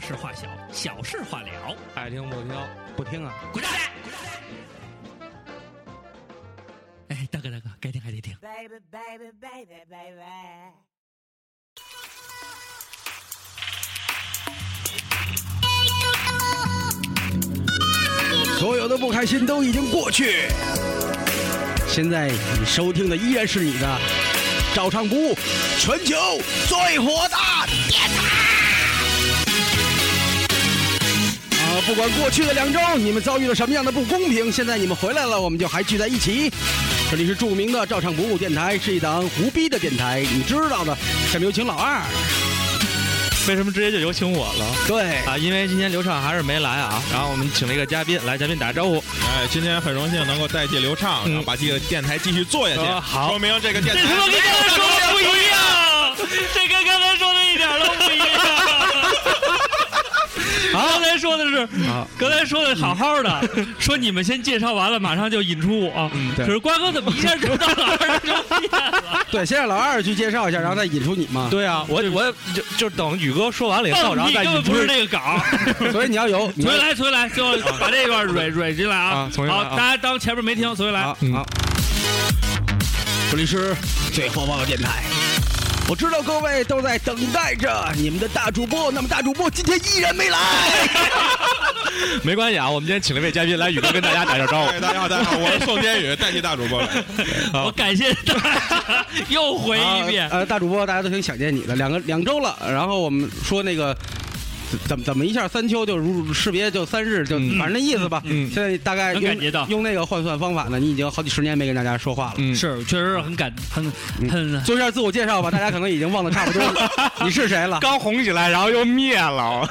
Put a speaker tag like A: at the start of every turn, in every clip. A: 事化小，小事化了。
B: 爱听不听，不听啊！
A: 滚蛋！哎，大哥大哥，该听还得听。
C: baby, baby, baby, baby.
B: 所有的不开心都已经过去，现在你收听的依然是你的照唱不误，全球最火的电台。啊，不管过去的两周你们遭遇了什么样的不公平，现在你们回来了，我们就还聚在一起。这里是著名的照唱不误电台，是一档胡逼的电台，你知道的。下面有请老二，
D: 为什么直接就有请我了？
B: 对，
D: 啊，因为今天刘畅还是没来啊，然后我们请了一个嘉宾，来，嘉宾打个招呼。
E: 哎，今天很荣幸能够代替刘畅，然后把这个电台继续做下去，
D: 呃嗯好
E: 说明这个电台
D: 不一样？这跟刚才说的一点都不一样。
A: 刚才说的是，
D: 啊
A: 刚才说的好好的，说你们先介绍完了，马上就引出我。
D: 嗯
A: 可
D: 对
A: 是瓜哥怎么一下就到 了二十周年了？
B: 对，先让老二去介绍一下，然后再引出你嘛。
D: 对啊，我我就就等宇哥说完了以后，然后
A: 你
D: 啊再
A: 根本
D: 引出
A: 不是这个稿。
B: 所以你要有，你
A: 重
B: 要
A: 新来，重新来，最后把这段蕊蕊进来啊
D: 啊！重新来
A: 好
D: 啊，
A: 大家当前面没听，重新来。
D: 嗯
B: 好，这里是最火爆的电台。我知道各位都在等待着你们的大主播，那么大主播今天依然没来。
D: 没关系啊，我们今天请了一位嘉宾来，宇哥跟大家打声招呼
E: 哎，。大家好，大家好，我是宋天宇，代替大主播来。
A: 我感谢大家， 又回
D: 哎
A: 一遍。
D: 啊
B: 呃，大主播大家都挺想念你的，两个两周了。然后我们说那个怎怎么怎么一下三秋就如识别就三日就、
D: 嗯
B: 反正那意思吧。
D: 嗯
B: 现在大概
A: 能
B: 用
A: 感觉到
B: 用那个换算方法呢，你已经好几十年没跟大家说话了。
D: 嗯，
A: 是，确实很感很很
B: 做一下自我介绍吧，大家可能已经忘得差不多了， 你是谁了？
D: 刚红起来，然后又灭了。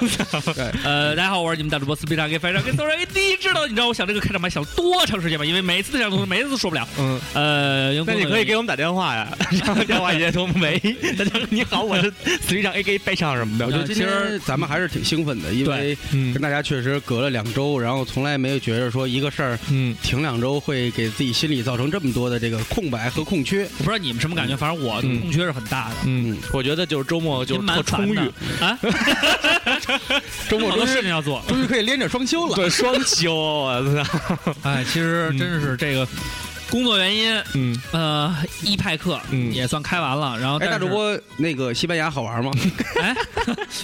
A: 呃，大家好，我是你们大主播斯皮达给翻唱跟多少 AD 知道？你知道我想这个开场白想多长时间吗？因为每一次都想东西，每一次都说不了。
D: 嗯，
A: 呃，员
D: 那
A: 工
D: 你可以给我们打电话 呀，然后电话也都 没。大家你好，我是随上 AK 背上什么
B: 我
D: 的。
B: 觉得今天咱们还是挺兴奋的，因为
D: 嗯
B: 跟大家确实隔了两周，然后从来没有觉着说一个事儿
D: 嗯，
B: 停两周会给自己心里造成这么多的这个空白和空缺。
A: 我不知道你们什么感觉，反正我
D: 嗯
A: 空缺是很大的，
D: 嗯，我觉得就是周末就
A: 也
D: 是
A: 蛮
D: 特充
A: 烦的
D: 裕，
A: 啊，
B: 周末
A: 好多
B: 终
A: 事
B: 于
A: 情要做。
B: 终于可以连着双休了。
D: 对，双休，我操，
A: 哎，其实
D: 嗯
A: 真是这个工作原因，
D: 嗯，
A: 呃，一派课
D: 嗯
A: 也算开完了。然后，
B: 哎，大主，播，那个西班牙好玩吗？
A: 哎，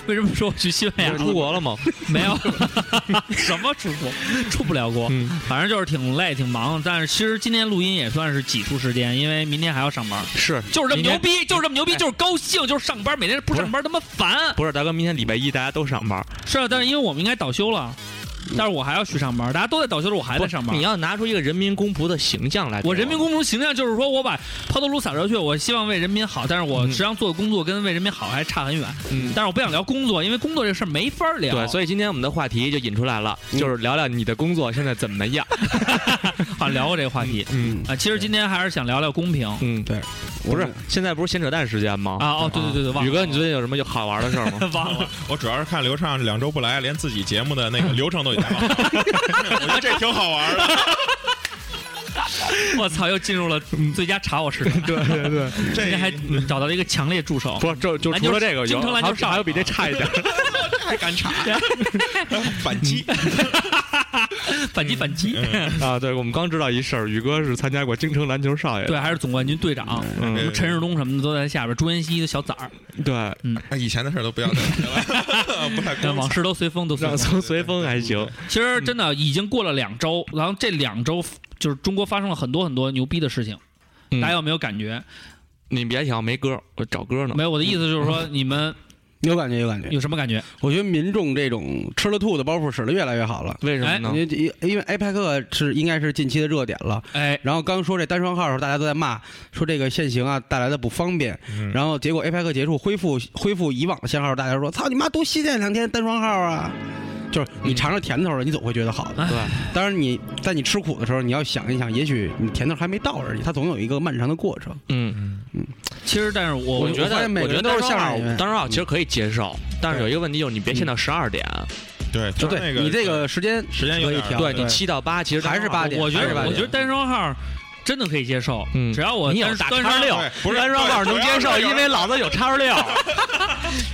A: 为什么说我去西班牙
D: 出国了吗？
A: 没有？ 什么出国？出不了国。
D: 嗯，
A: 反正就是挺累挺忙，但是其实今天录音也算是挤出时间，因为明天还要上班，
D: 是，
A: 就是这么
D: 明
A: 牛
D: 天
A: 逼，就是这么牛逼，就是高兴，就是上班，每天哎不上班他妈烦。
D: 不是，大哥，明天礼拜一大家都上班，
A: 是啊，但是因为我们应该倒休了，但是我还要去上班，大家都在倒休了，我还在上班
D: 你。要拿出一个人民公仆的形象来。
A: 我人民公仆形象就是说我把抛头颅洒热血，我希望为人民好，但是我
D: 嗯
A: 实际上做的工作跟为人民好还差很远。
D: 嗯
A: 但是我不想聊工作，因为工作这事儿没法聊。
D: 对，所以今天我们的话题就引出来了，就是聊聊你的工作现在怎么样。
A: 好啊像聊过这个话题
D: 嗯
A: 啊。其实今天还是想聊聊公平啊。
D: 嗯，不是，现在不是闲扯淡时间吗？
A: 哦，对对对对，忘了
D: 宇哥，你最近有什么有好玩的事儿吗？
A: 忘了，
E: 我主要是看刘畅两周不来，连自己节目的那个流程都已经忘了，我觉得这挺好玩的。
A: 我操，又进入了最佳查我市 场。
D: 对对对，
A: 人家还找到了一个强烈助手，
D: 不是，就就
A: 篮
D: 除
A: 球
D: 了这个，
A: 京
D: 有
A: 城篮
D: 还
A: 球少
D: 还有比这差一点。
E: 太敢查，反击。
A: 反击反击，
E: 嗯
D: 啊，对，我们刚知道一事儿，宇哥是参加过京城篮球少爷。
A: 对，还是总冠军队长，什么
D: 嗯，
A: 陈世东什么的都在下边，朱妍希的小崽儿，
D: 对，
E: 哎以前的事儿都不要再提了，不太
A: 但
E: 公
A: 往
E: 平。
A: 事都随风，都随
D: 让嗯
A: 风。
D: 从随风还行。
A: 其实真的已经过了两周，然后这两周就是中国发生了很多很多牛逼的事情，
D: 嗯
A: 大家有没有感觉？
D: 你别想没歌，我找歌呢。
A: 没有，我的意思就是说，你们
B: 有感觉，有感觉。
A: 有什么感觉？
B: 我觉得民众这种吃了吐的包袱使得越来越好了。
D: 为什么
B: 因
D: 呢？
B: 为因为 APEC 是应该是近期的热点了。
A: 哎，
B: 然后刚说这单双号的时候，大家都在骂说这个限行啊带来的不方便。
E: 嗯
B: 然后结果 APEC 结束恢复恢复以往的限号，大家说操你妈多期待两天单双号啊！就是你尝尝甜头了，你总会觉得好
E: 哎
B: 的。
D: 对，
B: 当然你在你吃苦的时候，你要想一想，也许你甜头还没到而已，它总有一个漫长的过程。
D: 嗯，
A: 其实但是我
D: 我觉
B: 我发
D: 得
B: 现每
D: 我
B: 个
D: 觉
B: 人
D: 得
B: 都是
D: 单
B: 相
D: 双
B: 声
D: 号
B: 演员
D: 单双号啊其实可以接受，但是有一个问题就是你别限到十二点。
E: 对，就是那个
B: 你这个时间
E: 时间有
B: 可以
E: 点儿
B: 调，
D: 对你七到八，其实单
B: 还是
D: 双号
B: 八点
A: 我觉
B: 还是
A: 得
B: 吧
A: 我觉得单双号真的可以接受，
D: 嗯
A: 只要我
D: 你也
A: 但
D: 是
A: 是
D: 打
A: 端
D: 叉
A: 上
D: 六
E: 对，不是
D: 端上号
E: 对
D: 能接
E: 主要
D: 受，
E: 是有
D: 因为老子有叉六。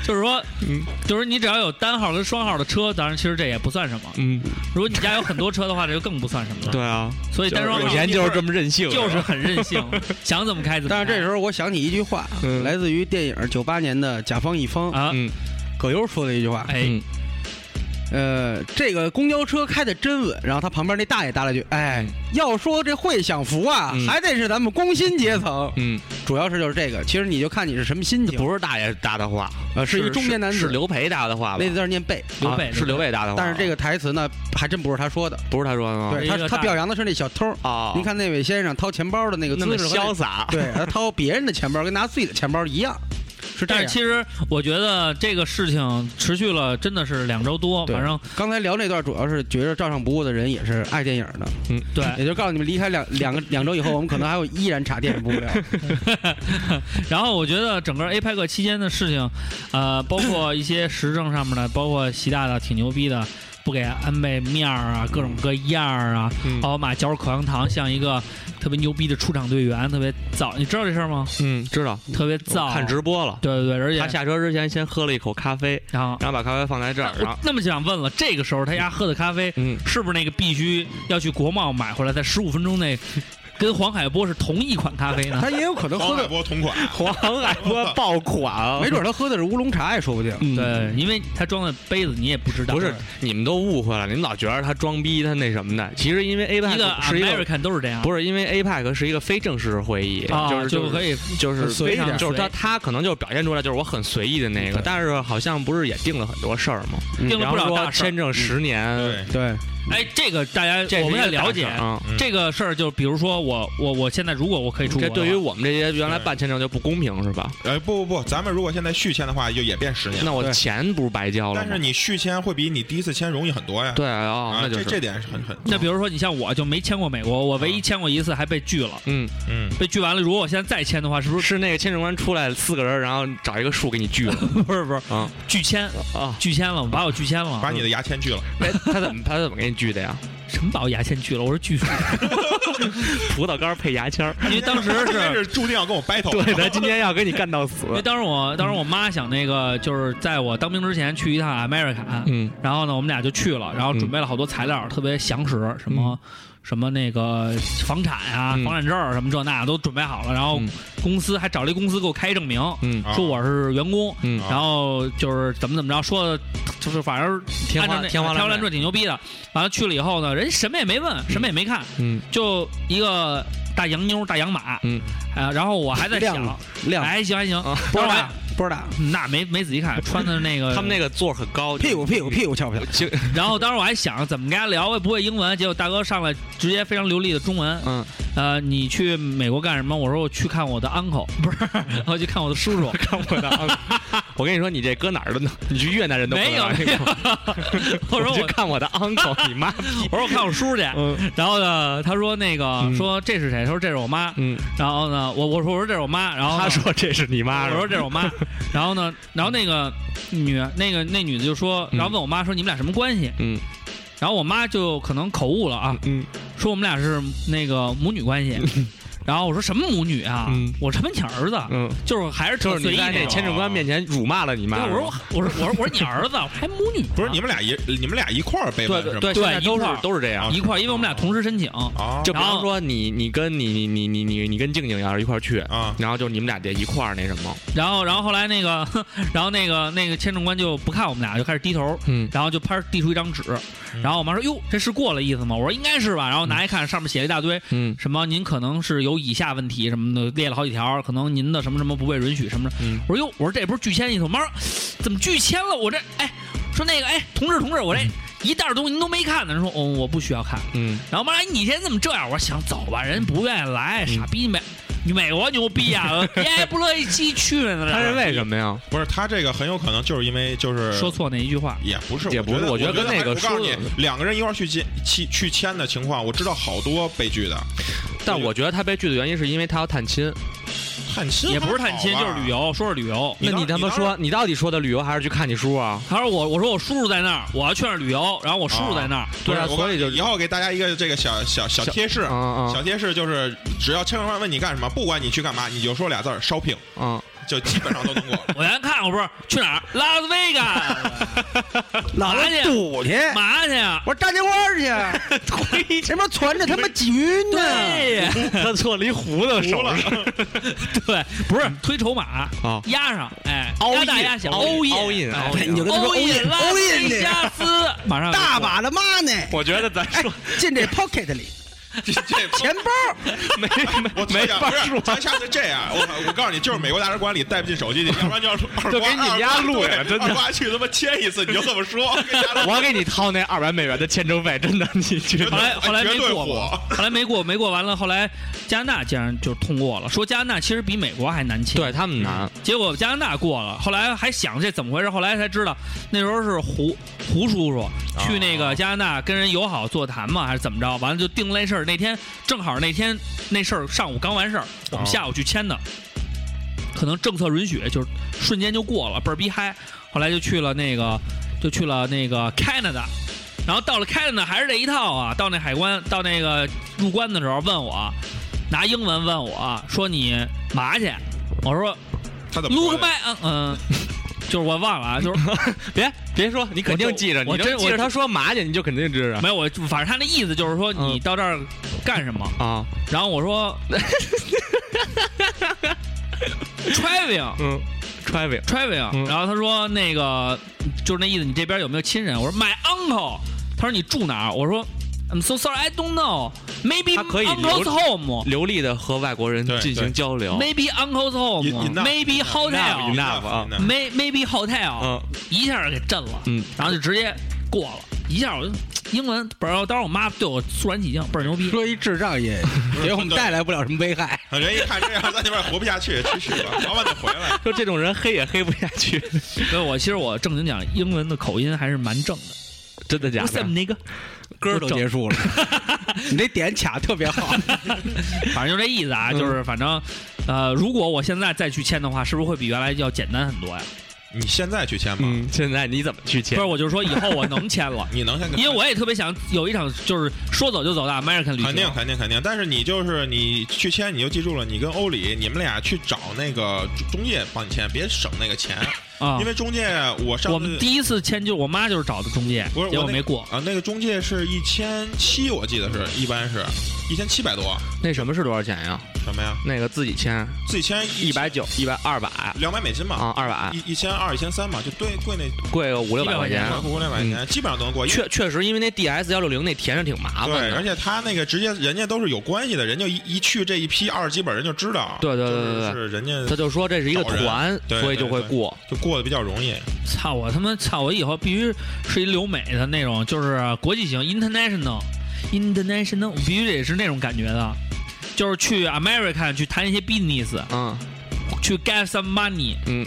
A: 就是说
D: 嗯，
A: 就是你只要有单号跟双号的车，当然其实这也不算什么。
D: 嗯，
A: 如果你家有很多车的话，这就更不算什么了。
D: 对啊，
A: 所以单双
D: 有
A: 号
D: 钱就是这么任性，
A: 就是很任性，想怎么开怎么开。
B: 但是这时候我想起一句话，
D: 嗯
B: 来自于电影九八年的甲方乙方，
A: 啊，
D: 嗯，
B: 葛优说的一句话，
A: 哎，
D: 嗯，
B: 呃，这个公交车开的真稳。然后他旁边那大爷搭了句，哎，要说这会享福啊，
D: 嗯
B: 还得是咱们工薪阶层，
D: 嗯，
B: 主要是就是这个。其实你就看你是什么心情，
D: 不是大爷搭的话，
B: 呃，是一中年男
D: 是
B: 子，
D: 刘培搭的话吧
B: 那？字儿念贝，
A: 刘备
D: 啊是刘备搭的话，
B: 但是这
D: 个
B: 个台词呢，还真不是他说的，
D: 不是他说的吗？
B: 对
A: 一
B: 他
A: 个
B: 他
A: 大
B: 表扬的是那小偷儿。
D: 啊，
B: 您看那位先生掏钱包的那个
D: 那
B: 姿
D: 么
B: 势和那，
D: 潇洒，
B: 对他掏别人的钱包跟拿自己的钱包一样，是这
A: 但
B: 样
A: 是。其实我觉得这个事情持续了真的是两周多，
B: 对
A: 反正
B: 刚才聊那段，主要是觉得照常不误的人也是爱电影的，
A: 对。
D: 哎
B: 也就告诉你们，离开两两个两周以后，我们可能还会依然查电影不无聊。
A: 然后我觉得整个 APEC 期间的事情，呃，包括一些时政上面的，包括习大大挺牛逼的，不给安倍面儿啊，各种各样儿啊，
D: 嗯
A: 奥巴马嚼着口香糖，像一个特别牛逼的出场队员，特别燥。你知道这事儿吗？
D: 嗯，知道，
A: 特别
D: 我
A: 燥。
D: 看直播了。
A: 对对对，而且
D: 他下车之前先喝了一口咖啡，
A: 然后
D: 然后把咖啡放在这儿，啊然
A: 我
D: 后
A: 那么想问了，这个时候他家喝的咖啡
D: 嗯，
A: 是不是那个必须要去国贸买回来，在十五分钟 内跟黄海波是同一款咖啡呢？
B: 他也有可能喝
E: 黄海
B: 的，
E: 波同款，
D: 黄海 波爆款，
B: 没准他喝的是乌龙茶也说不定。
D: 嗯
A: 对，因为他装的杯子你也不知道，
D: 不是，你们都误会了，你们老觉得他装逼，他那什么的。其实因为
A: 一个
D: APEC 是一个
A: American 都是这样，
D: 不是因为 APEC 是一个非正式会议，
A: 啊，
D: 就是
A: 就可
D: 以
A: 以
D: 就是
B: 很随
D: 非
B: 意点
D: 常就是
A: 随
D: 他他可能就表现出来就是我很随意的那个，
B: 对
D: 但是好像不是也定了很多事儿吗？
B: 嗯
A: 定了
D: 然
A: 不
D: 后
A: 了
D: 说
A: 大事儿
D: 签。证十年，
E: 对，
B: 对，
A: 哎，这个大家
D: 这是
A: 我们
D: 一
A: 要
D: 个大
A: 了
D: 事
A: 解
D: 儿啊。
E: 嗯
A: 这个事儿，就比如说我我我现在如果我可以出国
D: 这
A: 的话，
D: 对于我们这些原来办签证就不公平是吧？
E: 哎不不不，咱们如果现在续签的话，就也变十年。
D: 那我
B: 对
D: 钱不是白交了
E: 但是
D: 吗？
E: 你续签会比你第一次签容易很多呀。
D: 对啊，
E: 啊，
D: 那就
E: 这
D: 是
E: 这点是很很
A: 那比如说你像我就没签过美国，我唯一签过一次还被拒了，
D: 嗯，
E: 嗯，
A: 被拒完了，如果我现在再签的话，是不是
D: 是那个签证官出来四个人，然后找一个树给你锯了
A: 不是不是
D: 啊
A: 拒签
D: 啊！
A: 拒签了，把我拒签了，
E: 把你的牙签去了，
D: 哎他怎么他怎么给你锯的呀？
A: 什么把我牙签去了？我说拒绝，
D: 葡萄干配牙签儿。
A: 因为当时
E: 今天
A: 是。
E: 是注定要跟我 battle
D: 对
E: 的。
D: 他今天要跟你干到死
A: 因。为当时我当时我妈想那个，就是在我当兵之前去一趟 America，、
D: 嗯
A: 然后呢，我们俩就去了，然后准备了好多材料，特别详实，什么、什么那个房产啊、
D: 嗯
A: 房产证儿什么这那都准备好了，然后
D: 嗯
A: 公司还找了一公司给我开证明，
D: 嗯
E: 啊
A: 说我是员工，
D: 嗯
E: 啊
A: 然后就是怎么怎么着说的，就是反正
D: 天花
A: 按照那
D: 天花乱坠
A: 乱坠挺牛逼的。完了去了以后呢，人什么也没问，什么也没看，
D: 嗯
A: 就一个大洋妞、大洋马，
D: 嗯
A: 啊，然后我还在
B: 亮
A: 想
B: 了，亮
A: 还行还行，
D: 啊，
B: 波
A: 当
B: 儿
A: 时我
B: 大
A: 还
B: 波儿大，
A: 那没没仔细看，穿的那个
D: 他们那个座儿很高，
B: 屁股屁股屁股翘不翘？
D: 就
A: 然后当时我还想怎么跟他聊，我也不会英文，结果大哥上来直接非常流利的中文。
D: 嗯，
A: 呃，你去美国干什么？我说我去看我的 uncle，不是，我去看我的叔 叔。
D: 看我的。我跟你说，你这搁哪儿都能，你去越南人都不能
A: 没有
D: 玩这
A: 没有
D: 个。，
A: 我说
D: 去
A: 我
D: 看我的 uncle，你妈 逼。
A: 我说我看我叔叔去。
D: 嗯
A: 然后呢，他说那个、
D: 嗯
A: 说这是谁？他说这是我妈。
D: 嗯，
A: 然后呢，我我说我说这是我妈。然后呢
D: 他说这是你妈，
A: 哦我说这是我妈。然后呢，然后那个女那个那女的就说，然后问我妈说你们俩什么关系？
D: 嗯
A: 然后我妈就可能口误了啊，
D: 嗯
A: 说我们俩是那个母女关 系。然后我说什么母女啊？
D: 嗯
A: 我他妈你儿子，
D: 嗯，
A: 就是还是
D: 就
A: 特
D: 是
A: 随
D: 你
A: 意
D: 在那
A: 种
D: 签证官面前辱骂了
A: 对，
D: 你妈。
A: 我说 我我说我说我说你儿子，我还母女呢，啊
E: 不是你们俩一你们俩一块儿被
D: 对
E: 问是吗？
D: 对
A: 对
D: 现在都
A: 一块
D: 是
A: 儿哦
D: 都是这样。
A: 一块儿，因为我们俩同时申请。
E: 啊
D: 就比方说你你跟你你你你你跟静静要是一块儿去，
E: 啊，
D: 然后就你们俩得一块儿那什么。
A: 然后然后后来那个， 然后那个那个签证官就不看我们俩，就开始低头，
D: 嗯
A: 然后就啪递出一张纸，然后我妈说哟，这是过了意思吗？我说应该是吧。然后拿一看，上面写了一大堆，
D: 嗯
A: 什么您可能是有以下问题什么的，列了好几条，可能您的什么什么不被允许什么的。
D: 嗯
A: 我说哟，我说这不是拒签意思吗？我妈说怎么拒签了？我这哎，说那个哎，同志同志，我这一袋东西您都没看呢。人说哦，我不需要看。
D: 嗯
A: 然后我妈说哎你现在怎么这样？我说想走吧，人不愿意来，
D: 嗯
A: 傻逼美你美国牛逼呀、 啊，人家还不乐意继续去呢。
D: 他是为什么呀？
E: 不是他这个很有可能就是因为就是
A: 说错那一句话，
E: 也不是，
D: 也不是
E: 我
D: 我觉得
E: 得
D: 跟那个
E: 我告诉你
D: 说的，
E: 两个人一块儿去签去去签的情况，我知道好多被拒的。
D: 但我觉得他被拒的原因是因为他要探亲，
E: 探亲
A: 也不是探亲，
E: 还
A: 就
E: 好吧
A: 是旅。游，说是旅游。
E: 你
D: 那
E: 当
D: 你他妈
E: 你当
D: 说，你到底说的旅游还是去看你叔啊？
A: 他说我，我说我叔叔在那儿，我要去那儿旅游，然后我叔叔在那儿，
E: 不
D: 对
E: 是
D: 啊，
E: 我
D: 所以就
E: 以后给大家一个这个小小小
D: 小
E: 贴士，
D: 嗯
E: 小
D: 嗯
E: 贴士就是，只要千万问你干什么，不管你去干嘛，你就说俩字儿 shopping，
D: 嗯，
E: 就基本上都能过。
A: 我原来看我不是去哪儿，拉斯维加，
B: 老子赌去，
A: 嘛去啊？
B: 我说炸金花去，推什么攒着他妈几晕 呢？
A: 对呀
D: 他错了一胡子手了
A: 对，不是推筹码，
D: 啊，
A: 压上，哎，
D: 凹
A: 压
D: 印
A: 大压小，
D: 凹印凹
A: 欧印
D: 印，
A: 哎
D: 凹
B: 对你就
D: 印。
B: 跟他说
A: 欧
B: 欧印
A: 印，拉
B: 欧
A: 斯
B: 印
A: 维
B: 去，
A: 加斯，马上
B: 大把的 money，
D: 我觉得咱
B: 哎
D: 说，
B: 进这 pocket 里，
E: 这这
B: 钱包。
D: 哎没
E: 我
D: 没没
E: 想
D: 法
E: 不是
D: 说，
E: 咱下次这样，我我告诉你，就是美国大使馆里带不进手机去，要不然就要二 瓜
D: 就给你们家录呀
E: 二瓜
D: 真的
E: 二瓜去他妈签一次，你就这么说， 给家录
D: 我给你掏那二百美元的签证费，真的，你去
E: 绝
A: 后
E: 对
A: 来后来没
E: 绝对
A: 过
E: 火
A: 嘛，后来没过，没过完了，后来加拿大竟然就通过了，说加拿大其实比美国还难签，
D: 对，他们难，
A: 结果加拿大过了，后来还想这怎么回事，后来才知道那时候是胡胡叔叔去那个加拿大跟人友好座谈嘛，还是怎么着，完了就定了那事儿。那天正好那天那事儿上午刚完事儿，我们下午去签的，可能政策允许，就是瞬间就过了，倍儿逼嗨。后来就去了那个，就去了那个 Canada。然后到了 Canada 还是这一套啊，到那海关，到那个入关的时候问我，拿英文问我说你嘛去？我说
E: 他怎么说
A: Look
E: 的
A: back，嗯嗯， 就是我忘了啊，就是
D: 别别说，你肯
A: 我
D: 定
A: 就
D: 记着，
A: 我
D: 你
A: 真
D: 能记
A: 我
D: 着他说嘛去，你就肯定知道
A: 没有我，反正他那意思就是说
D: 嗯
A: 你到这儿干什么？
D: 啊，
A: 然后我 说 traveling
D: 嗯，travel，嗯
A: traveling，然后他说那个就是那意思，你这边有没有亲人？我说 my uncle，他说你住哪儿？我说 I'm so sorry, I don't know. Maybe
D: 他可以
A: uncle's
D: 留
A: home.
D: 流利的和外国人
E: 对
D: 进行
E: 对
D: 交流，
A: Maybe uncle's home.
E: In- enough,
A: Maybe
E: enough,
A: hotel.
D: enough, enough 啊
E: 哎 enough
A: May maybe hotel，、
D: 嗯
A: 一下给震了，
D: 嗯，
A: 然后就直接过了，一下我就英文，不然后当时我妈对我肃然起敬，倍儿牛逼。
B: 说一智障也给我们带来不了什么危害。
E: 人一看这样，在那边活不下去，去去吧，早晚得回来。
D: 就这种人黑也黑不下去，
A: 所以我其实我正经讲，英文的口音还是蛮正的。
D: 真的假
A: What's up，
D: 的？
A: 那个歌
B: 都结束了，你这点卡特别好。
A: 反正就这意思啊，
E: 嗯
A: 就是反正，呃，如果我现在再去签的话，是不是会比原来要简单很多呀？
E: 你现在去签吗？，
D: 嗯，现在你怎么去
A: 不
D: 签
A: 是，？我就说以后我能签了
E: 你能先跟？
A: 因为我也特别想有一场就是说走就走的 American 旅行。
E: 肯定肯定肯定，但是你就是你去签，你就记住了，你跟欧里你们俩去找那个中介帮你签，别省那个钱，
A: 啊
E: 因，为中介我上
A: 我
E: 次
A: 们第一次签就我妈就是找的中介
E: 不是，
A: 结
E: 我
A: 果
E: 那
A: 没过。
E: 啊，那个中介是一千七，我记得是一般是一千七百多，
D: 那什么是多少钱呀？
E: 什么呀？
D: 那个自己签，
E: 自己签
D: 一百九、一百二百
E: 两百美金嘛，
D: 啊，二百
E: 一一千二、一千三嘛，就对贵那
D: 贵个五六百块钱
A: 啊。
E: 贵贵两百块钱，基本上都能过。因为
D: 确确实，因为那 DS 幺六零那填着挺麻烦
E: 对，
D: 的。
E: 而且他那个直接人家都是有关系的，人就一一去这一批二十几本人就知道，
D: 对对对
E: 就是
D: 对对
E: 是人家
D: 他就说这是一个
E: 找人
D: 团，
E: 对
D: 所以就会过。
E: 就过得比较容易。
A: 操我他妈操我以后必须是一留美的那种，就是国际型 international international，我必须得是那种感觉的，就是去 American 去谈一些 business，
D: 嗯
A: 去 get some money，
D: 嗯，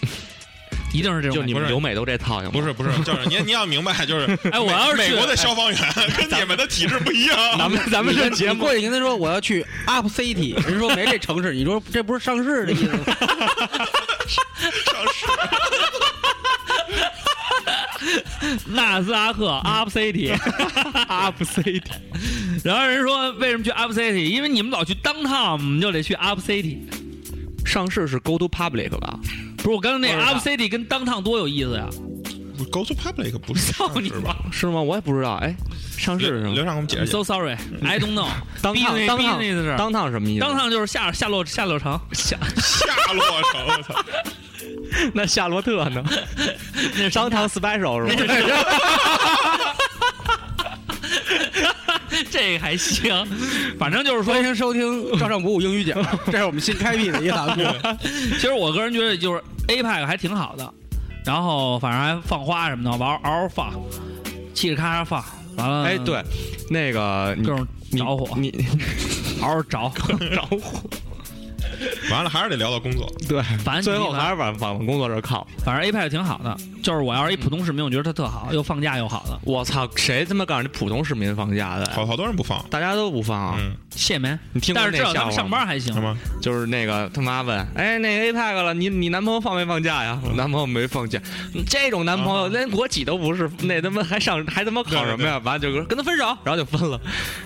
A: 一定是这种
D: 就
A: 感
D: 你
A: 觉。
D: 们留美都这套行吗？
E: 不是不 是，就是你你要明白，就是
A: 哎， 我要是
E: 美
A: 去
E: 国的消防员跟你们的体制不一样。
D: 咱们咱们这节
B: 你
D: 目
B: 过去跟他说我要去 Up City，人说没这城市，你说这不是上市的意思吗？
A: 纳斯达克 Up City，
D: Up City，
A: 然后人说为什么去 Up City？因为你们老去 downtown，我们就得去 Up City。
D: 上市是 Go to Public 吧？
A: 不是我刚刚那
D: 不知道
A: Up City 跟 downtown 多有意思呀！
E: Go to public 不是
A: 操你
E: 是吧
A: 妈！
D: 是吗？我也不知道。哎，上市
E: 刘
D: 是什么？
E: 刘畅给我们解释
A: I'm
E: 解释
A: so sorry，I don't know。
D: 当趟
A: business-
D: 当趟
A: business 是
D: 当趟什么意思？
A: downtown 就是下下落下落 城，下
E: 下落城，我操！
D: 那夏洛特呢？
A: 那
D: 当趟 special 是吗？
A: 这个还行， 反正就是说
B: 欢，迎收听《照上不误英语讲》，这是我们新开辟的一栏目。
A: 其实我个人觉得就是 APEC 还挺好的，然后反正还放花什么的，玩嗷嗷放，嘁哩咔嚓放，完了
D: 哎，，对，那个你
A: 各种
D: 你
A: 着火，
D: 你
A: 嗷嗷着，
D: 着火，
E: 完了还是得聊到工作。
D: 对，
A: 反正
D: 最后还
A: 是
D: 是往往工作这儿靠。
A: 反正 APEC 挺好的，就是我要是一普通市民，我觉得它特好，又放假又好的。
D: 我操，谁他妈告诉你普通市民放假的？
E: 好好多人不放，
D: 大家都不放。啊
E: 嗯，
A: 谢没？
D: 你听过
A: 但
D: 那
A: 是至少他
D: 笑话
A: 们上
D: 吗
A: 班还行
E: 什。么？
D: 就是那个他妈问，哎，那 APEC 了，你你男朋友放没放假呀？我男朋友没放假，这种男朋友
E: 啊
D: 连国企都不是，那他妈还上还他妈考什么呀？完了就跟他分手，然后就分了。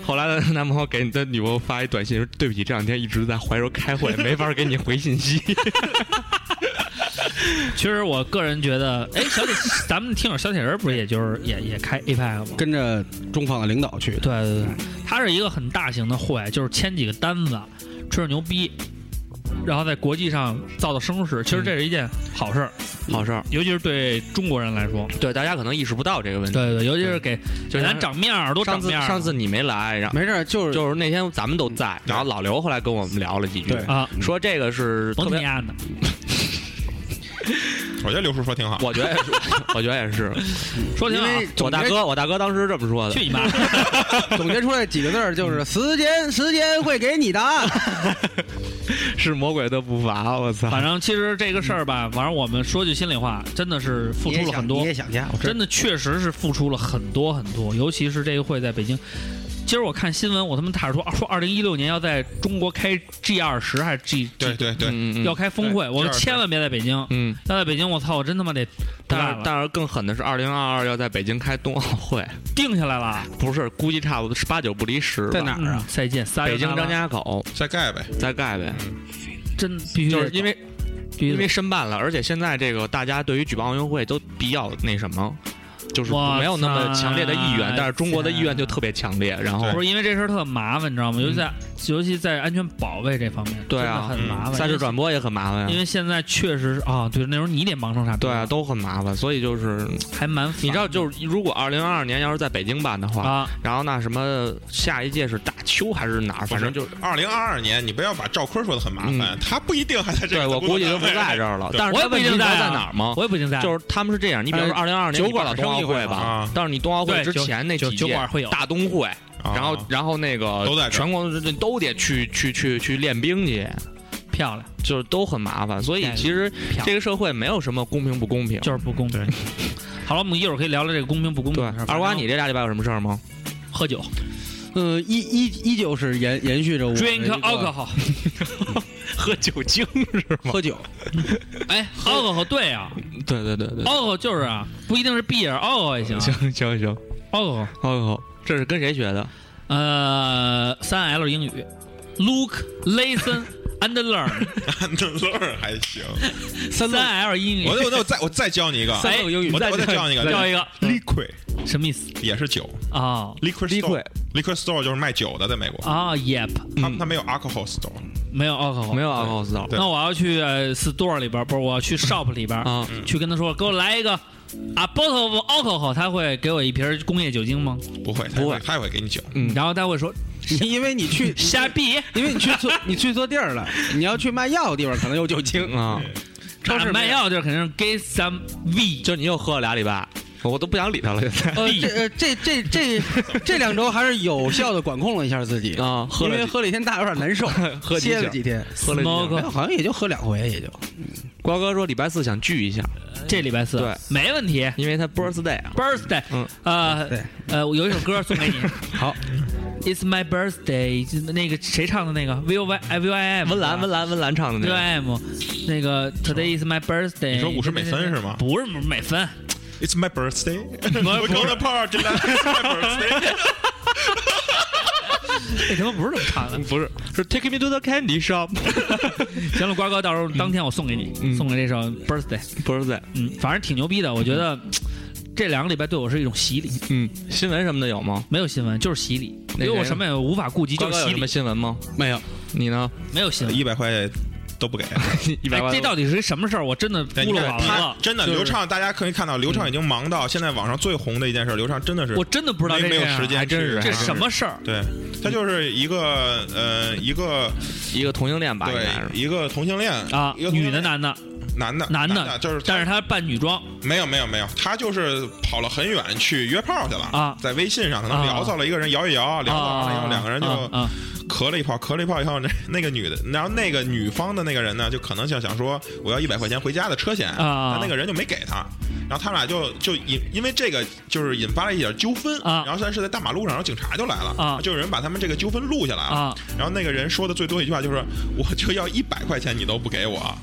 D: 后来呢，男朋友给你的女朋友发一短信说：“对不起，这两天一直在怀柔开会，没法给你回信息。
A: 其实我个人觉得，哎，小铁，咱们听友小铁人不是也就是也也开 APEC 吗？
B: 跟着中方的领导去的。
A: 对对对，它是一个很大型的会，就是签几个单子，吹着牛逼，然后在国际上造造声势。其实这是一件好事儿，”
D: 好事儿，
A: 尤其是对中国人来说。
D: 对大家可能意识不到这个问
A: 对
D: 题。
A: 对对，尤其是给给
D: 就是
A: 咱长面儿，多嗯
D: 上
A: 长
D: 次
A: 面儿。
D: 上次你没来，然后
B: 啊没事儿，就是
D: 就是那天咱们都在，然后老刘后来跟我们聊了几句，
B: 对
A: 啊，
D: 说这个是特
A: 甭
D: 别
A: 你丫啊的，
E: 我觉得刘叔说挺好。
D: 我觉得也是， 我觉得也是。
A: 说挺
B: 因
A: 好，
B: 为
D: 我大哥，我大哥当时这么说的
A: 去。你妈！
B: 总结出来几个字儿，就是时间，时间会给你答案。
D: 是魔鬼的步伐，我操！
A: 反正其实这个事儿吧，反正我们说句心里话，真的是付出了很
B: 你
A: 多
B: 也，想家，我知道
A: 真的确实是付出了很多很多，尤其是这个会在北京。今儿我看新闻，我他妈踏着说说二零一六年要在中国开 G 二十还是 G
E: 对对对，
D: 嗯嗯嗯
A: 要开峰会，
E: 对
A: 我们
E: 这样
A: 千万别在北京。
D: 嗯，
A: 要在北京，我操，我真他妈得不
D: 但
A: 干
D: 是
A: 了，
D: 但是更狠的是，二零二二要在北京开冬奥 会，
A: 定下来了。
D: 不是，估计差不多是八九不离十吧。
B: 在哪儿啊？
A: 嗯再见，撒
D: 北京
A: 由那拉，
D: 张家口，
E: 再盖
A: 嗯
E: 呗。
D: 在盖呗，
A: 真必须
D: 就
A: 得
D: 是因为
A: 必须
D: 因为
A: 得
D: 申办了，而且现在这个大家对于举办奥运会都比较那什么，就是
A: 哇
D: 没有那么强烈的意愿
A: 塞，
D: 但是中国的意愿就特别强烈，然后
E: 对
A: 不是因为这事儿特麻烦，你知道吗？尤其在尤其在安全保卫这方面，
D: 嗯对
A: 真的
D: 啊
A: 很麻烦。
D: 赛事转播也很麻烦
A: 因
D: 呀。
A: 为现在确实是啊，对，那时候你得忙成啥逼
D: 对啊，，都很麻烦，所以就是
A: 还蛮烦的
D: 你知道，就是如果二零二二年要是在北京办的话，
A: 啊，
D: 然后那什么下一届是大邱还是哪儿，反正就是
E: 二零二二年，你不要把赵坤说的很麻烦，他不一定还在
D: 嗯
E: 这
D: 对
E: 个。
D: 我估计都不在这
E: 儿
D: 儿了。
E: 哎对
D: 但是
A: 我
D: 他
A: 也不
D: 问
A: 一
D: 题
A: 定
D: 你知道
A: 在啊
D: 在哪儿吗？
A: 我也不哎定在，
D: 就是是他们是这样，你比如说二零二二年
B: 酒
D: 你办
B: 馆
D: 了冬奥
B: 生意会
D: 会吧，
E: 啊。
D: 但是你冬奥会
A: 对
D: 之
A: 酒
D: 前那
A: 酒
D: 几
A: 酒
D: 届
A: 馆会有
D: 大冬会，
E: 啊
D: 然后然后那个
E: 都在这儿
D: 全国都得去去去去练兵去，
A: 漂亮，
D: 就是都很麻烦。所以
A: 对
D: 其实
A: 漂
D: 这
A: 亮，
D: 个社会没有什么公平不公平。
A: 就是不公平
E: 对。
A: 好了，我们一会儿可以聊聊这个公平不公平
D: 对
A: 的事儿。，
D: 二
A: 反
D: 瓜，
A: 正啊
D: 你这大礼拜有什么事儿吗？
A: 喝酒
B: 呃，依依依旧是延延续着我的
A: ，drink
B: 这个
A: alcohol，
D: 喝酒精是吗？
B: 喝酒，
A: 哎，alcohol 对啊
D: 对对对对。
A: ，alcohol 就是啊，不一定是 beer alcohol 也行啊
D: 行 行行，
A: ，alcohol。
D: 好好，这是跟谁学的？
A: 呃，三 L 英语，look, listen and learn，
E: 乐儿还 行。
B: 三
A: 三 L 英语
E: 我，那我那我再我再教你一个，哎
A: 三
B: 三种英语
E: 我再我再教你一
A: 叫
E: 个
A: 一个嗯
E: ，liquid
A: 什么意思
E: 也是酒
A: 啊？
E: ，liquid
D: 立
E: store
D: 柜
E: liquid store 就是卖酒的，在美国，
A: 啊，yep，
E: 他他没有 alcohol store，
A: 没有 alcohol，
D: 没有啊哦奥克斯岛
E: 对
A: 那我要去呃 store 里边儿，不是我要去 shop 里边儿
D: 啊，
A: 去跟他说，给我来一个 a bottle of alcohol，他会给我一瓶工业酒精吗？
E: 不会，他
D: 不会
E: 他也会给你酒。
D: 嗯
A: 然后他会说
B: 你因为你去，
A: 瞎逼，
B: 因为你去错，你去错地儿了。你要去卖药的地方，可能有酒
A: 嗯
B: 精。
D: 啊，
B: 超市
A: 哪卖
B: 没有
A: 药就是肯定是 get some V，
D: 就你又喝了俩礼拜，我都不想理他了现在
B: 呃，这呃这这这这两周还是有效的管控了一下自己，
D: 啊，喝
B: 因为
D: 了
B: 喝了一天大有点难受，
D: 喝几
B: 歇了
D: 酒
B: 几天，
D: 喝了一
B: 没
A: Smoke
D: 点。
B: 有好像也就喝两回，也就
D: 瓜哥说礼拜四想聚一下，
A: 这礼拜四
D: 对
A: 没问题
D: 因为他 birthday 啊。
A: ，birthday，
D: 嗯
A: 呃
B: 对
A: 呃，我有一首歌送给你。
B: 好。
A: It's my birthday，就是那个谁唱的那个 V O Y I V O I M，
D: 温岚，温岚，温岚唱的
A: V
D: 那
A: O
D: 个
A: I M，那个 Today is my birthday。
E: 你说50美分是吗
A: 不是美分，
E: It's my birthday,
A: 不
E: we're
A: 是
E: gonna party like it's my birthday。
A: 这他妈不是这么唱的。
D: 不是，是 Take me to the candy shop
A: 行了，瓜哥，到时候当天我送给你，
D: 嗯
A: 送给这首 birthday。
D: birthday。
A: 嗯，反正挺牛逼的，我觉得
E: 嗯
A: 这两个礼拜对我是一种洗礼，
D: 嗯，新闻什么的有吗？
A: 没有新闻就是洗礼，因
D: 那
A: 为我
D: 谁
A: 什么也无法顾及，
D: 瓜
A: 就是
D: 哥
A: 洗
D: 有什么
A: 礼，
D: 新闻吗？
B: 没有，
D: 你呢？
A: 没有新闻。
E: 一百块 都不给。
D: 一百
A: 哎，
D: 万
A: 这到底是一什么事儿？我真的
E: 对
A: 孤
E: 你
A: 陋
E: 看
A: 寡闻
E: 他
A: 了，
E: 真的，
A: 就是
E: 刘畅，大家可以看到，刘畅已经忙到现在网上最红的一件事，刘畅真的是
A: 我真的不知道
E: 没
A: 这
E: 没有
A: 件事
E: 时
A: 儿
E: 间
D: 还
E: 去，
D: 真是
A: 这什么事儿。
E: 对。他就是一个呃，一个
D: 一个同性恋吧，应
E: 对
D: 该是。
E: 一个同性恋
A: 啊，
E: 一个同性
A: 女
E: 恋
A: 的男的，
E: 男的，
A: 男
E: 的，就是他
A: 但是他扮女装，
E: 没有没有没有，他就是跑了很远去约炮去了
A: 啊
E: 在微信上可能
A: 啊
E: 聊到了一个人摇一摇，聊到了
A: 啊
E: 然后两个人就
A: 啊啊
E: 咳了一泡，咳了一泡以后，那那个女的，然后那个女方的那个人呢，就可能就想说我要一百块钱回家的车钱，
A: 啊
E: 但那个人就没给他。然后他们俩就就引，因为这个就是引发了一点纠纷，
A: 啊
E: 然后但是在大马路上，然后警察就来了，
A: 啊
E: 就有人把他们这个纠纷录下来了，
A: 啊
E: 然后那个人说的最多一句话就是我就要一百块钱你都不给我，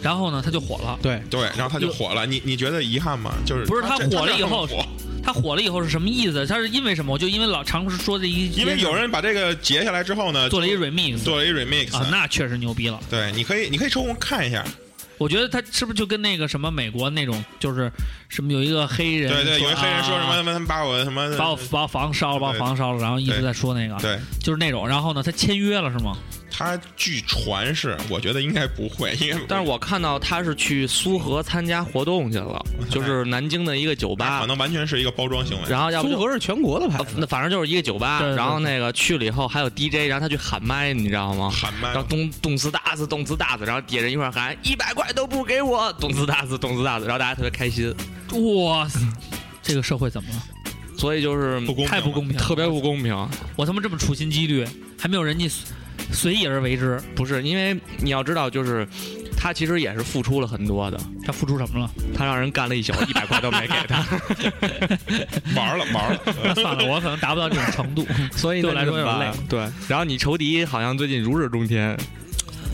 A: 然后呢他就火了。
B: 对，
E: 对，然后他就火了。你你觉得遗憾吗？就是
A: 不是他
E: 这
A: 火了以后
E: 他这么火
A: 他火了以后是什么意思？他是因为什么？我就因为老常说这一，
E: 因为有人把这个截下来之后呢，
A: 做了一 remix
E: 做了一 remix，、
A: 啊，那确实牛逼了。
E: 对，你可以你可以抽空看一下，
A: 我觉得他是不是就跟那个什么美国那种，就是什么有一个黑人，
E: 对对，有一黑人说什么
A: 啊
E: 他们把我什么
A: 把我把我房烧了，把我房烧了，然后一直在说那个，
E: 对
A: 就是那种。然后呢，他签约了是吗？
E: 他据传是，我觉得应该不会，因为
D: 但是我看到他是去苏荷参加活动去了，就是南京的一个酒
E: 他可
D: 吧，
E: 能完全是一个包装行为。
D: 然后要不
B: 苏
D: 就。
B: 荷是全国的牌
D: 呃
B: 子，
D: 那反正就是一个酒吧
A: 对，对对
D: 然后那个去了以后还有 DJ，然后他去喊麦，你知道吗？
E: 喊麦
D: 然后动动次打次，动次打次，然后底下人一块儿喊一百块都不给我，动次打次，动次打次，然后大家特别开心，
A: 哇塞，这个社会怎么了？
D: 所以就是
E: 不嗯公平，
A: 太不公平啊了！
D: 特别不公平。
A: 我他妈这么处心积虑，还没有人家随意而为之，
D: 不是因为你要知道，就是他其实也是付出了很多的，
A: 他付出什么 了？
D: 他让人干了一宿，一百块都没给他，
E: 玩了呃玩
A: 那
E: 了。
A: 算了，我可能达不到这种程度。
D: 所以
A: 对我来说有点累
D: 那怎么办。对，然后你仇敌好像最近如日中天，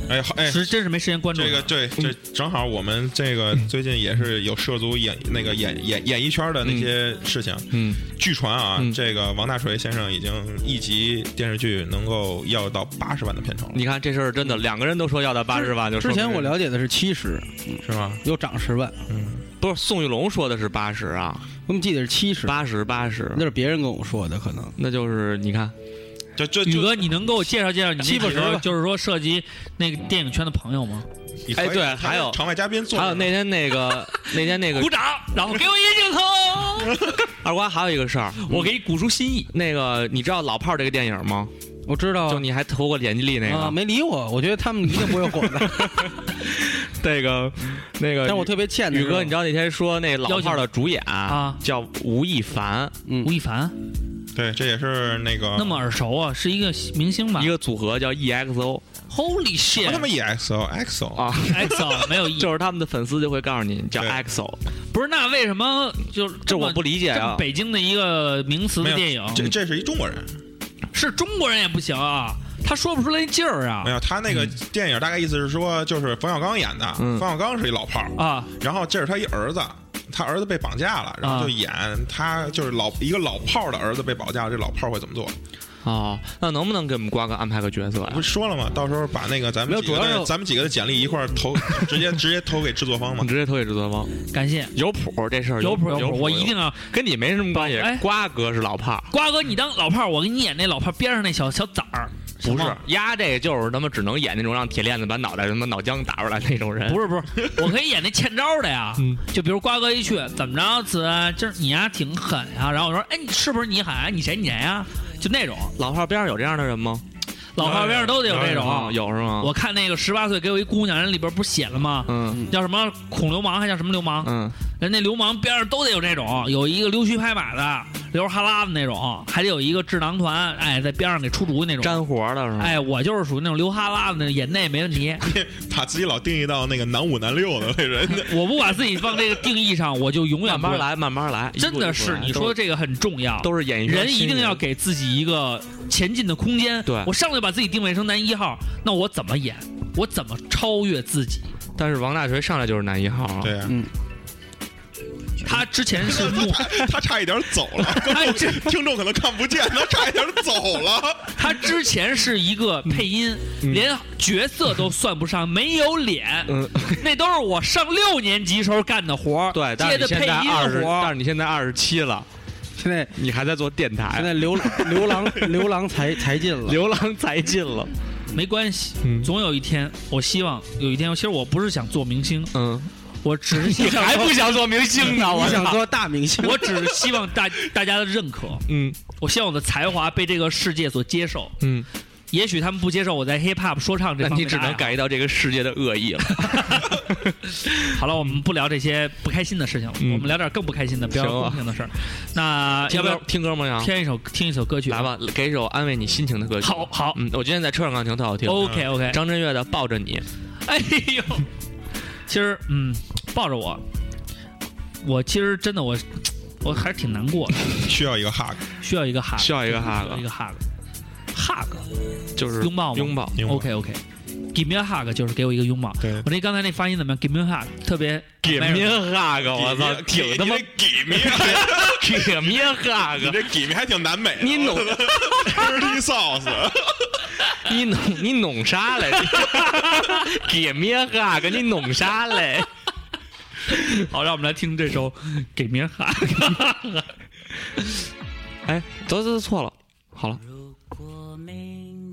E: 哎好 哎。
A: 是真是没时间关注
E: 这个
A: 他
E: 对，这正好我们这个
A: 嗯
E: 最近也是有涉足演那个演演演艺圈的那些事情。
D: 嗯，
E: 据传啊，
D: 嗯
E: 这个王大锤先生已经一集电视剧能够要到八十万的片酬了，
D: 你看这事儿真的，两个人都说要到八十万，就说
B: 之
D: 明
B: 前我了解的是七十，
E: 是吗？
B: 又涨十万，
D: 不是宋玉龙说的是八十啊，
B: 我们记得是七十，
D: 八十八十
B: 那，是别人跟我说的，可能
D: 那就是你哎看，
E: 这这
A: 宇
E: 就
A: 哥，你能给我介绍介绍你
B: 欺负
A: 那几
B: 人
A: 个
B: 吧
A: 就是说涉及那个电影圈的朋友吗？
E: 你可以
D: 哎对还有
E: 他是场外嘉宾做，
D: 还有那天 那个那天那个
A: 鼓掌，然后给我一镜 头，
D: 二瓜还有一个事儿，
A: 我给你鼓出心意。
D: 那个你知道《老炮儿》这个电影吗？
B: 我知
A: 哦
B: 道
D: 就你还投过演技力那
B: 啊，
D: 个，
B: 没理我，我觉得他们一定不会火 的，
D: 那个那个，
B: 但是我特别欠的
D: 宇
B: 是
D: 哥，你知道那天说那《老
A: 邀
D: 炮
A: 请
D: 儿》的主演
A: 啊
D: 叫吴亦凡，
B: 嗯
A: 吴亦凡
E: 对，这也是那个
A: 那么耳熟啊，是一个明星吧
D: 一个组合叫 E EXO
A: ？Holy
E: 什么
A: shit！
E: 他妈 EXO EXO
D: 啊，
A: EXO 没有 E，
D: 就是他们的粉丝就会告诉你叫
E: 对
D: EXO，
A: 不是那为什么就
D: 这
A: 么
D: 我不理解
A: 这么
D: 啊。
A: 北京的一个名词的
E: 没有
A: 电影，
E: 这这是一中国人，
A: 是中国人也不行啊，他说不出来劲儿啊
E: 没有他那个电影大概意思是说，就是冯小刚演的，
D: 嗯
E: 冯小刚是一老炮儿，
A: 啊！
E: 然后这是他一儿子，他儿子被绑架了，
D: 啊
E: 然后就演他就是老一个老炮儿的儿子被绑架，这老炮儿会怎么做？
D: 哦，那能不能给我们瓜哥安排个角色呀啊
E: 不？是说了吗？到时候把那个咱
B: 没
E: 们
B: 有
E: 几个
B: 主要
E: 的
B: 是
E: 咱们几个的简历一块儿投，直接直接投给制作方嘛
D: 你。直接投给制作方，
A: 感谢
D: 有谱这事儿，
A: 啊有
D: 谱
A: 谱有
D: 谱，
A: 谱，我一定要
D: 跟你没什么关系
A: 哎。
D: 瓜哥是老炮儿，
A: 瓜哥你当老炮儿，我给你演那老炮儿边上那小小崽儿，行
D: 不
A: 吗
D: 是丫这就是他妈只能演那种让铁链子把脑袋他妈脑浆打出来那种人。
A: 不是不是， 我可以演那欠招的呀。
D: 嗯
A: 就比如瓜哥一去，怎么着，子安就是你呀挺狠呀，然后我说，哎，你是不是你喊你谁你谁呀？就那种
D: 老炮儿边上有这样的人吗？
A: 老炮儿边上都得有这
D: 啊，
A: 种。
D: 有是吗？
A: 我看那个十八岁给我一姑娘，人里边不是写了吗？
D: 嗯
A: 叫什么孔流氓，还叫什么流氓？
D: 嗯，
A: 人那流氓边上都得有这种，有一个溜须拍马的，流哈喇子那种，还得有一个智囊团，哎，在边上给出主意那种。
D: 沾活儿的是吗？
A: 哎，我就是属于那种流哈喇子那种，演那没问 题。
D: 嗯
E: 把自己老定义到那个男五男六的那人，
A: 我不把自己放这个定义上，我就永远
D: 慢
A: 不会
D: 慢来，慢慢来，
A: 真的是，你说
D: 这
A: 这个很重要。
D: 都是演艺圈
A: 人一
D: 新
A: 定要给自己一个前进的空间。
D: 对
A: 我上来把自己定位成男一号，那我怎么演？我怎么超越自己？
D: 但是王大锤上来就是男一号啊，
E: 对呀、
A: 他之前 是幕，
E: 他差一点走了，
D: 哎
A: 他之
E: 听众可能看不见，他差一点走 了。
A: 他之前是一个配音，
D: 嗯
A: 连角色都算不上，没有脸，
D: 嗯，
A: 那都是我上六年级时候干的活儿，
D: 对，但
A: 接
D: 是
A: 的
D: 你现
A: 配
D: 在二
A: 音
D: 十，
A: 活
D: 但是
A: 儿。
D: 你现在二十七了，
B: 现在
D: 你还在做电
B: 现
D: 台，
B: 在流 流氓流氓才才进了，
D: 流浪才 尽了，
A: 没关系
D: 嗯，
A: 总有一天，我希望有一天，其实我不是想做明 星，
D: 嗯，
A: 我只是
D: 你
A: 想
D: 还
A: 做
D: 不想做明星呢？我
B: 你想
D: 操，
B: 做大明星，
A: 我只是希望大大家的认可，
D: 嗯
A: 我希望我的才华被这个世界所接受。
D: 嗯，
A: 也许他们不接受我在 hip hop 说唱这
D: 那
A: 方面
D: 你
A: 的
D: 只
A: 爱啊
D: 能
A: 好
D: 感觉到这个世界的恶 意了。
A: 好了，我们不聊这些不开心的事情了，
D: 嗯
A: 我们聊点更不开心的、比较
D: 行啊
A: 公平的事儿。那
D: 听
A: 要不
D: 歌
A: 要
D: 听歌吗？杨
A: 听一首听一首歌曲？
D: 啊来，吧，给一首安慰你心情的歌曲。
A: 好，好哦
D: 嗯，我今天在车上刚听，特好听。
A: ，OK OK。
D: 张震岳的《抱着你
A: 哎呦，其实嗯，抱着我，我其实真的我我还是挺难过的，
E: 需要一个 hug，
A: 需要一个 hug，
D: 需要一个 hug
A: 需要一个 hug，hug，》，
D: 就是
A: 拥抱吗
D: 拥抱。
E: 拥抱
A: OK OK。Give me a hug 就是给我一个拥抱。
E: 对
A: 我那刚才那发音怎么样？Give me a hug 特别
D: Give me a hug，我操，挺他妈哎
E: 给面， 你
D: Give me a hug，
E: 这给面，你这 give me 还挺南美的。
D: 你弄
E: dirty sauce，
D: 你弄你弄啥嘞 ？Give me a hug，你弄啥嘞？
A: 好，让我们来听这首 Give me a hug。
D: 哎，走走走，错了，好了，
F: 如果明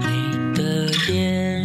F: 你的眼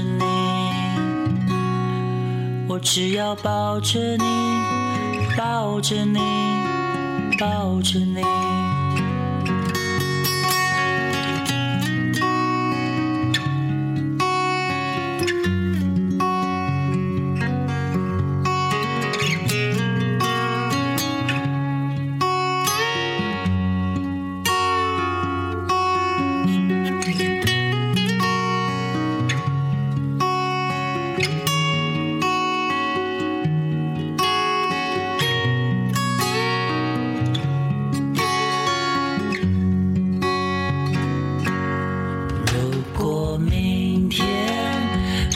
F: 你，我只要抱着你，抱着你，抱着你。如果明天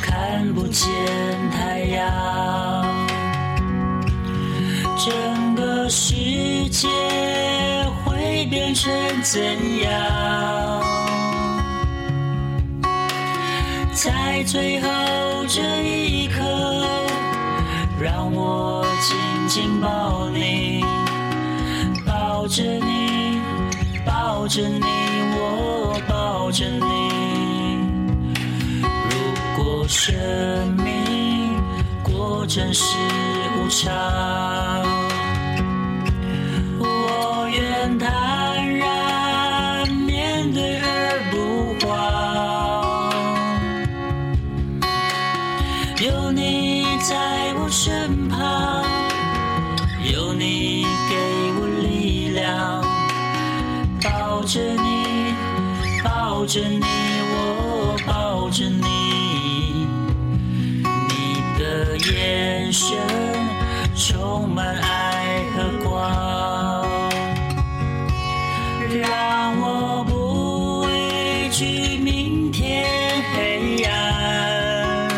F: 看不见太阳，整个世界会变成怎样？在最后这一刻，让我紧紧抱你，抱着你，抱着你，我抱着你。如果生命果真是无常，我愿坦然面对而不慌。有你在我身旁，有你给我力量。抱着你，抱着你，我抱着你。你的眼神充满爱和光，让我不畏惧明天黑暗。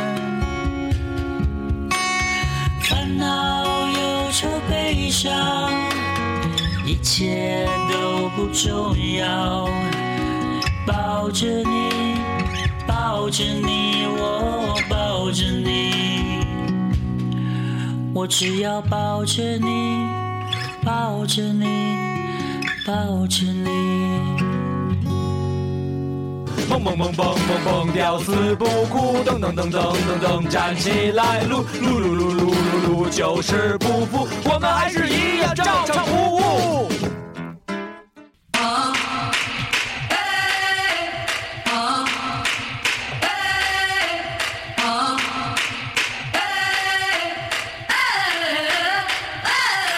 F: 烦恼、忧愁、悲伤。一切都不重要。抱着你，抱着你，我抱着你，我只要抱着你，抱着你，抱着你。
B: 抱着你，
G: 蹦蹦蹦蹦蹦蹦，吊死不哭，噔噔噔噔噔噔，站起来，撸撸撸撸撸撸撸，就是不服，我们还是一样照常服务。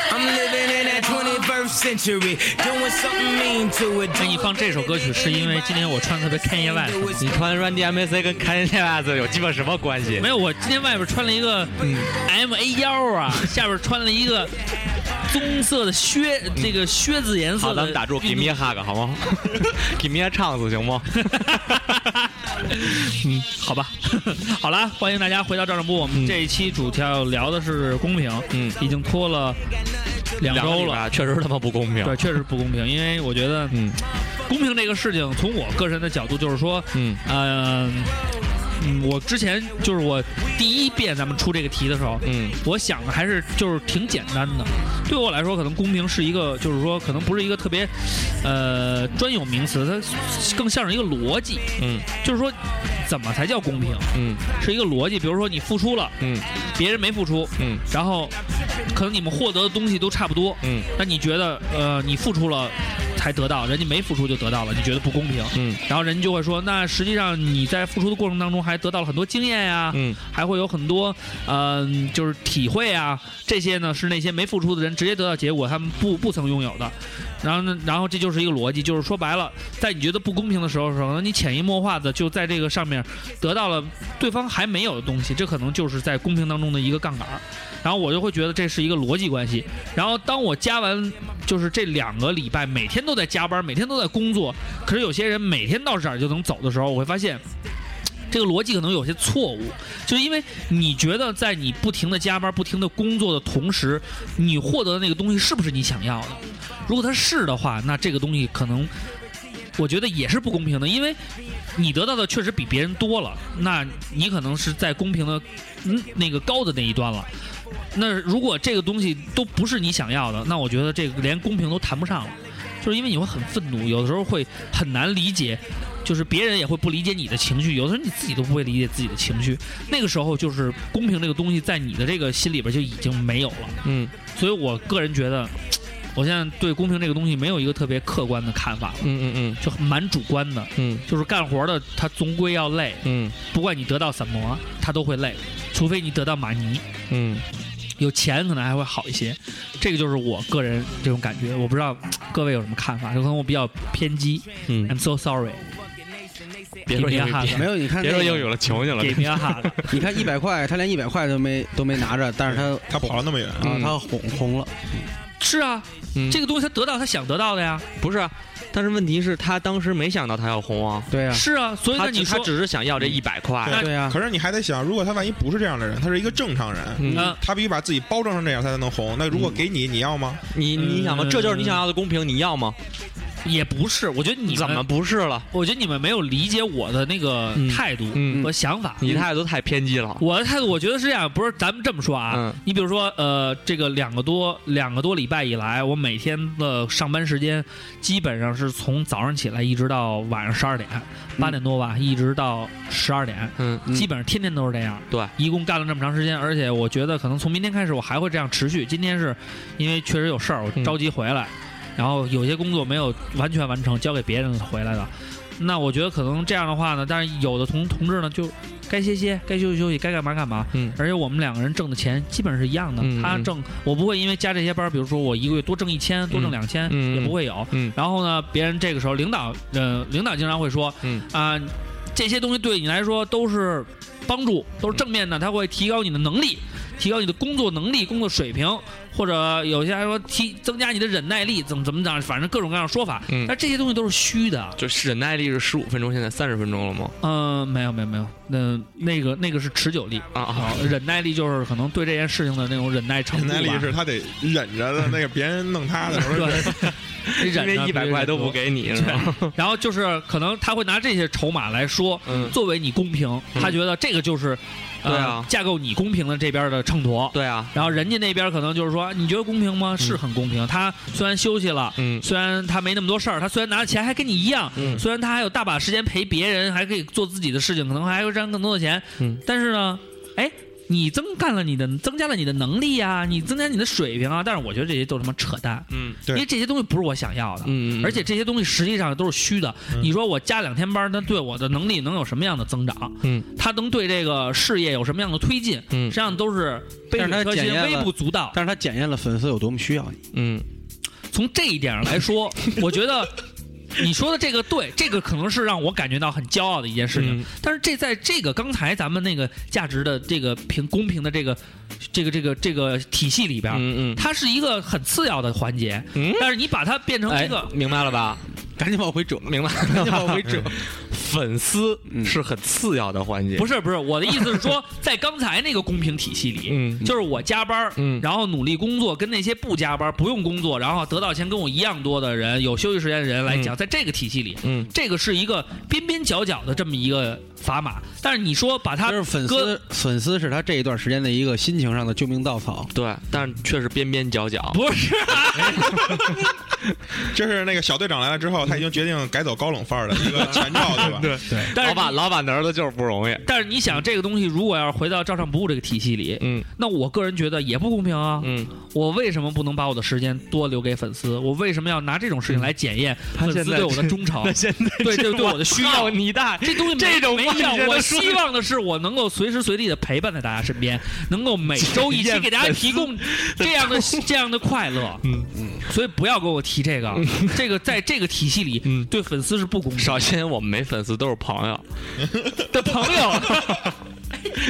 H: I'm living in that 21st century, doing something mean to it.
A: 那你放这首歌曲是因为今天我穿特别开业外，
D: 你穿 Run DMC 跟 Kanye West 有鸡巴什么关系
A: 没？有，我今天外边穿了一个 M A 幺啊，
D: 嗯
A: 下边穿了一个棕色的靴，这个靴子颜色
D: 嗯好，
A: 的。
D: 咱们打住，Give me a hug 好 吗？Give me a chance 行 吗？
A: 嗯，好吧， 好啦，欢迎大家回到照常部。我们这一期主要聊的是公平，
D: 嗯
A: 已经拖了两
D: 个
A: 周
D: 礼
A: 了，
D: 拜确实他妈不公平。
A: 对，确实不公平。因为我觉得
D: 嗯
A: 公平这个事情，从我个人的角度就是说，
D: 嗯
A: 嗯、嗯，我之前就是我第一遍咱们出这个题的时候，
D: 嗯
A: 我想的还是就是挺简单的。对我来说，可能公平是一个，就是说可能不是一个特别呃专有名词，它更像是一个逻辑，
D: 嗯
A: 就是说怎么才叫公平，
D: 嗯
A: 是一个逻辑。比如说你付出了，
D: 嗯
A: 别人没付出，
D: 嗯
A: 然后可能你们获得的东西都差不多，
D: 嗯
A: 那你觉得呃你付出了才得到，人家没付出就得到了，你觉得不公平？
D: 嗯
A: 然后人就会说，那实际上你在付出的过程当中还得到了很多经验呀、
D: 嗯
A: 还会有很多，嗯、就是体会啊，这些呢是那些没付出的人直接得到结果，他们不不曾拥有的。然后呢，然后这就是一个逻辑，就是说白了，在你觉得不公平的时候，可能你潜移默化的就在这个上面得到了对方还没有的东西，这可能就是在公平当中的一个杠杆儿。然后我就会觉得这是一个逻辑关系。然后当我加完，就是这两个礼拜每天都在加班，每天都在工作，可是有些人每天到这儿就能走的时候，我会发现。这个逻辑可能有些错误，就是因为你觉得在你不停的加班、不停的工作的同时，你获得的那个东西是不是你想要的？如果它是的话，那这个东西可能我觉得也是不公平的，因为你得到的确实比别人多了，那你可能是在公平的嗯那个高的那一端了。那如果这个东西都不是你想要的，那我觉得这个连公平都谈不上了，就是因为你会很愤怒，有的时候会很难理解，就是别人也会不理解你的情绪，有的时候你自己都不会理解自己的情绪，那个时候就是公平这个东西在你的这个心里边就已经没有了。
D: 嗯
A: 所以我个人觉得，我现在对公平这个东西没有一个特别客观的看法了，
D: 嗯嗯
A: 就蛮主观的。
D: 嗯
A: 就是干活的，他总归要累，
D: 嗯
A: 不管你得到什么，他都会累，除非你得到马尼，
D: 嗯，
A: 有钱可能还会好一些。这个就是我个人这种感觉，我不知道各位有什么看法，有可能我比较偏激。
D: 嗯
A: I'm so sorry，
D: 别说英语，
B: 没有，你看
D: 别
B: 那
D: 说
B: 个
D: 英语了，求你了
A: 给。别哈的，
B: 你看一百块，他连一百块都没都没拿着，但是他
E: 他跑了那么远，
B: 啊，他红红了，
A: 是啊，
D: 嗯
A: 这个东西他得到他想得到的呀，
D: 不是啊，但是问题是他当时没想到他要红啊，
B: 对呀，
A: 是啊，所以
D: 他
A: 那你
D: 只他
A: 说，
D: 只是想要这一百块。
A: 那
B: 对啊呀，
E: 可是你还得想，如果他万一不是这样的人，他是一个正常人，
D: 啊嗯
A: 嗯，
E: 他必须把自己包装成这样，他才能红。那如果给你，你要吗？
D: 你你想吗？
A: 嗯
D: 这就是你想要的公平，你要吗？
A: 也不是，我觉得你
D: 怎么
A: 们，
D: 不是了？
A: 我觉得你们没有理解我的那个
D: 嗯
A: 态度
D: 嗯
A: 和想法。
D: 你态度太偏激了。
A: 我的态度，我觉得是这样，不是咱们这么说啊。
D: 嗯
A: 你比如说，呃，这个两个多两个多礼拜以来，我每天的上班时间基本上是从早上起来一直到晚上十二点，八点多吧，一直到十二点，
D: 嗯
B: 嗯
A: 基本上天天都是这样。
D: 对，
A: 一共干了这么长时间，而且我觉得可能从明天开始我还会这样持续。今天是因为确实有事儿，我
D: 嗯
A: 着急回来，然后有些工作没有完全完成，交给别人回来的。那我觉得可能这样的话呢，但是有的同同志呢，就该歇歇，该休息休息，该干嘛干嘛。
D: 嗯
A: 而且我们两个人挣的钱基本是一样的，
D: 嗯
A: 他
D: 嗯
A: 挣我不会因为加这些班儿，比如说我一个月多挣一千，多挣
D: 嗯
A: 两千、
D: 嗯
A: 也不会有。
D: 嗯
A: 然后呢，别人这个时候领导，呃，领导经常会说，
D: 嗯
A: 啊、这些东西对你来说都是帮助，都是正面的，它会提高你的能力，提高你的工作能力、工作水平，或者有些还说提增加你的忍耐力，怎么怎么讲，反正各种各样的说法。
D: 嗯
A: 但这些东西都是虚的，
D: 就是忍耐力是十五分钟，现在三十分钟了吗？
A: 嗯、没有没有没有，那、那个那个是持久力。
D: 啊啊
A: 啊，忍耐力就是可能对这件事情的那种忍耐程度
E: 那
A: 吧。
E: 里是他得忍着的，那个别人弄他的时候，
A: 对，忍
D: 那
A: 着
D: 一百块都不。给你，是吧？
A: 然后就是可能他会拿这些筹码来说，
D: 嗯
A: 作为你公平，他觉得这个就是，呃
D: 对啊
A: 架构你公平的这边的秤砣。
D: 对啊，
A: 然后人家那边可能就是说，你觉得公平吗？是很公平。他虽然休息了，
D: 嗯
A: 虽然他没那么多事儿，他虽然拿的钱还跟你一样，
D: 嗯
A: 虽然他还有大把时间陪别人，还可以做自己的事情，可能还会赚更多的钱，
D: 嗯
A: 但是呢，哎。你增干了你的，增加了你的能力啊，你增加你的水平啊，但是我觉得这些都他妈扯淡，
D: 嗯
E: 对
A: 因为这些东西不是我想要的，
D: 嗯，
A: 而且这些东西实际上都是虚的。
E: 嗯
A: 你说我加两天班，那对我的能力能有什么样的增长？
D: 嗯，
A: 他能对这个事业有什么样的推进？
D: 嗯
A: 实际上都是杯
B: 但是
A: 水
B: 它
A: 车
B: 检
A: 薪，
B: 验
A: 微
B: 了
A: 不足道。
B: 但是他检验了粉丝有多么需要你。
D: 嗯
A: 从这一点上来说，我觉得你说的这个对，这个可能是让我感觉到很骄傲的一件事情。
D: 嗯
A: 但是这在这个刚才咱们那个价值的这个平公平的这个这个这个这个体系里边，
D: 嗯嗯
A: 它是一个很次要的环节。
D: 嗯，哎
A: 但是你把它变成一个、
D: 明白了吧？
B: 赶紧往回折，
D: 明白
B: 赶
D: 了
B: 紧往
D: 吧
B: 回？折。
D: 粉丝
B: 嗯
D: 是很次要的环节，
A: 不
D: 是？
A: 是不是，我的意思是 说，在刚才那个公平体系里，
D: 嗯
A: 就是我加班儿，
D: 嗯
A: 然后努力工作，跟那些不加班儿、不用工作，然后得到钱跟我一样多的人，有休息时间的人来讲，在这个体系里，
D: 嗯
A: 这个是一个边边角角的这么一个砝码。但是你说把它
B: 就是粉
A: 搁
B: 丝，粉丝是他这一段时间的一个心情上的救命稻草。
D: 对，但是确实边边角角。
A: 不是啊，
E: 这是那个小队长来了之后，他已经决定改走高冷范儿的一个前兆， 对吧？
D: 对对，
A: 但
D: 老
A: 是
D: 板老板的儿子就是不容易。
A: 但是你想，这个东西如果要是回到照常不误这个体系里，
D: 嗯
A: 那我个人觉得也不公平啊。
D: 嗯，
A: 我为什么不能把我的时间多留给粉丝？我为什么要拿这种事情
D: 嗯
A: 来检验粉丝对我 的忠诚？
D: 现在
A: 对对对我的需要
D: 靠你大
A: 这东西没
D: 这种
A: 没
D: 话你
A: 有
D: 这，都
A: 我
D: 说
A: 希望的是我能够随时随地的陪伴在大家身边，能够每周一期给大家提供这样的这样的快乐。
D: 嗯
A: 嗯，所以不要给我提这个， 这个在这个体系里
D: 嗯
A: 对粉丝是不公平。
D: 首先，我们没粉丝都是朋友。
A: 的朋 友，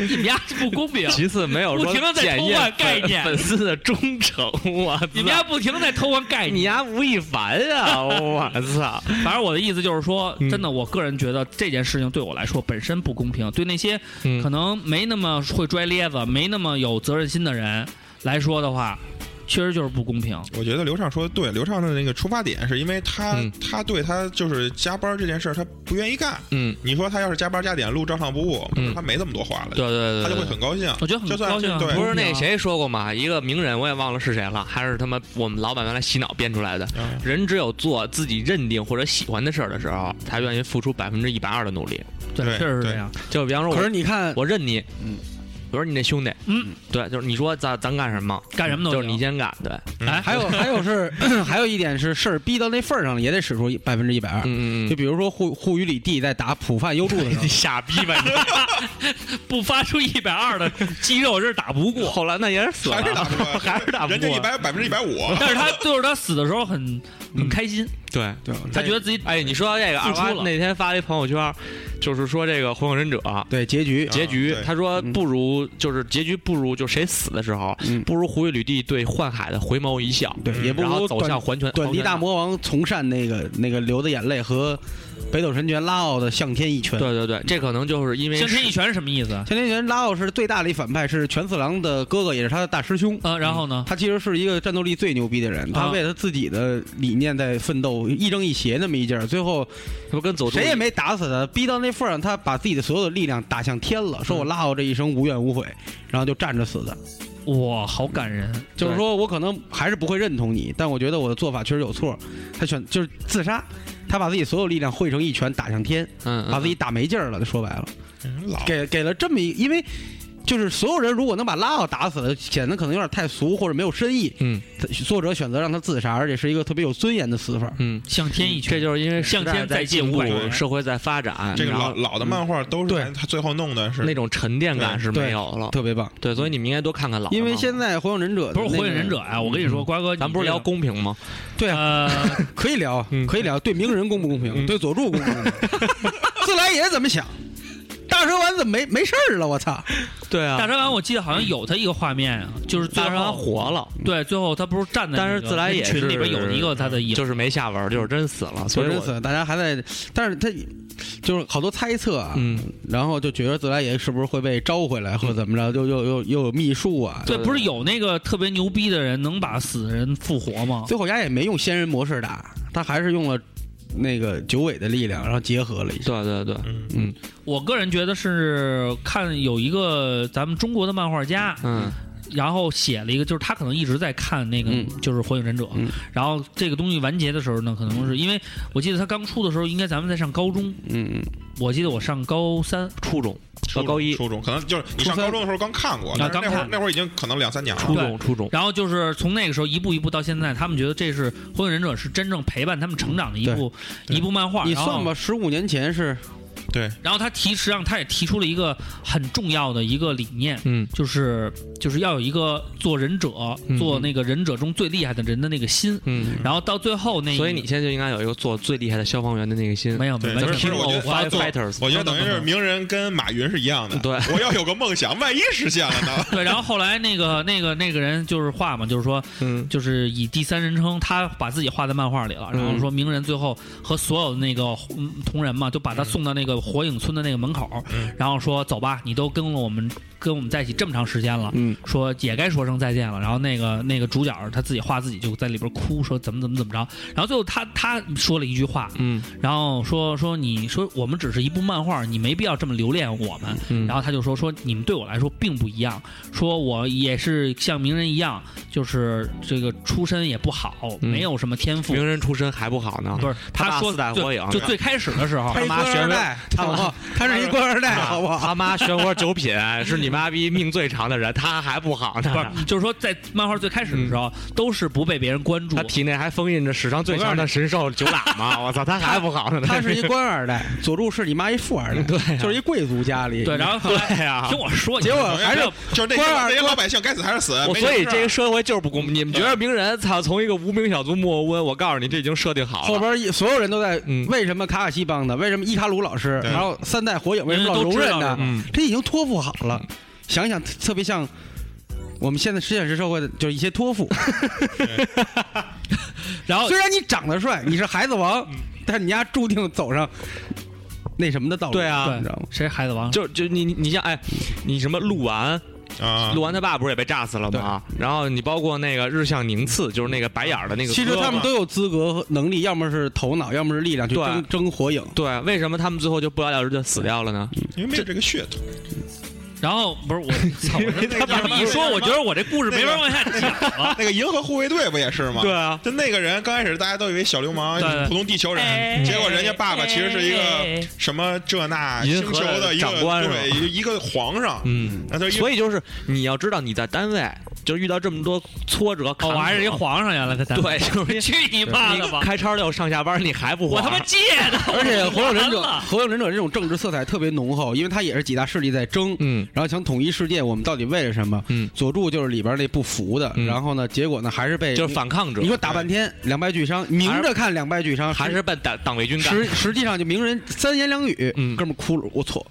A: 你们家是不公平。
D: 其次，没有
A: 不
D: 说
A: 停地在
D: 检
A: 偷换
D: 验
A: 概念
D: 粉粉丝的忠诚。我
A: 你们家
D: 操
A: 不停地在偷换概
D: 你
A: 念，
D: 丫吴亦凡啊！我操！
A: 反正我的意思就是说，
D: 嗯
A: 真的，我个人觉得这件事情对我来说本身不公平，对那些
D: 嗯
A: 可能没那么会拽咧子、没那么有责任心的人来说的话，确实就是不公平。
E: 我觉得刘畅说的对，刘畅的那个出发点是因为他、
D: 嗯
E: 他对他就是加班这件事儿他不愿意干。
D: 嗯，
E: 你说他要是加班加点录照常不误，
D: 嗯
E: 他没那么多话了，
D: 对对对，
E: 他就
D: 对
E: 会很高兴。
A: 我觉得很
E: 就算
A: 高兴啊
E: 对，
D: 不是那谁说过吗？一个名人我也忘了是谁了，还是他妈我们老板原来洗脑编出来的。
E: 嗯
D: 人只有做自己认定或者喜欢的事儿的时候，才愿意付出百分之一百二的努力。
E: 对
A: 确实是
E: 对
A: 这样。
D: 就比方说
B: 可
D: 我
B: 是，你看，
D: 我认你，
B: 嗯，
D: 我说你那兄弟，
A: 嗯，
D: 对，就是你说咱咱干什么，
A: 干什么都
D: 就是你
A: 行
D: 先干，对，
A: 哎，
B: 还有还有是 还有一点是事儿逼到那份儿上了，也得使出百分之一百二。
D: 嗯嗯
B: 就
D: 嗯，，
B: 比如说互互与李帝在打普范优助的时候
D: 傻逼吧你！
A: 不发出一百二的肌肉是打不过。
D: 后来那也是死了，
E: 还是打不过，
D: 还是打不过
E: 人家一百百分之一 百五，
A: 但是他就是他死的时候很很开心，
D: 对。
B: 对，
A: 他觉得自己
D: 哎，你说到这个
A: 付
D: 二
A: 出
D: 娃
A: 了
D: 那天发了一朋友圈，就是说这个《火影忍者》
B: 对结局
E: 啊
D: 结局
E: 对，
D: 他说
B: 嗯
D: 不如就是结局不如就谁死的时候
B: 嗯，
D: 不如胡一吕地对幻海的回眸一笑，
B: 对
E: 嗯
B: 也不
D: 然后
B: 如
D: 走向
B: 短
D: 环拳
B: 短笛大
D: 魔。
B: 魔王从善那个那个流的眼泪和北斗神拳拉奥的向天一拳。
D: 对对对，这可能就是因为
A: 向天一
D: 是
A: 拳是什么意思？啊
B: 向天一拳拉奥是最大的一反派，是权次郎的哥哥，也是他的大师兄。
A: 呃，然后呢？
B: 他其实是一个战斗力最牛逼的人，他
A: 啊
B: 为了自己的理念在奋斗，一正一邪那么一劲儿，最后
D: 不跟走
B: 谁也没打死他，逼到那份儿上，他把自己的所有的力量打向天了，说我拉奥这一生无怨无悔，然后就站着死的。
A: 哇，好感人！
B: 就是说我可能还是不会认同你，但我觉得我的做法确实有错。他选就是自杀，他把自己所有力量汇成一拳打向天，
D: 嗯，
B: 把自己打没劲儿了。说白了，
E: 嗯老
B: 给给了这么一，因为就是所有人如果能把拉奥打死了，显得可能有点太俗或者没有深意。
D: 嗯
B: 作者选择让他自杀，而且是一个特别有尊严的死法。
D: 嗯，
A: 向天一拳，
D: 这就是因为
A: 向
D: 时代
A: 天再
D: 在
A: 借
D: 进
A: 五百
D: 步
A: 元
D: 社会在发展，
E: 这个
D: 然
E: 老
D: 后
E: 老的漫画都
B: 对
E: 是他最后弄的是
D: 那种沉淀感是
B: 对
D: 没有
A: 哦
D: 了。
B: 特别棒，
D: 对，所以你们应该多看看老的漫
B: 因
D: 画。
B: 为现在《火影忍者》
A: 不是火影忍者，啊！我跟你说，瓜哥，
D: 嗯咱不是聊
A: 公
D: 公平吗？
B: 对啊，
A: 呃，
B: 可以聊
D: 嗯，
A: 嗯
B: 可以聊，对鸣人公不公平，对佐助公不公平，自来也怎么想？大蛇丸怎么没没事儿了？我操！
D: 对啊，
A: 大蛇丸我记得好像有他一个画面啊，就是最
D: 大蛇丸
A: 后
D: 活了，
A: 对，最后他不是站在那
D: 但
A: 个
D: 是自来也是嗯
A: 群里边有一个他的影，
D: 就是没下文儿，就是真死了，所以
B: 真
D: 我
B: 死，大家还在，但是他就是好多猜测啊，
D: 嗯，
B: 然后就觉得自来也是不是会被招回来，或者怎么着，就又又又有秘术啊。
A: 嗯对，不是有那个特别牛逼的人能把死人复活吗？
B: 最后丫也没用仙人模式打，他还是用了那个九尾的力量，然后结合了一下。
D: 对对对，
E: 嗯
D: 嗯
A: 我个人觉得是看有一个咱们中国的漫画家，
D: 嗯
A: 然后写了一个，就是他可能一直在看那个，
B: 嗯
A: 就是《火影忍者》
B: 嗯
A: 然后这个东西完结的时候呢，可能是因为我记得他刚出的时候，应该咱们在上高中，
B: 嗯，
A: 我记得我上高三、初中，
E: 初中
D: 高一
E: 初中可能就是
B: 初
E: 你上
B: 三
E: 高中的时候刚看过，
A: 啊
E: 但
A: 刚
E: 是那会儿
A: 看
E: 那会儿已经可能两三年了。
D: 初
A: 对
D: 中初中，
A: 然后就是从那个时候一步一步到现在，他们觉得这是《火影忍者》是真正陪伴他们成长的一部
E: 对
A: 一部漫画。
B: 你算吧，十五年前是
E: 对，
A: 然后。然后他提，实际上他也提出了一个很重要的一个理念，
D: 嗯
A: 就是就是要有一个做忍者，
D: 嗯
A: 做那个忍者中最厉害的人的那个心。
D: 嗯，
A: 然后到最后那一，
D: 所以你现在就应该有一个做最厉害的消防员的那个心，
A: 没有没
E: 对，
A: 有，
E: 咱
A: 完
E: 们
A: 全
E: 是我觉得
A: 我
E: 他做
D: firefighters
E: 我觉得等于是名人跟马云是一样的。
D: 对
E: 我要有个梦想，万一实现了 呢？
A: 对，然后后来那个那个那个人就是画嘛，就是说，
D: 嗯
A: 就是以第三人称，他把自己画在漫画里了，然后说鸣人最后和所有的那个嗯同人嘛，就把他送到那个火影村的那个门口，
E: 嗯
A: 然后说走吧，你都跟了我们跟我们在一起这么长时间了，
B: 嗯
A: 说也该说声再见了。然后那个那个主角他自己画自己就在里边哭，说怎么怎么怎么着，然后最后他他说了一句话，
D: 嗯
A: 然后说说你说我们只是一部漫画，你没必要这么留恋我们。
D: 嗯，
A: 然后他就说说你们对我来说并不一样，说我也是像名人一样，就是这个出身也不好，
D: 嗯
A: 没有什么天赋。
D: 名人出身还不好呢，
A: 不是
D: 他爸
A: 说
D: 四代火影
A: 就就最开始的时候
B: 他，
D: 他
B: 一
D: 妈
B: 官
D: 学
B: 二
D: 位
B: 代，
D: 他
B: 好
D: 妈
B: 不好？哎他是一官二代，
D: 啊
B: 好不 好？
D: 他妈漩涡九品是你妈逼命最长的人，他还不好
A: 不
D: 呢。
A: 是就是说在漫画最开始的时候都是不被别人关注
D: 嗯他。体内还封印着史上最强的神兽九喇嘛，我操，他还不好呢。
B: 他是一官二代，佐助是你妈一富二代，
D: 对啊
B: 就是一贵族家里。
A: 对，然后后 来
D: 对哎呀
A: 听我说，
B: 结果
A: 你
B: 还是
E: 就是那些
B: 官二
E: 那些老百姓该死还是死
D: 我，
E: 没
D: 所以
B: 啊
E: 事儿
D: 这个社会就是不公平。你们觉得名人操从一个无名小卒莫温，我告诉你，这已经设定好
B: 后
D: 了。
B: 边一所有人都在
D: 嗯
B: 为什么卡卡西帮的，为什么伊卡鲁老师，
E: 对
B: 然后三代火影为什么老容
A: 因为都
B: 忍
A: 知道
B: 呢
A: 是？
D: 嗯，
B: 这已经托付好了，想想特别像我们现在实验室社会的，就是一些托付。
A: 然
D: 哦
A: 后
B: 虽然你长得帅，你是孩子王，
D: 嗯
B: 但你家注定走上那什么的道路。
D: 对啊
B: 你知道吗
A: 对？谁是孩子王？
D: 就就你你你像哎，你什么鹿丸，
E: 啊
D: 鹿，丸他爸不是也被炸死了吗？然后你包括那个日向宁次，就是那个白眼儿的那个哥哥。
B: 其实他们都有资格和能力，要么是头脑，要么是力量去
D: 对
B: 争争火 影。
D: 对，为什么他们最后就不了了之就死掉了呢？
E: 因为没有这个噱头。
A: 然后不 是我，操！我这
E: 他
A: 这么一说，我觉得我这故事没法往下讲 了。
E: 那个银河护卫队不也是吗？
D: 对。啊，
E: 就那个人刚开始大家都以为小流氓
A: 对对，
E: 普通地球
A: 哎
E: 人，结果人家爸爸其实是一个
A: 哎
E: 什么这那
D: 银
E: 星
D: 河
E: 球的一个
D: 长官是吧
E: 对一个皇上，
D: 嗯。
E: 那他
D: 所
E: 以
D: 以就是你要知道你在单位就是遇到这么多挫折，
A: 哦，我还是一
D: 黄
A: 皇上原来在单位，
D: 对， 就是 你
A: 去你妈的 吧！
D: 开叉六上下班你还不
A: 我
D: 还
A: 他妈借的，
B: 而且《火影忍者
A: 完》了
B: 《火影忍者》这种政治色彩特别浓厚，因为它也是几大势力在争，
D: 嗯
B: 然后想统一世界，我们到底为了什么？
D: 嗯，
B: 佐助就是里边那不服的，
D: 嗯
B: 然后呢，结果呢还是被
D: 就是反抗者哎
B: 你，说打半天两败俱伤，明着看两败俱伤，
D: 还是被党党卫军干。
B: 实实际上就名人三言两语，
D: 嗯
B: 哥们儿哭了，我 错，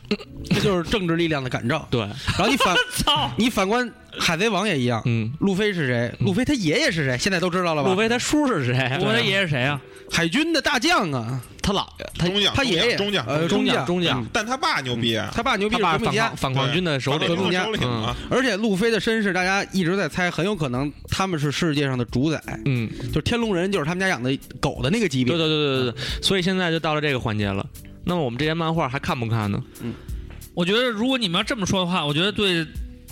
B: 这就是政治力量的感召。
D: 对，
B: 然后你反
A: 操！
B: 你反观海贼王也一样，
D: 嗯，
B: 路飞是谁？
D: 嗯
B: 路飞他爷爷是谁？现在都知道了吧？
D: 路飞他叔是谁？
A: 我他爷是谁啊？
B: 海军的大将啊，
D: 他姥爷，他
E: 中将
B: 他爷爷
E: 中将
B: 呃
D: 中
B: 将
D: 将中将
B: 嗯
E: 但他爸牛逼啊，
B: 他爸牛逼
D: 他
B: 是
D: 爸
B: 革命
D: 反
B: 家
D: 抗。反抗军的首
E: 对
D: 领
B: 革命家
E: 首领啊，
B: 而且路飞的身世，大家一直在猜，很有可能他们是世界上的主宰，
D: 嗯，
B: 就是天龙人，就是他们家养的狗的那个级别
D: 对对。对对对对，所以现在就到了这个环节了。那么我们这些漫画还看不看呢？
A: 我觉得如果你们要这么说的话，我觉得对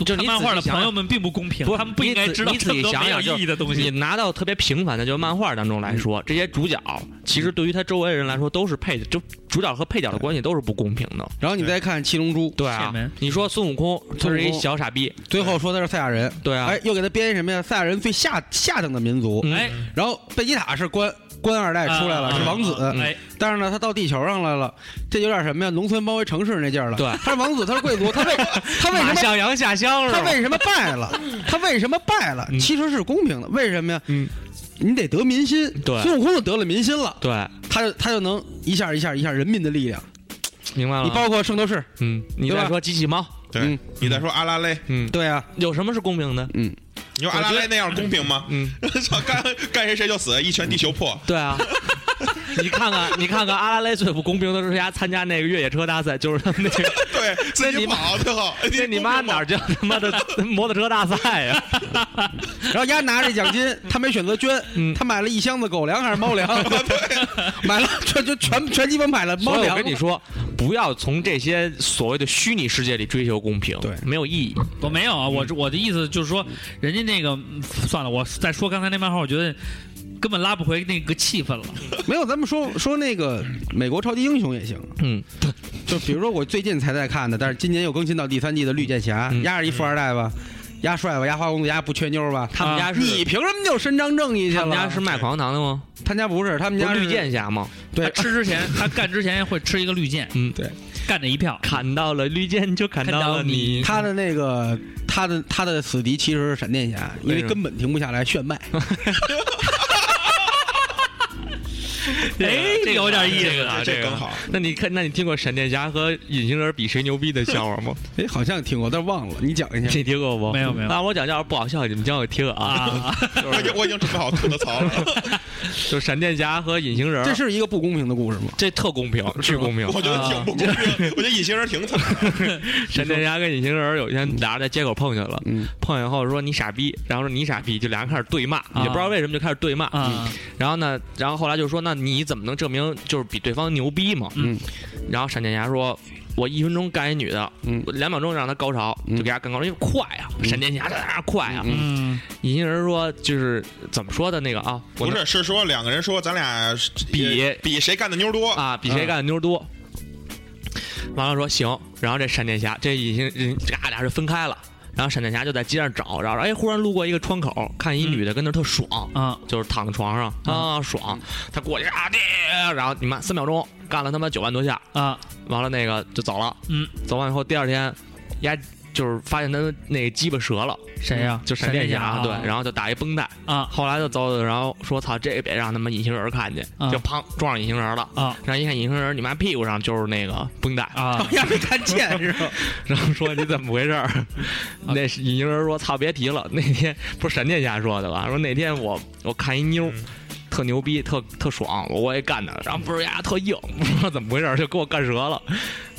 D: 就
A: 看
D: 你
A: 漫画的
D: 仔细想
A: 朋友们并不公平
D: 不，
A: 他们不
D: 你
A: 应该
D: 仔
A: 知道
D: 你
A: 这
D: 仔
A: 么
D: 细
A: 多
D: 想
A: 没有
D: 想，就
A: 意义的东
D: 你
A: 西。
D: 拿到特别平凡的，就是漫画当中来说，这些主角其实对于他周围人来说都是配，就主角和配角的关系都是不公平的。
B: 然后你再看七龙珠，
D: 对
A: 谢
D: 啊
A: 门，
D: 你说孙悟空，他是一小傻逼，
B: 最后说他是赛亚人，
D: 对啊
B: 哎，，又给他编一什么呀？赛亚人最下下等的民族，
D: 嗯
A: 哎，
B: 然后贝吉塔是官官二代哎出来了，
A: 啊
B: 是王子。
A: 啊
D: 嗯
A: 哎，
B: 但是呢，他到地球上来了，这有点什么呀？农村包围城市那劲儿了。
D: 对
B: 他是王子，他是贵族，他 为他为
D: 马
B: 什么
D: 向阳下乡是
B: 他
D: 吧？
B: 为什 么败了？他为什么败了？
D: 嗯
B: 其实是公平的，为什么呀？
D: 嗯，
B: 你得得民心。
D: 对
B: 孙悟空就得了民心了，
D: 对，
B: 他就他就能一下一下一下人民的力量。
D: 明白了吗？
B: 你包括圣斗士，
D: 嗯，你
B: 对吧
D: 再说机器猫，
E: 对
B: 嗯，
E: 你再说阿拉蕾，
D: 嗯，
B: 对啊，
D: 有什么是公平的？
B: 嗯，
E: 你说阿拉蕾那样公平吗？
D: 嗯，
E: 操，干干谁谁就死，一拳地球破。
D: 对 啊。你看看，你看看，阿拉蕾最不公平的是谁家参加那个越野车大赛，就是他们那个
E: 对，自己跑最后，哎
D: 那你妈
E: 公平吗
D: 哪儿叫他妈的 摩托车大赛呀？
B: 然后丫拿着奖 金，他没选择捐，
D: 嗯
B: 他买了一箱子狗粮还是猫 粮， 买了全就全全鸡巴买了猫
D: 所以
B: 粮。
D: 我跟你，说，不要从这些所谓的虚拟世界里追求公平，
B: 对
D: 没有意义。
A: 我没有啊，
D: 嗯
A: 我我的意思就是说，人家那个嗯算了，我再说刚才那漫画，我觉得根本拉不回那个气氛了。
B: 没有，咱们说说那个美国超级英雄也行，
D: 嗯，
B: 就比如说我最近才在看的，但是今年又更新到第三季的绿箭侠，
D: 嗯
B: 丫是一富二代吧，丫帅吧，丫花公子，丫不缺妞吧。
D: 他们家是、
B: 你凭什么就伸张正义去了？
D: 他们家是卖口香糖的吗？
B: 他家不是，他们
D: 不
B: 家
D: 是
B: 是
D: 绿，箭侠吗？
B: 对
A: 他，吃之前，他干之前会吃一个绿箭，
D: 嗯，对，
A: 干这一票。
D: 砍到了绿箭就砍
A: 砍
D: 到
A: 到
D: 了
A: 你
D: 你。
B: 他的那个他的他的死敌其实是闪电侠，因为
D: 为什么
B: 根本停不下来炫迈。
D: 啊
A: 哎，有点意思啊，
E: 这更好。
D: 那你看，那你听过闪电侠和隐形人比谁牛逼的笑话吗？
B: 哎，好像听过，但是忘了，你讲 一下。
D: 你听过不？
A: 没有没有
D: 那我讲要是不好笑，你们讲我听啊。
E: 我已经我已经准备好吐的槽了，
D: 就闪电侠和隐形人，
B: 这是一个不公平的故事吗？
D: 这特公平，巨公平。啊
E: 我觉得挺不公平。我觉得隐形人挺惨的，
D: 闪电侠跟隐形人有一天俩人在街口碰见了，
B: 嗯
D: 碰见后说你傻逼，然后说你傻逼，就俩人开始对骂，也不知道为什么就开始对骂。
A: 啊，
D: 然后呢，然后后来就说那你怎么能证明就是比对方牛逼嘛？
B: 嗯，
D: 然后闪电侠说。我一分钟干一女的，
B: 嗯
D: 我两秒钟让她高潮，
B: 嗯
D: 就给她干高潮，因为快啊！闪电侠在那儿快啊！
B: 嗯
A: 嗯，
D: 隐形人说就是怎么说的那个啊，我
E: 不
D: 能
E: 是是说两个人说咱俩是
D: 比
E: 比谁干的妞多，
D: 啊，比
B: 嗯
D: 谁干的妞多。完了说行，然后这闪电侠这隐形人嘎俩是分开了，然后闪电侠就在街上找，然后哎忽然路过一个窗口，看一
A: 嗯
D: 女的跟那儿特爽，
A: 啊，
D: 就是躺在床上
A: 嗯
D: 啊爽，他过去啊，叮然后你妈三秒钟干了他妈九万多下，
A: 啊，
D: 完了那个就走了，
A: 嗯，
D: 走完以后第二天，丫就是发现他那个鸡巴折了，嗯
A: 谁呀
D: 就闪电侠
A: 闪
D: 对
A: 电侠啊，
D: 然后就打一绷带，
A: 啊
D: 后来就走，然后说操，这个别让他们隐形人看见，
A: 啊
D: 就砰撞上隐形人了。
A: 啊
D: 然后一看隐形人，你妈屁股上就是那个绷带，
A: 啊，
B: 呀，没看见是吧？
D: 然后说你怎么回事儿？ 那是隐形人说操，别提了，那天不是闪电侠说的吧？说那天我我看一妞。
E: 嗯
D: 特牛逼，特特爽，我我也干的。然后不是呀，特硬， 不知道怎么回事儿，就给我干折了。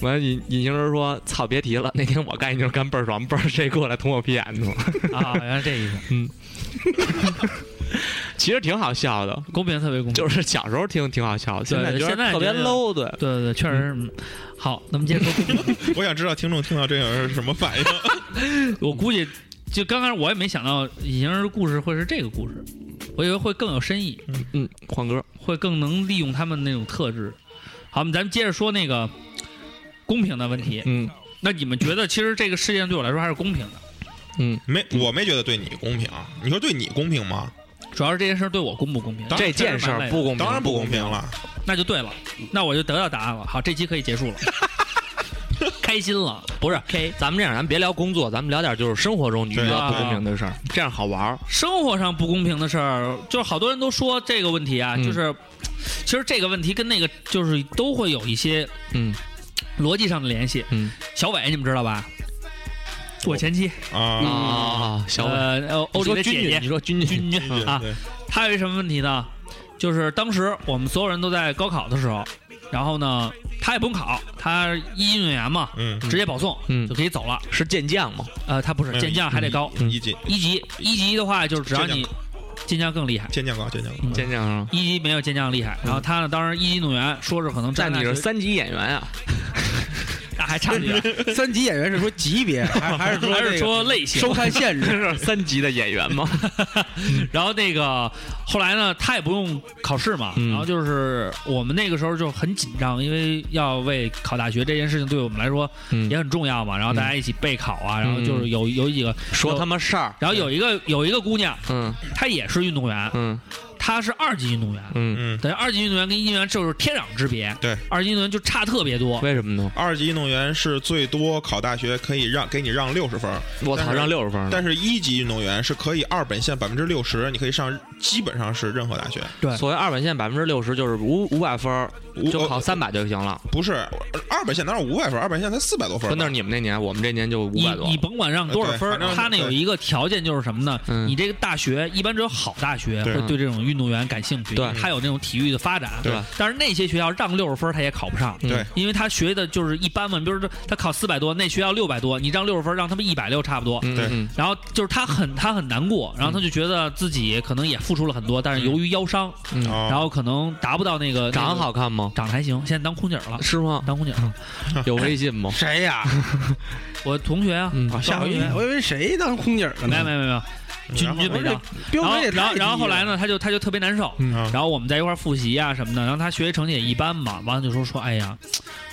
D: 完了，隐隐形人说：“操，别提了，那天我干一妞干倍儿爽，不知道谁过来捅我屁眼子 了。
A: 啊，原来这意思，”
D: 其实挺好笑的，
A: 公平特别公平。
D: 就是小时候听挺好笑的，现在
A: 对
D: 觉
A: 现在
D: 得特别
A: 觉得
D: low，对。
A: 对对对，确实是。嗯好，咱们接着 说公平。
E: 我想知道听众听到这个是什么反应。
A: 我估计就刚开始我也没想到隐形人的故事会是这个故事，我以为会更有深意。
D: 嗯，换歌，
A: 会更能利用他们那种特质。好，咱们接着说那个公平的问题。
D: 嗯
A: 那你们觉得，其实这个世界上对我来说还是公平的，
D: 嗯，
E: 没，我没觉得对你公平。你说对你公平吗？
A: 主要是这件事儿对我公不公平？
E: 当
D: 这件事儿不公平，
E: 当然不公
D: 公
E: 平，了。
A: 那就对了，那我就得到答案了。好，这期可以结 束了，开心了。
D: 不是。咱们这样，咱们别聊工作，咱们聊点就是生活中你遇
E: 对
D: 到
A: 啊
D: 不公平的事儿，这样好玩儿。
A: 生活上不公平的事儿，就是好多人都说这个问题啊，
D: 嗯
A: 就是其实这个问题跟那个就是都会有一些
D: 嗯
A: 逻辑上的联系。
D: 嗯
A: 小伟，你们知道吧？我前妻，
E: 啊，
D: 啊，小伟，
A: 呃，欧里
D: 你说
A: 的
D: 君
A: 姐姐
D: 君，你，说君君，嗯
A: 君君
E: 对嗯
A: 啊，
E: 对
A: 他有一什么问题呢？就是当时我们所有人都在高考的时候，然后呢，他也不用考，他一运动员嘛，
E: 嗯，
A: 直接保送，
D: 嗯哎
A: 就可以走了。
D: 是健将吗？
A: 呃，他不是
E: 没有
A: 健将还得高，
E: 嗯
D: 嗯
E: 一级
A: 一级一级的话就是只要你健将更厉害，
E: 健将高，健将高。
D: 健将啊是吗？
A: 一级没有健将厉害。然后他呢，当时一级运动员说是可能
D: 那
A: 站
D: 你
A: 大
D: 是
A: 学
D: 三级演员啊？
A: 那还差得远，
B: 嗯三级演员是说级别，还还是说
A: 还
B: 这
A: 是
B: 个
A: 说类型
B: 收？看限 制？
D: 是 三级的演员吗？
A: 然后那个后来呢，他也不用考试嘛，
D: 嗯
A: 然后就是我们那个时候就很紧张，因为要为考大学这件事情对我们来说
D: 嗯
A: 也很重要嘛。然后大家一起备考啊，然后就是有有几个
D: 说他妈事儿，
A: 然后有一个有一个姑娘，
D: 嗯
A: 她也是运动员，
D: 嗯
A: 他是二级运动员，
D: 嗯，
E: 嗯，
A: 等于二级运动员跟一级运动员就是天壤之别。
E: 对，
A: 二级运动员就差特别多。
D: 为什么呢？
E: 二级运动员是最多考大学可以让给你让六十分儿，
D: 我
E: 但
D: 操，
E: 是
D: 让六十分了，
E: 但是一级运动员是可以二本线百分之六十，你可以上基本上是任何大学，
A: 对
D: 所谓二本线百分之六十就是五五百分儿，
E: 五
D: 就考
E: 呃
D: 三百就行了。
E: 不是二本线哪有五百分儿，二本线才四百多分
D: 说
E: 儿
D: 那
E: 吧。
D: 是你们那年，我们这年就五
A: 你
D: 百多
A: 你。甭管让多少分儿
E: 呃对反，正
A: 他那有
E: 对
A: 一个条件就是什么呢？
D: 嗯
A: 你这个大学一般只有好大学
E: 对
A: 会对这种运动员感兴趣，
D: 对
A: 因为他有那种体育的发展。
E: 对
A: 但是那些学校让六十分儿他也考不上，
D: 嗯
E: 对，
A: 因为他学的就是一般嘛。你比如说他考四百多，那学校六百多，你让六十分儿让他们一百六差不多。
D: 嗯
E: 对
D: 嗯
A: 然后就是他很他很难过，然后他就觉得自己可能也付出了很多，但是由于腰伤，
D: 嗯嗯，
E: 哦
A: 然后可能达不到那个
D: 长
A: 那
D: 得，好嗯看吗
A: 个？长得还行，现在当空姐儿了，
D: 是吗？
A: 当空姐儿。
D: 有微信吗？
E: 谁呀？
A: 我同学啊，
D: 嗯
B: 啊，吓我一 跳！我以为谁当空姐儿了
A: 没有
B: 呢？
A: 没有没有，
E: 然
A: 军
E: 后
A: 军没
E: 呢
B: 这
A: 上。
B: 标
A: 然后
B: 准也
A: 然
B: 太
A: 后
B: 低
A: 然后后
B: 了
A: 来？呢，他就他就特别难受。
E: 啊
A: 然后我们在一块儿复习啊什么的，然后他学习成绩也一般嘛，完了就说说，哎呀，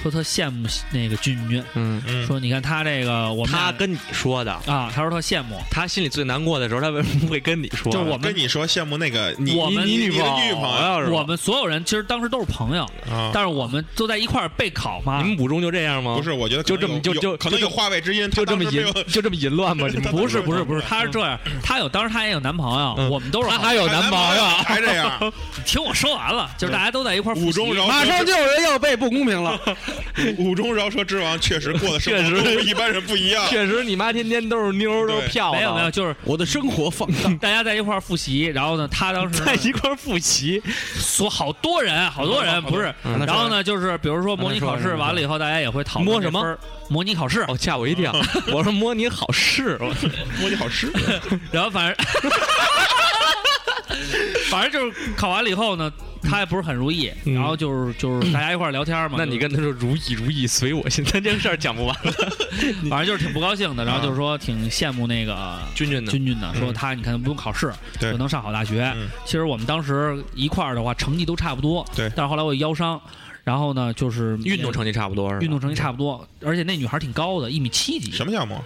A: 说特羡慕那个君君，
D: 嗯，
E: 嗯，
A: 说你看他这个我们俩
D: 他跟你说的，
A: 啊，他说特羡慕，
D: 他心里最难过的时候，他为什么会跟你说？
A: 就是我们
E: 跟你说羡慕那个你
A: 我们
E: 你你
D: 女
E: 你的女朋友
D: 友是吧
A: 我们所有人其实当时都是朋友，
E: 啊。
A: 但是我们都在一块儿备考嘛
D: 你。们五中就这样吗？
E: 不，是，我觉得
D: 就
E: 可能
D: 这么
E: 有
D: 就
E: 有
D: 就
E: 可能
D: 就
E: 有话外之
D: 就
E: 音，他
D: 这
E: 当
D: 么
E: 时
D: 淫
E: 没有，
D: 就这么淫 乱吗？你们
E: 他
A: 不
E: 当
A: 是
E: 时
A: 不是不是，
E: 嗯
A: 他是这样，他有当时他也有男朋友，
D: 嗯
A: 我们都是
D: 他
A: 好
D: 还有男朋友，
E: 还这样，
A: 听我说完了，就是大家都在一块儿复习
E: 五中饶
B: 马上
E: 舌
B: 就有人要被不公平了。
E: 之 五中饶舌之王确实过的生
D: 确实
E: 活跟我们一般人不一样。
D: 确实你妈天天都是妞儿，都是
E: 对
D: 漂亮，
A: 没有没有，就是
B: 我的生活放荡，
A: 大家在一块儿复习，然后呢，他当时呢
D: 在一块儿复习，
A: 说好多人，啊好多人不是。
D: 嗯
A: 然后呢，就是比如说模拟考
D: 让他
A: 试
D: 说
A: 完了以后，大家也会讨论
D: 摸什么
A: 这分儿模拟考试。
D: 哦，吓我一跳！ 我说模拟好 事，我
E: 摸你好吃，
A: 然后反正， 反正就是考完了以后呢，他也不是很如意。
D: 嗯
A: 然后就是就是大家一块儿聊天嘛。
D: 那你
A: 就是
D: 跟他说如意如意随我心，咱这个事儿讲不完了。
A: 反正就是挺不高兴的，然后就是说挺羡慕那个
D: 君君呢？
A: 君君的，说他你看不用考试
E: 嗯对
A: 就能上好大学
E: 嗯。
A: 其实我们当时一块儿的话，成绩都差不多。
E: 对
A: 但是后来我腰伤，然后呢就是呃
D: 运动成绩差不多是吧？
A: 运动成绩差不多，而且那女孩挺高的，一米七几，
E: 什么项目？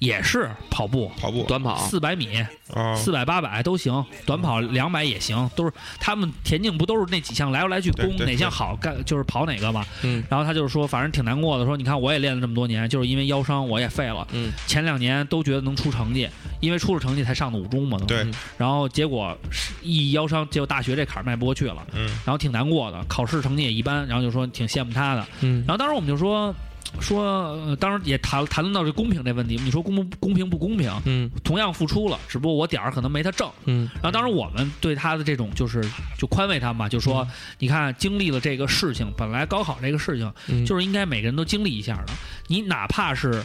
A: 也是跑步，
E: 跑哦步
D: 短跑，
A: 四百米、
E: 啊，
A: 四百、八百都行，短跑两百也行，都是他们田径不都是那几项来来来去
E: 对
A: 攻
E: 对
A: 哪项好干就是跑哪个嘛。
D: 嗯
A: 然后他就是说，反正挺难过的，说你看我也练了这么多年，就是因为腰伤我也废了，
D: 嗯，
A: 前两年都觉得能出成绩，因为出了成绩才上的五中嘛，
E: 对，
A: 然后结果是一腰伤，结果大学这坎儿迈不过去了，
E: 嗯，
A: 然后挺难过的，考试成绩也一般，然后就说挺羡慕他的，
D: 嗯
A: 然，后当时我们就说说，呃当时也谈谈论到这公平这问题，你说公不公平不公平？
D: 嗯
A: 同样付出了，只不过我点儿可能没他挣。
D: 嗯
A: 然后当时我们对他的这种就是就宽慰他嘛，就说、你看经历了这个事情，本来高考这个事情
D: 嗯，
A: 就是应该每个人都经历一下的，你哪怕是。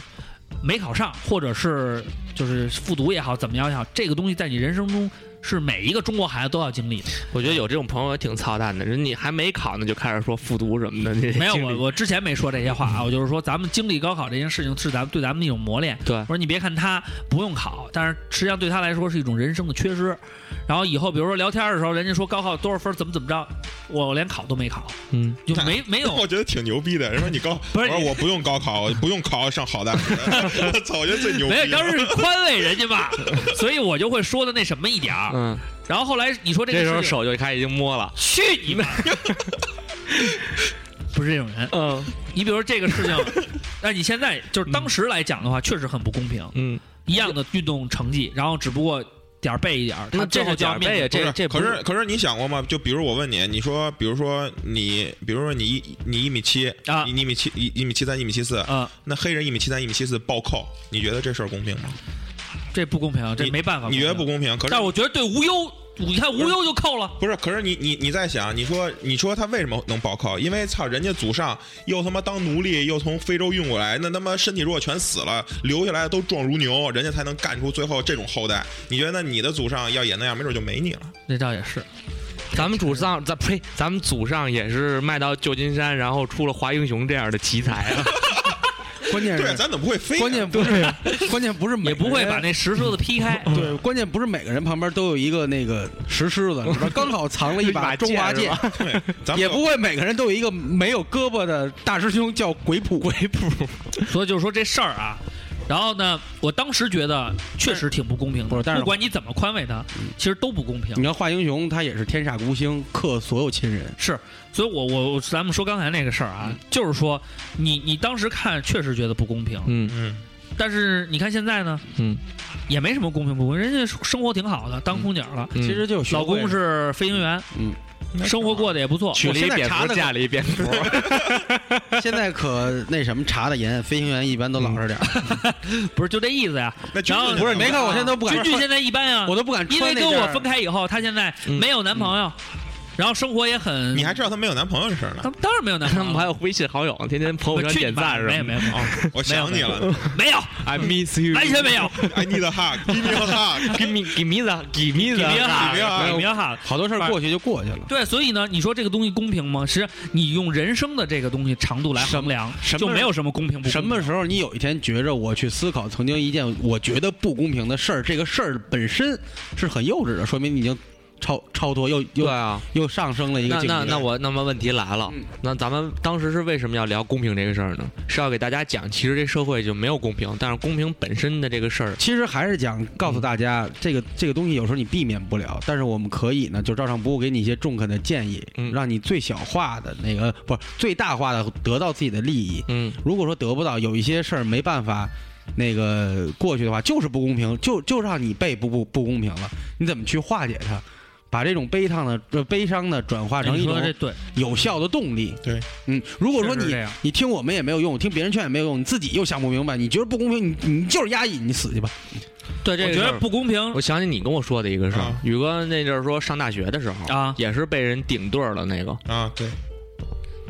A: 没考上，或者是就是复读也好，怎么样也好，这个东西在你人生中是每一个中国孩子都要经 历的。
D: 我觉得有这种朋友也挺操蛋的，人你还没考呢就开始说复读什么的，这
A: 没有，
D: 经
A: 我
D: 历
A: 我之前没说这些话 啊，我就是说咱们经历高考这件事情是咱们对咱们的一种磨练。
D: 对
A: 我说你别看他不用考，但是实际上对他来说是一种人生的缺失。然后以后比如说聊天的时候，人家说高考多少分怎么怎么着，我连考都没考，
D: 嗯，
A: 就没没有
E: 我觉得挺牛逼的。人说你高，
A: 不是
E: 我说我不用高考，我不用考上好 大学。我操，我觉得最牛逼
A: 没
E: 了。
A: 有，当时是宽慰人家 嘛，所以我就会说的那什么一点儿。
D: 嗯，
A: 然后后来你说这
D: 这时候
A: 个事情，
D: 手就开始已经摸了，
A: 去你妈！不是这种人，
D: 嗯
A: 你比如说这个事情，那你现在就是当时来讲的话，确实很不公平。
D: 嗯，
A: 一样的运动成绩，然后只不过点儿背一点儿，他
D: 那
A: 最
D: 这
A: 后
D: 是
A: 就要
D: 点
A: 面
D: 背
A: 临
D: 呀，这这不
E: 可是可是你想过吗？就比如我问你，你说，比如说你，比如说你一你一米七
A: 啊
E: 你你一米七一一米七三一米七四，
A: 啊、
E: 那黑人一米七三一米七四暴扣，你觉得这事儿公平吗？
A: 这不公平，这
E: 你
A: 没办法，
E: 你觉得不？公平？可是
A: 但是我觉得对无忧，你看无忧就扣了，
E: 不是，可是你你你在想，你说你说他为什么能暴扣？因为操，人家祖上又他妈当奴隶，又从非洲运过来，那他妈身体如果全死了，留下来的都壮如牛，人家才能干出最后这种后代。你觉得你的祖上要也那样，没准就没你了。
A: 那倒也是，
D: 咱们祖上，咱呸，咱们祖上也是卖到旧金山，然后出了华英雄这样的奇才啊。
B: 关键
E: 对，
B: 是
E: 咱怎么不会飞啊？
B: 关键不是关键不是每
A: 也
B: 个
A: 不会把
B: 人
A: 那石狮子劈开。
B: 对，关键不是每个人旁边都有一个那个石狮子，里边刚好藏了一
D: 一把
B: 把
D: 剑
B: 中华
D: 是
B: 剑
D: 吧，
E: 对，咱们
B: 也不会每个人都有一个没有胳膊的大师兄叫鬼谱。鬼谱，
A: 所以就是说这事儿啊，然后呢，我当时觉得确实挺不公平的，
B: 不是但是
A: 不管你怎么宽慰他，其实都不公平
B: 你。看华英雄，他也是天煞孤星，克所有亲人。
A: 是，所以我我我咱们说刚才那个事儿
B: 嗯
A: 啊，就是说你你当时看确实觉得不公平，
D: 嗯
E: 嗯，
A: 但是你看现在呢，
D: 嗯，
A: 也没什么公平不公平，人家生活挺好的，当空姐了，
D: 嗯
B: 其实就学
A: 老
B: 会
A: 公
B: 了
A: 是飞行员，
B: 嗯，
A: 生活过得也不错，
D: 娶了
B: 我
D: 一
B: 现在
D: 蝙
B: 查
D: 蝠，
B: 的
D: 嫁了一蝙蝠，
B: 现在可那什么查的严，飞行员一般都老实点儿。
A: 不是就这意思呀？
E: 那军
A: 然后
E: 训
A: 不是
E: 怎么
B: 没
E: 办
B: 看我现在都不敢
A: 君君
B: 穿，
A: 现在一般啊，
B: 我都不敢
A: 因为
B: 穿那
A: 跟
B: 件
A: 我
B: 儿嗯
A: 分开以后，她现在没有男朋友，然后生活也很，
E: 你还知道她没有男朋友的事儿呢？
A: 当当然没有男
D: 他
A: 朋
D: 们
A: 友
D: 还
A: 了，
D: 有微信好友，天天朋友
A: 我
D: 圈
A: 去你
D: 点
A: 妈
D: 赞什么
A: 没
D: 的。
A: 有没有没有
E: 我想你了
A: 没有，
D: I miss you，
A: 完全没有，
E: ，I need a hug，give me a hug。
D: Give me, give me the, give me
A: 你
D: the，
A: 别喊，
E: 别喊
A: 你别喊。
B: 好多事儿过去就过去了。
A: 对，所以呢，你说这个东西公平吗？是你用人生的这个东西长度来衡量，
B: 什么
A: 就没有什么公平不公平。
B: 什么时候你有一天觉着我去思考曾经一件我觉得不公平的事儿，这个事儿本身是很幼稚的，说明你已经超超脱又
D: 对
B: 又
D: 啊。
B: 又上升了一个
D: 那
B: 境界。
D: 那那嗯我那么问题来了，那咱们当时是为什么要聊公平这个事儿呢？是要给大家讲，其实这社会就没有公平，但是公平本身的这个事儿，
B: 其实还是讲告诉大家，这个这个东西有时候你避免不了，但是我们可以呢，就照常不误给你一些中肯的建议，
D: 嗯
B: 让你最小化的那个不是最大化的得到自己的利益。
D: 嗯，
B: 如果说得不到，有一些事儿没办法那个过去的话，就是不公平，就就让你被不不不公平了，你怎么去化解它？把这种悲伤的呃悲伤呢转化成
A: 你
B: 一
A: 说
B: 种
A: 这对，
B: 有效的动力。
E: 对，
B: 嗯，如果说
A: 确实
B: 你
A: 这样
B: 你听我们也没有用，听别人劝也没有用，你自己又想不明白，你觉得不公平，你你就是压抑，你死去吧。
A: 对
D: 这个
A: 我觉
D: 事
A: 得
D: 儿
A: 不公平
D: 我想起你跟我说的一个事儿
E: 啊，
D: 宇哥那阵儿说上大学的时候
A: 啊
D: 也是被人顶对儿了那个，
E: 啊，对，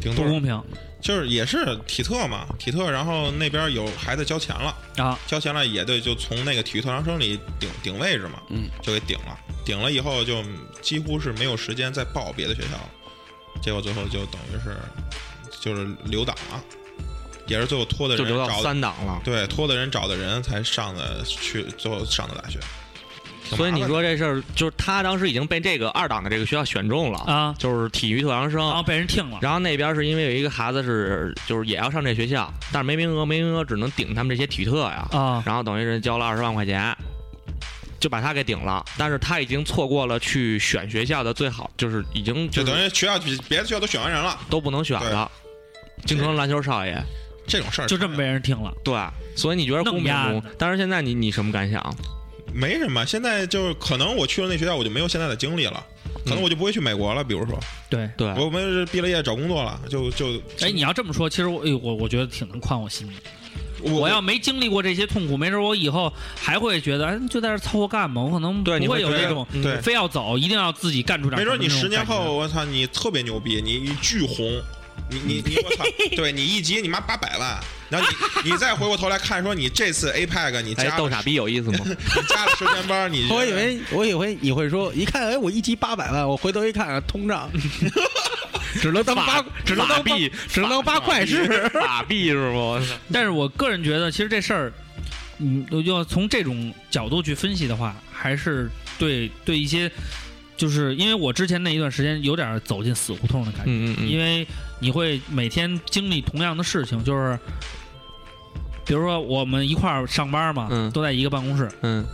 E: 顶
A: 不
E: 多
A: 公平
E: 就是也是体特嘛，体特，然后那边有孩子交钱了，
A: 啊！
E: 交钱了也得就从那个体育特长生里顶顶位置嘛，
B: 嗯，
E: 就给顶了，顶了以后就几乎是没有时间再报别的学校了，结果最后就等于是就是留档了，也是最后拖的
D: 就
E: 人
D: 留到
E: 找的
D: 三档了。
E: 对拖的人找的人才上的去最后上的大学，挺麻烦的
D: 所以你说这事儿，就是他当时已经被这个二档的这个学校选中了
A: 啊
D: 就是体育特长生
A: 然
B: 哦
A: 后被人听了，
D: 然后那边是因为有一个孩子是就是也要上这学校，但是没名额，没名额只能顶他们这些体特呀。
B: 哦
A: 啊
D: 然后等于人交了二十万块钱，就把他给顶了。但是他已经错过了去选学校的最好，就是已经
E: 就
D: 就
E: 等
D: 是
E: 于学校比别的学校都选完人了，
D: 都不能选了。京城篮球少爷，
E: 这种事儿
A: 就这么被人听了。
D: 对，所以你觉得公
A: 弄
D: 平
A: 丫
D: 不公
A: 的？
D: 但是现在你你什么感想？
E: 没什么，现在就是可能我去了那学校，我就没有现在的经历了，可能我就不会去美国了。比如说，
A: 对，
D: 对，
E: 我们是毕了业找工作了，就就
A: 哎，你要这么说，其实我哎我我觉得挺能宽我心的。
E: 我
A: 我要没经历过这些痛苦，没准我以后还会觉得，哎，就在这儿凑合干吧。我可能不
D: 对你
A: 会
D: 会
A: 有
E: 觉得
A: 这种
D: 嗯
E: 对
A: 非要走，一定要自己干出点
E: 没
A: 什么那种感
E: 准
A: 觉。
E: 你十年后，我操，你特别牛逼，你你巨红，你你你 我操，对你一集你妈八百万，然后你你再回过头来看，说你这次 APEC 你
D: 哎，
E: 加
D: 逗
E: 了
D: 傻逼有意 思吗？
E: 你加了十天班，你
B: 我以为我以为你会说，一看哎，我一集八百万，我回头一看啊，通胀，只能当八，只能当
D: 法币
B: 八，只能当八块是。
D: 傻逼是吗？我操
A: 但是我个人觉得，其实这事儿，嗯，要从这种角度去分析的话，还是对对一些，就是因为我之前那一段时间有点走进死胡同的感觉，
D: 嗯嗯
A: 因
D: 嗯，
A: 为你会每天经历同样的事情，就是比如说我们一块儿上班嘛，
D: 嗯
A: 都在一个办公室，
D: 嗯，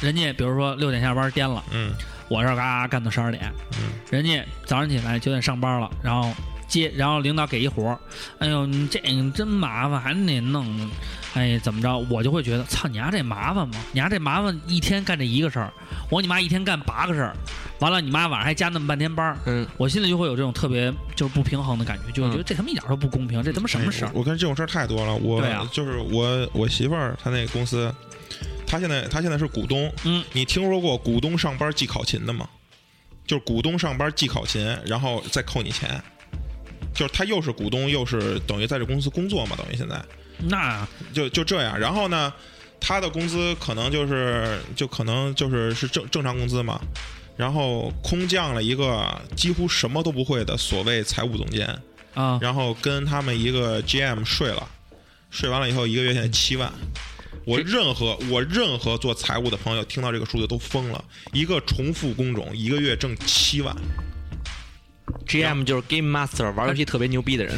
A: 人家比如说六点下班颠了，
E: 嗯
A: 我这儿嘎干到十二点，
D: 嗯
A: 人家早上起来九点上班了，然后接，然后领导给一活儿，哎呦，你这个真麻烦，还得弄，哎，怎么着？我就会觉得，操你丫、这麻烦吗？你丫、这麻烦一天干这一个事儿，我你妈一天干八个事儿，完了你妈晚上还加那么半天班儿，
D: 嗯，
A: 我心里就会有这种特别就是不平衡的感觉，就会觉得这他妈一点都不公平，这他妈什么事儿
E: 哎？我我跟这种事儿太多了，我
A: 对啊
E: 就是我我媳妇儿她那个公司，她现在她现在是股东，
A: 嗯，
E: 你听说过股东上班记考勤的吗？就是股东上班记考勤，然后再扣你钱。就是他又是股东，又是等于在这公司工作嘛，等于现在
D: 嗯
A: 那
E: 就就这样。然后呢，他的工资可能就是就可能就是是正正常工资嘛，然后空降了一个几乎什么都不会的所谓财务总监，
A: 啊，
E: 然后跟他们一个 GM 睡了，睡完了以后一个月
D: 嗯
E: 现在七万。我任何我任何做财务的朋友 听到这个数字都疯了，一个重复工种一个月挣七万，
D: GM 就是 Game Master，玩游戏特别牛逼的人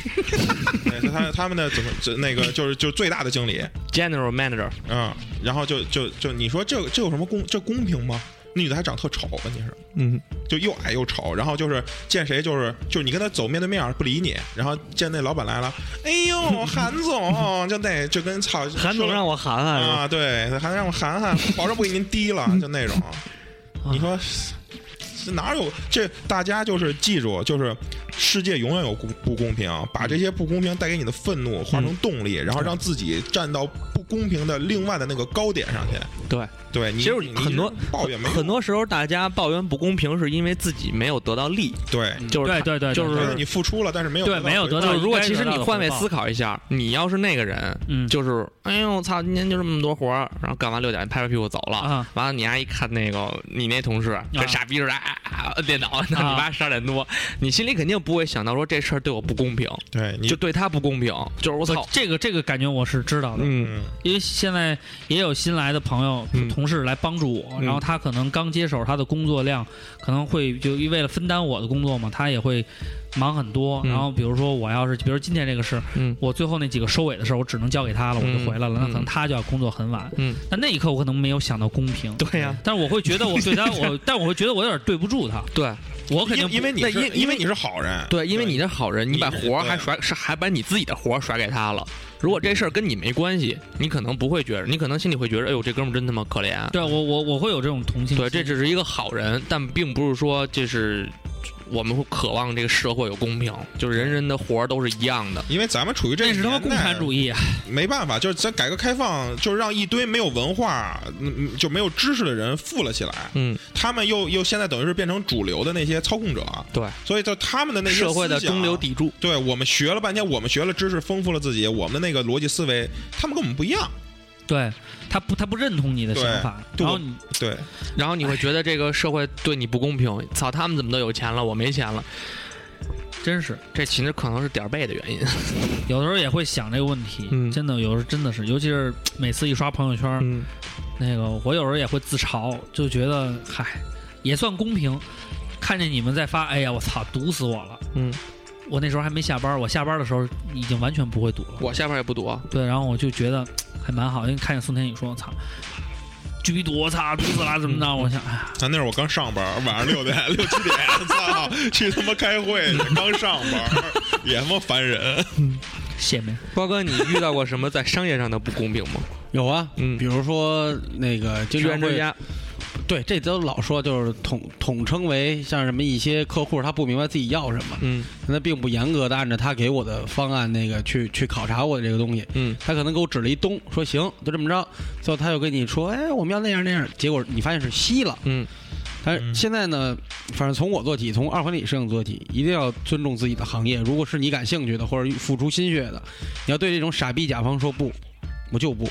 E: 对他他他们的怎么这那个就是就是最大的经理，
D: ，General Manager。
E: 嗯，然后就就就你说这这有什么公这公平吗？那女的还长特丑啊，问题是，
D: 嗯，
E: 就又矮又丑，然后就是见谁就是就是你跟他走面对面儿不理你，然后见那老板来了，哎呦韩 总，就那就跟操
D: 韩总
E: 说
D: 让我喊喊、
E: 啊，对，还让我喊喊，保证不给您低了，就那种。你说这哪有这？大家就是记住，就是世界永远有公不公平，把这些不公平带给你的愤怒化成动力，然后让自己站到不公平的另外的那个高点上去。
D: 对，
E: 对，你
D: 其实
E: 你
D: 很多
E: 抱怨没有
D: 很多时候大家抱怨不公平，是因为自己没有得到利，
E: 对，
D: 就是
A: 嗯对
D: 他
A: 对对，
D: 就
E: 就是是你付出了，但是没有
A: 对
E: 得到
A: 没有
E: 回
A: 得
E: 报
A: 到
D: 就是如果
A: 应该
D: 其实
A: 得到
D: 你
A: 的
D: 换位
A: 回报
D: 思考一下，你要是那个人，
A: 嗯
D: 就是哎呦我操，今天就这么多活儿，然后干完六点拍拍屁股走了
A: 啊，
D: 完了你阿姨看那个你那同事跟傻逼似的，啊啊啊摁电脑，到你妈十二点多，你心里肯定不会想到说这事儿对我不公平，
E: 对你
D: 就对他不公平，就是我操
A: 我，这个这个感觉我是知道的，
D: 嗯
E: 嗯
A: 因为现在也有新来的朋友、
D: 嗯
A: 同事来帮助我，
D: 嗯
A: 然后他可能刚接手他的工作量，可能会就为了分担我的工作嘛，他也会忙很多。
D: 嗯
A: 然后比如说我要是，比如今天这个事，
D: 嗯
A: 我最后那几个收尾的事儿，我只能交给他了，我就回来了。
D: 嗯
A: 那可能他就要工作很晚，
D: 嗯，
A: 那那一刻我可能没有想到公平，
D: 对呀、
A: 但是我会觉得 我对他，我但我会觉得我有点对不住他，
D: 对
A: 我肯定
E: 因
A: 不
E: 因为你
D: 那
E: 是
D: 因
E: 因为你是好人，
D: 对，因为你是好人，你把
E: 你
D: 活儿还
E: 对
D: 甩是还把你自己的活儿甩给他了。如果这事儿跟你没关系，你可能不会觉得，你可能心里会觉得，哎呦，这哥们儿真他妈可怜。啊
A: 对啊我我我会有这种同情心，
D: 对，这只是一个好人，但并不是说就是我们会渴望这个社会有公平，就是人人的活儿都是一样的。
E: 因为咱们处于这
A: 那
E: 个
A: 是他妈
E: 年
A: 共
E: 代
A: 产主义啊，
E: 没办法，就是咱改革开放，就是让一堆没有文化、嗯嗯就没有知识的人富了起来。
D: 嗯，
E: 他们又又现在等于是变成主流的那些操控者，
D: 对，
E: 所以就他们的那些
D: 社会的
E: 思想
D: 中流。砥柱。
E: 对我们学了半天，我们学了知识，丰富了自己，我们的那个逻辑思维，他们跟我们不一样。
A: 对他不他不认同你的
E: 对
A: 想法，
E: 对
A: 然后
E: 我
A: 你
E: 对，
D: 然后你会觉得这个社会对你不公平，操，他们怎么都有钱了，我没钱了。
A: 真是。
D: 这其实可能是点儿背的原因。
A: 有的时候也会想这个问题，
D: 嗯
A: 真的，有时候真的是，尤其是每次一刷朋友圈，
D: 嗯，
A: 那个我有时候也会自嘲，就觉得嗨，也算公平。看见你们在发，哎呀，我操，堵死我了！
D: 嗯，
A: 我那时候还没下班，我下班的时候已经完全不会堵了。
D: 我下边也不啊躲。
A: 对，然后我就觉得还蛮好，因为看见宋天宇说，我操，巨堵，我操，堵死了，怎么
D: 嗯
A: 着？我想，哎呀，
E: 那那会儿我刚上班，晚上六点 六七点，操，去他妈开会去，刚上班，也他妈烦人。
A: 谢没？
D: 瓜哥，你遇到过什么在商业上的不公平吗？
B: 有啊，
D: 嗯
B: 比如说那个经
D: 居
B: 常
D: 然之
B: 会
D: 家，
B: 对，这都老说就是统统称为像什么一些客户他不明白自己要什么，
D: 嗯
B: 那并不严格的按照他给我的方案那个去去考察我的这个东西，
D: 嗯
B: 他可能给我指了一东，说行，就这么着，最后他又跟你说，哎，我们要那样那样，结果你发现是西了。
D: 嗯
B: 但是现在呢，反正从我做起，从二环里摄影做起，一定要尊重自己的行业。如果是你感兴趣的或者付出心血的，你要对这种傻逼甲方说不，我就不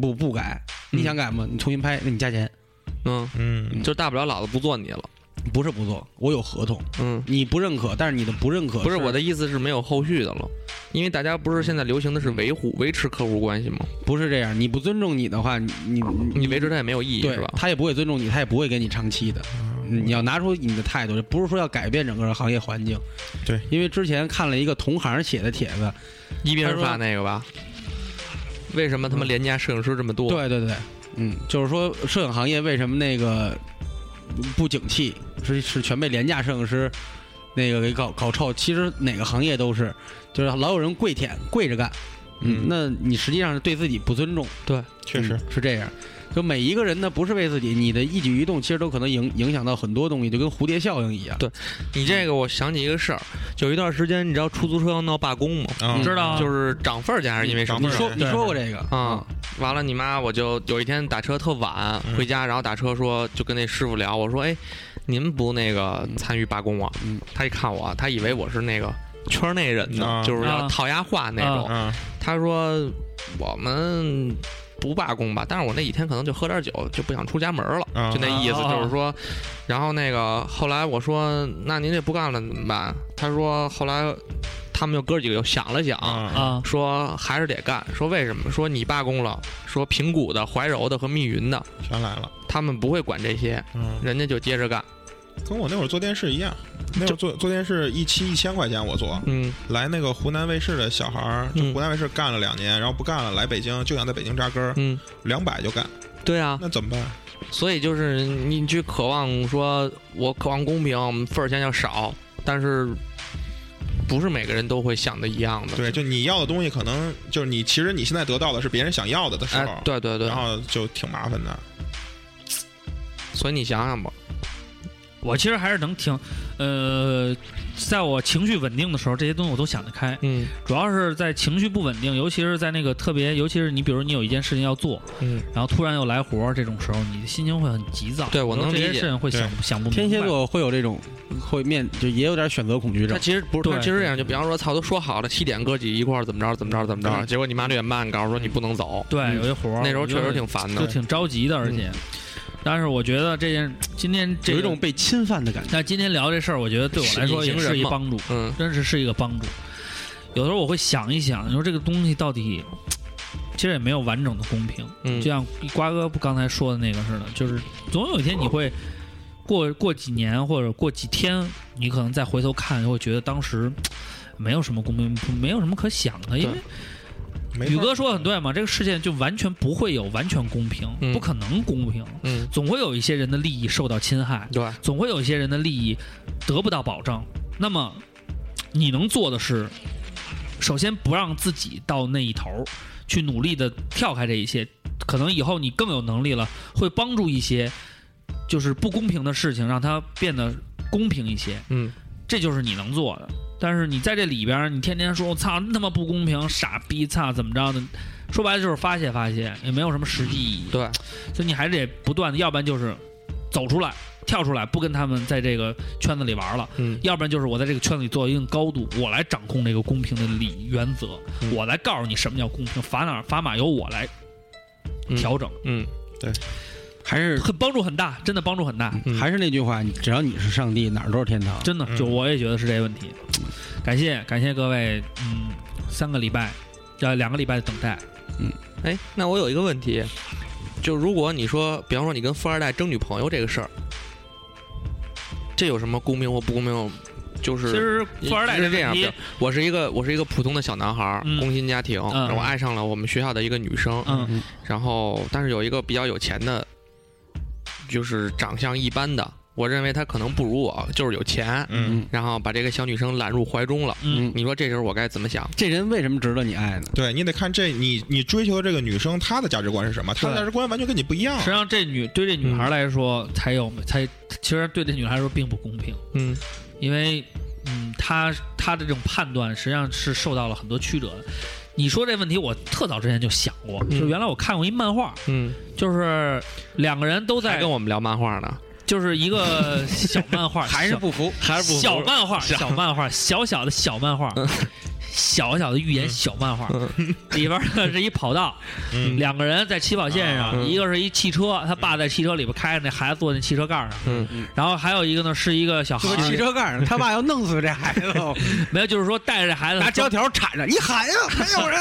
B: 不不改，
D: 嗯
B: 你想改吗？你重新拍，那你加钱。
D: 嗯，
E: 嗯，
D: 就大不了老子不做你了。
B: 不是不做，我有合同，
D: 嗯，
B: 你不认可，但是你的不认可
D: 不是我的意思是没有后续的了，因为大家不是现在流行的是维护维持客户关系吗？
B: 不是这样，你不尊重你的话，你你
D: 你维持它也没有意义
B: 对
D: 是吧？嗯
B: 他也不会尊重你，他也不会给你长期的。你要拿出你的态度，不是说要改变整个行业环境。
E: 对，
B: 因为之前看了一个同行写的帖子，
D: 一斌是发那个吧？为什么他们廉价摄影师这么多？，
B: 对对对，嗯，就是说摄影行业为什么那个不景气，是是全被廉价摄影师那个给搞搞臭。其实哪个行业都是，就是老有人跪舔跪着干，嗯，那你实际上是对自己不尊重，
E: 确实
B: 嗯，是这样。就每一个人呢，不是为自己，你的一举一动其实都可能影影响到很多东西，就跟蝴蝶效应一样。
D: 你这个我想起一个事儿，有一段时间你知道出租车要闹罢工吗？
E: 啊
B: 嗯，
A: 知道啊
D: 就是涨份儿去还是因为什么
B: 你
D: 事儿？
B: 说
E: 对
B: 你说过这个嗯
D: 啊、完了，你妈我就有一天打车特晚
E: 嗯
D: 回家，然后打车说就跟那师傅聊，我说哎，您不那个参与罢工啊？
B: 嗯
D: 他一看我，他以为我是那个圈内人呢，
E: 啊
D: 就是要
A: 啊
D: 套丫话那种。
E: 啊，
D: 他说我们不罢工吧，但是我那几天可能就喝点酒，就不想出家门了，
E: 啊
D: 就那意思就是说。然后那个后来我说那您这不干了怎么办？他说后来他们又哥几个又想了想。
E: 啊
A: 啊，
D: 说还是得干，说为什么？说你罢工了，说平谷的、怀柔的和密云的，
E: 全来了，
D: 他们不会管这些，
E: 嗯
D: 人家就接着干。
E: 跟我那会儿做电视一样，那会儿做做电视一期一千块钱我做，
D: 嗯，
E: 来那个湖南卫视的小孩儿，就
D: 嗯
E: 湖南卫视干了两年，然后不干了，来北京就想在北京扎根儿，
D: 嗯，
E: 两百就干，
D: 对啊，
E: 那怎么办？
D: 所以就是你你去渴望说，我渴望公平，份儿钱要少，但是不是每个人都会想的一样的。
E: 对，就你要的东西，可能就是你其实你现在得到的是别人想要的的时候，
D: 哎，对对对
E: 然，后就挺麻烦的。
D: 所以你想想吧，
A: 我其实还是能听，呃，在我情绪稳定的时候，这些东西我都想得开。
D: 嗯
A: 主要是在情绪不稳定，尤其是在那个特别，尤其是你比如你有一件事情要做，
D: 嗯，
A: 然后突然又来活儿这种时候，你的心情会很急躁。
D: 对我能
A: 有时候这
D: 理
A: 些
D: 解
A: 事情会想想不明白。
B: 天蝎座会有这种，会面就也有点选择恐惧症
D: 他。其实不是，他
A: 对
D: 其实这样，
A: 对
D: 就比方说，操，都说好了七点哥几一块儿怎么着怎么着怎么着，
E: 嗯
D: 啊结果你妈六点半告诉说你不能走，
A: 对
B: 嗯
A: 有一活儿，
D: 那时候
A: 我觉
D: 确
A: 得
D: 实挺烦
A: 就
D: 的。
A: 挺着急的，而且，但是我觉得这件今天这
B: 有
A: 个
B: 一种，被侵犯的感觉，
A: 但今天聊这事儿，我觉得对我来说
D: 是
A: 也
D: 隐形
A: 是
D: 人
A: 一
D: 嘛
A: 帮助，
D: 嗯，
A: 真是是一个帮助。有的时候我会想一想，你说这个东西到底，其实也没有完整的公平，
D: 嗯
A: 就像瓜哥刚才说的那个似的，就是总有一天你会过过几年或者过几天，你可能再回头看，就会觉得当时没有什么公平，没有什么可想的，因为
D: 对
E: 没
A: 宇
E: 法
A: 哥说的很对嘛，这个世界就完全不会有完全公平，
D: 嗯
A: 不可能公平，
D: 嗯，
A: 总会有一些人的利益受到侵害，
D: 对，
A: 总会有一些人的利益得不到保障。那么，你能做的是，首先不让自己到那一头儿，去努力的跳开这一切。可能以后你更有能力了，会帮助一些就是不公平的事情，让它变得公平一些。
D: 嗯，
A: 这就是你能做的。但是你在这里边儿，你天天说“我操，那他妈不公平，傻逼，操，怎么着的”，说白了就是发泄发泄，也没有什么实际意义。
D: 对，
A: 所以你还是得不断的，要不然就是走出来、跳出来，不跟他们在这个圈子里玩了；
D: 嗯，
A: 要不然就是我在这个圈子里做到一定高度，我来掌控这个公平的理原则，
D: 嗯
A: 我来告诉你什么叫公平，砝码砝码由我来
D: 嗯
A: 调整，
D: 嗯，
B: 还是
A: 很帮助很大，真的帮助很大。
D: 嗯
B: 还是那句话，你只要你是上帝，哪儿都是天堂。
A: 真的，
E: 嗯
A: 就我也觉得是这些问题。感谢感谢各位，嗯，三个礼拜，呃，两个礼拜的等待，
D: 哎，那我有一个问题，就如果你说，比方说你跟富二代争女朋友这个事儿，这有什么公平或不公平？就是
A: 其实富二代
D: 是
A: 的
D: 这样，
A: 问
D: 比
A: 题
D: 如，我是一个我是一个普通的小男孩儿，
A: 嗯
D: 工薪家庭，
A: 嗯
D: 然后我爱上了我们学校的一个女生，
A: 嗯
D: 然后但是有一个比较有钱的，就是长相一般的，我认为他可能不如我，就是有钱，
E: 嗯，
D: 然后把这个小女生揽入怀中了。
A: 嗯，
D: 你说这时候我该怎么想？
B: 这人为什么值得你爱呢？
E: 对你得看这你你追求的这个女生她的价值观是什么，她的
A: 对啊
E: 价值观完全跟你不一样
D: 嗯
A: 实。际上这女对这女孩来说才有才，其实对这女孩来说并不公平，
D: 嗯
A: 因为嗯，她她的这种判断实际上是受到了很多曲折的。你说这问题，我特早之前就想过，
D: 嗯
A: 就原来我看过一漫画，
D: 嗯，
A: 就是两个人都
D: 还
A: 在
D: 跟，我们聊漫画呢，
A: 就是一个小漫画，
B: 还是
A: 小
B: 不服？
D: 还是不
A: 小漫画，
D: 小
A: 小漫画，小小的小漫画， 小小的寓
D: 嗯
A: 言小漫画， 里边儿呢是一跑道，
E: 嗯
A: 两个人在起跑线上，
D: 嗯
A: 一个是一汽车，他爸在汽车里边开着，那孩子坐那汽车盖上，
D: 嗯
A: 然后还有一个呢是一个小孩
B: 坐
A: 儿，
B: 汽车盖 上，他爸要弄死这孩子，
A: 没有，就是说带着这孩子
B: 拿胶条铲着，你喊呀，没有 人。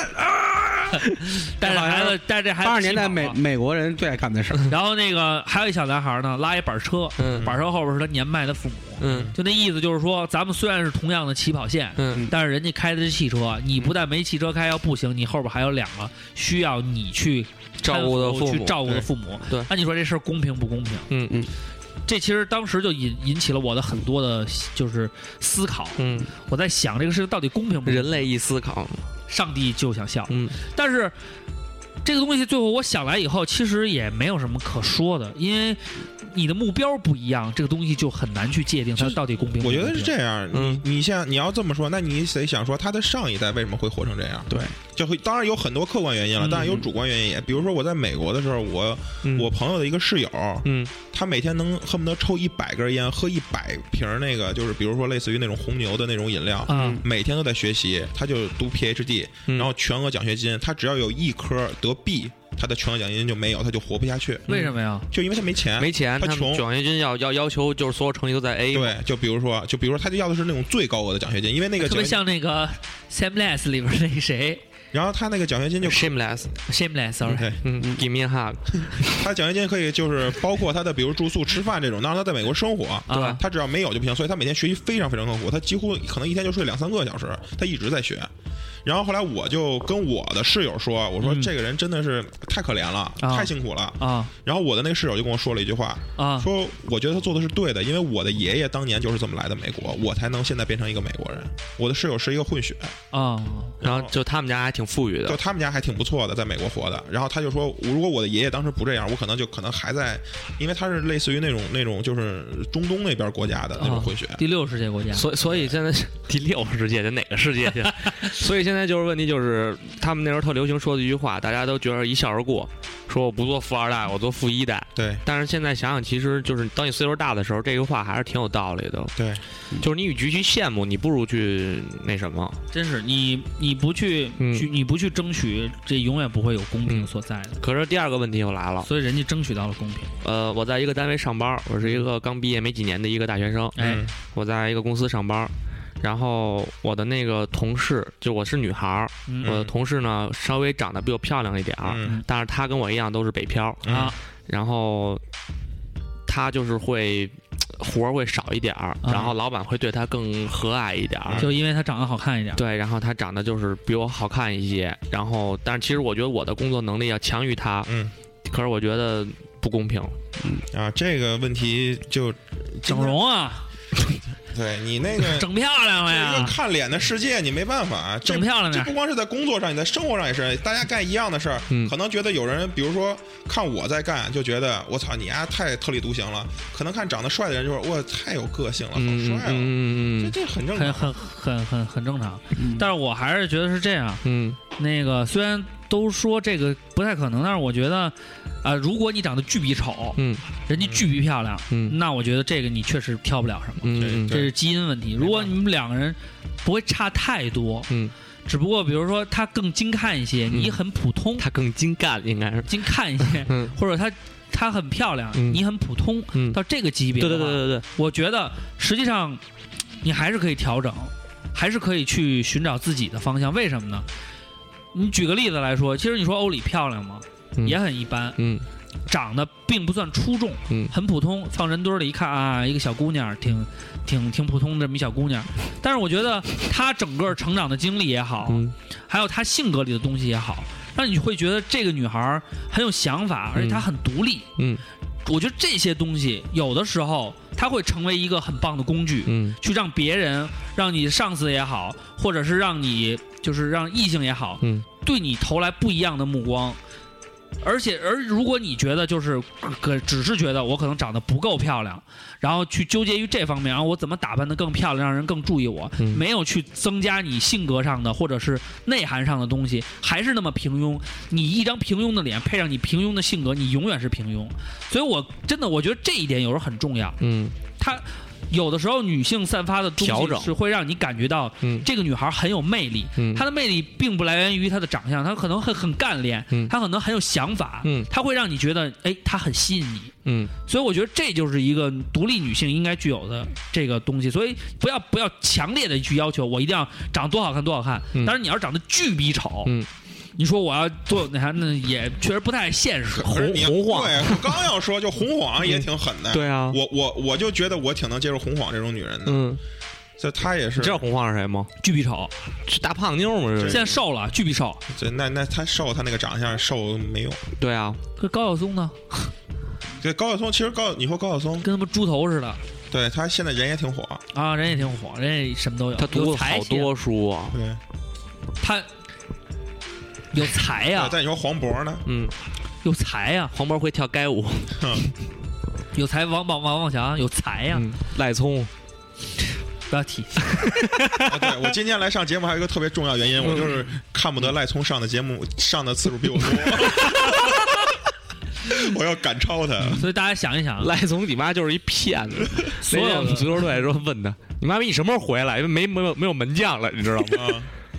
A: 带着孩子带着这孩子
B: 八十年代
A: 起跑
B: 美
A: 嘛
B: 美国人最爱干的事儿，
A: 然后那个还有一小男孩呢，拉一板车，
D: 嗯
A: 板车后边是他年迈的父母，
D: 嗯
A: 就那意思就是说，咱们虽然是同样的起跑线，
D: 嗯
A: 但是人家开的是汽车，你不但没汽车开要不行，你后边还有两个需要你去
D: 照顾的
A: 搀扶
D: 父母
A: 去照顾的父母。
D: 对对
A: 那你说这事儿公平不公平？
D: 嗯嗯
A: 这其实当时就引引起了我的很多的，就是思考。
D: 嗯，
A: 我在想这个事情到底公平不公平？
D: 人类一思考，
A: 上帝就想笑，
D: 嗯
A: 但是。这个东西最后我想来以后，其实也没有什么可说的，因为你的目标不一样，这个东西就很难去界定它
E: 就是
A: 到底公平不
E: 我
A: 公平。
E: 觉得是这样，
D: 嗯
E: 你你像你要这么说，那你得想说她的上一代为什么会活成这样？
B: 对，
E: 就会当然有很多客观原因了，
A: 嗯
E: 当然有主观原因也。比如说我在美国的时候，我
D: 嗯
E: 我朋友的一个室友，
D: 嗯
E: 他每天能恨不得抽一百根烟，喝一百瓶儿那个，就是比如说类似于那种红牛的那种饮料，
A: 啊，
E: 每天都在学习，他就读 PhD，
D: 嗯
E: 然后全额奖学金，他只要有一科得 B，他的全额奖学金就没有，他就活不下去，
A: 为什么呀？
E: 就因为他没钱。
D: 没钱，
E: 他
D: 他
E: 穷
D: 们奖学金要要要求就是所有成绩都在 A，
E: 对，就比如说，就比如说，他就要的是那种最高额的奖学金，因为那个
A: 啊特别
E: 奖学金
A: 像那个《Sam Less》里边那谁，
E: 然后他那个奖学金就
D: shameless，
A: Shameless，sorry，
E: 对，
D: 嗯，give me a hug，
E: 他奖学金可以就是包括他的比如住宿、吃饭这种，让他在美国生活。
A: 啊
E: 他只要没有就不行，所以他每天学习非常非常刻苦，他几乎可能一天就睡两三个小时，他一直在学。然后后来我就跟我的室友说，我说
A: 嗯
E: 这个人真的是太可怜了，
A: 啊
E: 太辛苦了。
A: 啊
E: 然后我的那个室友就跟我说了一句话，
A: 啊
E: 说我觉得他做的是对的，因为我的爷爷当年就是这么来的美国，我才能现在变成一个美国人。我的室友是一个混血，
A: 啊！
D: 然后就他们家还挺富裕
E: 就
D: 的，
E: 他们家还挺不错的，在美国活的。然后他就说，如果我的爷爷当时不这样，我可能就可能还在，因为他是类似于那种那种就是中东那边国家的那种
A: 啊
E: 混血。
A: 第六世界国家，
D: 所以所以现在是第六世界的哪个世界 去？所以现在就是问题就是他们那时候特流行说的一句话，大家都觉得一笑而过，说我不做富二代，我做富一代。
E: 对
D: 但是现在想想，其实就是当你岁数大的时候，这个话还是挺有道理的。
E: 对，
D: 就是你与其去羡慕，你不如去那什么。
A: 真是你你不去
D: 嗯
A: 去你不去争取，这永远不会有公平
D: 嗯
A: 所在的。
D: 可是第二个问题又来了，
A: 所以人家争取到了公平，
D: 呃，我在一个单位上班，我是一个刚毕业没几年的一个大学生，
A: 哎
E: 嗯，
D: 我在一个公司上班。然后我的那个同事，就我是女孩儿，我
A: 嗯
D: 的同事呢稍微长得比我漂亮一点儿，
E: 嗯
D: 但是她跟我一样都是北漂，
E: 嗯
A: 啊
D: 然后她就是会活儿会少一点儿，
A: 啊
D: 然后老板会对她更和蔼一点
E: 嗯
D: 儿，
A: 就因为他长得好看一点，
D: 对，然后她长得就是比我好看一些，然后但是其实我觉得我的工作能力要强于她，
E: 嗯
D: 可是我觉得不公平，
E: 啊，这个问题就
A: 整，容啊，
E: 对你那 个
A: 整漂亮了
E: 这
A: 呀
E: 个，看脸的世界，你没办法，啊这
A: 整漂亮
E: 这
A: 点
E: 不。光是在工作上，你在生活上也是，大家干一样的事儿，
D: 嗯
E: 可能觉得有人，比如说看我在干，就觉得我操你丫、太特立独行了；可能看长得帅的人就说，哇太有个性了，好
D: 嗯
E: 帅啊，这
D: 嗯嗯
E: 这很正
A: 很
E: 常。啊
A: 很很很很正常，
B: 嗯
A: 但是我还是觉得是这样。
D: 嗯
A: 那个虽然都说这个不太可能，但是我觉得，啊、如果你长得巨比丑，
D: 嗯
A: 人家巨比漂亮，
D: 嗯
A: 那我觉得这个你确实挑不了什么，
D: 嗯
A: 这是基因问题。如果
E: 没办
A: 你们两个人不会差太多，
D: 嗯，
A: 只不过比如说他更精看一些，
D: 嗯
A: 你很普通，
D: 他更精干应该是，
A: 精看一些，
D: 嗯
A: 或者他他很漂亮，
D: 嗯
A: 你很普通，
D: 嗯，
A: 到这个级别
D: 对
A: 的
D: 对
A: 话，
D: 对对对，
A: 我觉得实际上你还是可以调整，还是可以去寻找自己的方向。为什么呢？你举个例子来说，其实你说欧里漂亮吗？
D: 嗯
A: 也很一般，
D: 嗯
A: 长得并不算出众，
D: 嗯
A: 很普通。放人堆儿里一看啊，一个小姑娘，挺挺挺普通的这么一小姑娘。但是我觉得她整个成长的经历也好，
D: 嗯
A: 还有她性格里的东西也好，让你会觉得这个女孩儿很有想法，而且她很独立。
D: 嗯
A: 我觉得这些东西有的时候它会成为一个很棒的工具，
D: 嗯
A: 去让别人、让你上司也好，或者是让你就是让异性也好，
D: 嗯
A: 对你投来不一样的目光。而且，而如果你觉得就是可只是觉得我可能长得不够漂亮，然后去纠结于这方面，然后我怎么打扮得更漂亮，让人更注意我，
D: 嗯
A: 没有去增加你性格上的或者是内涵上的东西，还是那么平庸。你一张平庸的脸配上你平庸的性格，你永远是平庸。所以我真的我觉得这一点有时候很重要。
D: 嗯
A: 她有的时候女性散发的东
D: 调整
A: 西是会让你感觉到
D: 嗯
A: 这个女孩很有魅力。
D: 嗯，
A: 她的魅力并不来源于她的长相，她可能很很干练
D: 嗯，
A: 她可能很有想法
D: 嗯，
A: 她会让你觉得，哎，她很吸引你。
D: 嗯
A: 所以我觉得这就是一个独立女性应该具有的这个东西，所以不要不要强烈的去要求我一定要长得多好看多好看。
D: 嗯
A: 当然，你要是长得巨逼丑，
D: 嗯
A: 你说我要做那啥，那也确实不太现 实。
E: 可是
D: 红
E: 你要
D: 红晃嗯
E: 对，我刚要说就 红晃也挺狠的。
D: 对啊，
E: 哎我我我就觉得我挺能接受红晃这种女人的，
D: 嗯，
E: 就她也
D: 你
E: 是
D: 知，道洪晃是谁吗？
A: 巨逼丑，
D: 是大胖妞嘛，
A: 现
D: 是？
A: 在瘦了，巨逼瘦。
E: 这那那她瘦，她那个长相瘦没用。
D: 对啊，
A: 可高晓松呢，
E: 对高晓松，其实高你说高晓松，
A: 跟他妈猪头似的
E: 对她现在人也挺火，
A: 啊，人也挺火，人也什么都有，
D: 他读
A: 有
D: 了
A: 才
D: 好
A: 气，
D: 多书啊，
E: 对。
A: 他有才呀、
D: 啊
E: 对但你说黄渤呢？
D: 嗯，
A: 有才呀、
D: 黄渤会跳街舞，
A: 有才王王王宝强有才哎呀、
D: 嗯赖聪，
A: 不要 提，
E: 啊，对我今天来上节目还有一个特别重要原因，我就是看不得赖聪上的节目上的次数比我多， 我要赶超他。
A: 所以大家想一想，
D: 赖聪你妈就是一骗 子。
A: 所
D: 那天我
A: 有
D: 们
A: 的
D: 足球队说问他，你妈逼你什么时候回来？因为没没有没有门将了，你知道吗？
E: 啊，
D: 他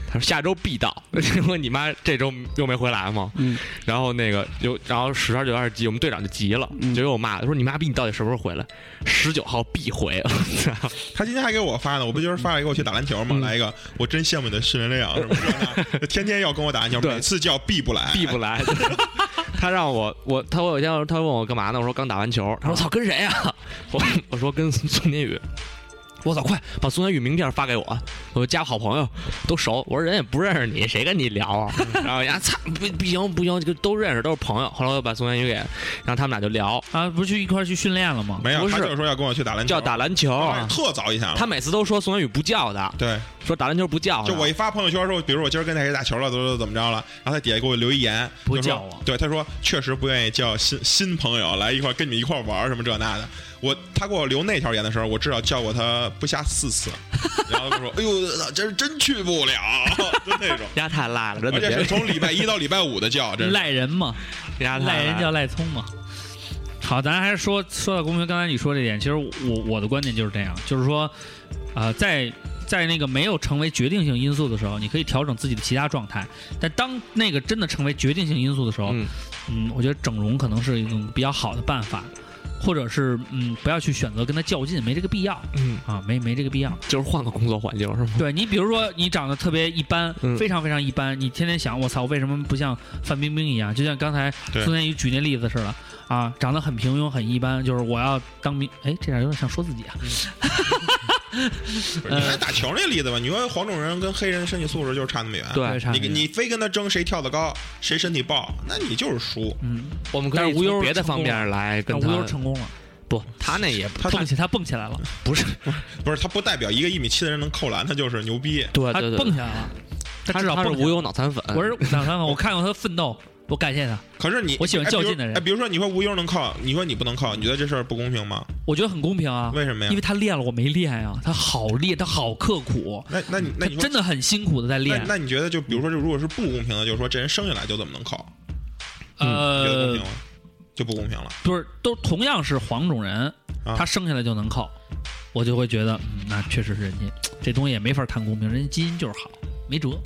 D: 他说下周必到。结果你妈这周又没回来嘛。
B: 嗯
D: 然后那个就，然后十号就有点急，我们队长就急了，就给我骂了，说你妈逼，你到底什么时候回来？十九号必回。 我操！
E: 他今天还给我发呢，我不就是发了一个我去打篮球
D: 嗯
E: 嘛，来一个，我真羡慕你的训练量啊什么的，就天天要跟我打篮球，
D: 对
E: 每次叫必不来，
D: 必不来。 他让我我他我有一天他问我干嘛呢？我说刚打完球。他说操跟谁啊？ 我我说跟宋天宇。我操快把宋天宇名片发给我，我就加好朋友都熟。我说人也不认识你，谁跟你聊啊？ 然后人家操不不行不行，这个都认识都是朋友。后来我把宋天宇给，然后他们俩就聊，
A: 啊，不是去一块儿去训练了吗？
E: 没有，
D: 不
E: 他
D: 是
E: 就是说要跟我去打篮球，
D: 叫打篮球。啊
E: 哎特早一下了，
D: 他每次都说宋天宇不叫他，
E: 对，
D: 说打篮球不叫他。
E: 就我一发朋友圈说，比如我今儿跟那谁打球了，怎么怎么着了，然后他底下给我留一言，
A: 不
E: 就说
A: 叫我
E: 对，他说确实不愿意叫新新朋友来一块儿跟你们一块儿玩儿什么这那的。我他给我留那条言的时候，我至少叫过他不下四次， 然后他说：“哎呦，这是真去不了。” 就那 种，
D: 丫太赖了，真
E: 而
D: 的
E: 且
D: 别
E: 是从礼拜一到礼拜五的叫，真是
A: 赖人嘛，
D: 丫太
A: 赖人
D: 了
A: 叫赖聪嘛。好，咱还是说说到公屏，刚才你说这点，其实我我的观点就是这样，就是说，呃，在在那个没有成为决定性因素的时候，你可以调整自己的其他状态，但当那个真的成为决定性因素的时候，
D: 嗯
A: 嗯，我觉得整容可能是一种比较好的办法，或者是嗯，不要去选择跟他较劲，没这个必要
D: 嗯，
A: 啊，没没这个必要。
D: 就是换个工作环境是吗？
A: 对你，比如说你长得特别一般，
D: 嗯
A: 非常非常一般，你天天想我操，为什么不像范冰冰一样？就像刚才
E: 对
A: 孙天宇举那例子似的啊，长得很平庸很一般，就是我要当明，哎，这点有点像说自己啊，
E: 不是你
A: 呃
E: 还打球那例子吧？你说黄种人跟黑人身体素质就是差那么远，
D: 对，
A: 差
E: 你
A: 点意思
E: 你非跟他争谁跳得高，谁身体棒，那你就是输。
A: 嗯，
D: 我们可
A: 但
D: 以
A: 是无忧
D: 从别的
A: 成功
D: 方面来
A: 那无
D: 跟他
A: 忧成功了，
D: 不，他那也
E: 他
A: 蹦起他蹦起来了，
D: 不是，
E: 不是他不代表一个一米七的人能扣篮，他就是牛逼。
D: 对
A: 他
D: 对对，
A: 蹦起来了，
D: 他
A: 至少
D: 他是
A: 蹦起
D: 无
A: 来了。
D: 忧脑残粉，
A: 我 是想看看，我看过他的奋斗，我感谢他，
E: 可是你，
A: 我喜欢
E: 哎比如
A: 较劲的人
E: 哎，比如说你说无忧能扣，你说你不能扣，你觉得这事儿不公平吗？
A: 我觉得很公平啊，
E: 为什么呀
A: 因为他练了，我没练啊，他好练，他好刻苦，
E: 那那你
A: 他
E: 那你说
A: 真的很辛苦的在
E: 那
A: 练。
E: 那你觉得就比如说，就如果是不公平的，就是说这人生下来就怎么能扣，你觉得
A: 呃
E: 公平，吗？就不公平了。
A: 不是都同样是黄种人，
E: 啊
A: 他生下来就能靠，我就会觉得，嗯，那确实是人家这东西也没法谈公平，人家基因就是好，没辙。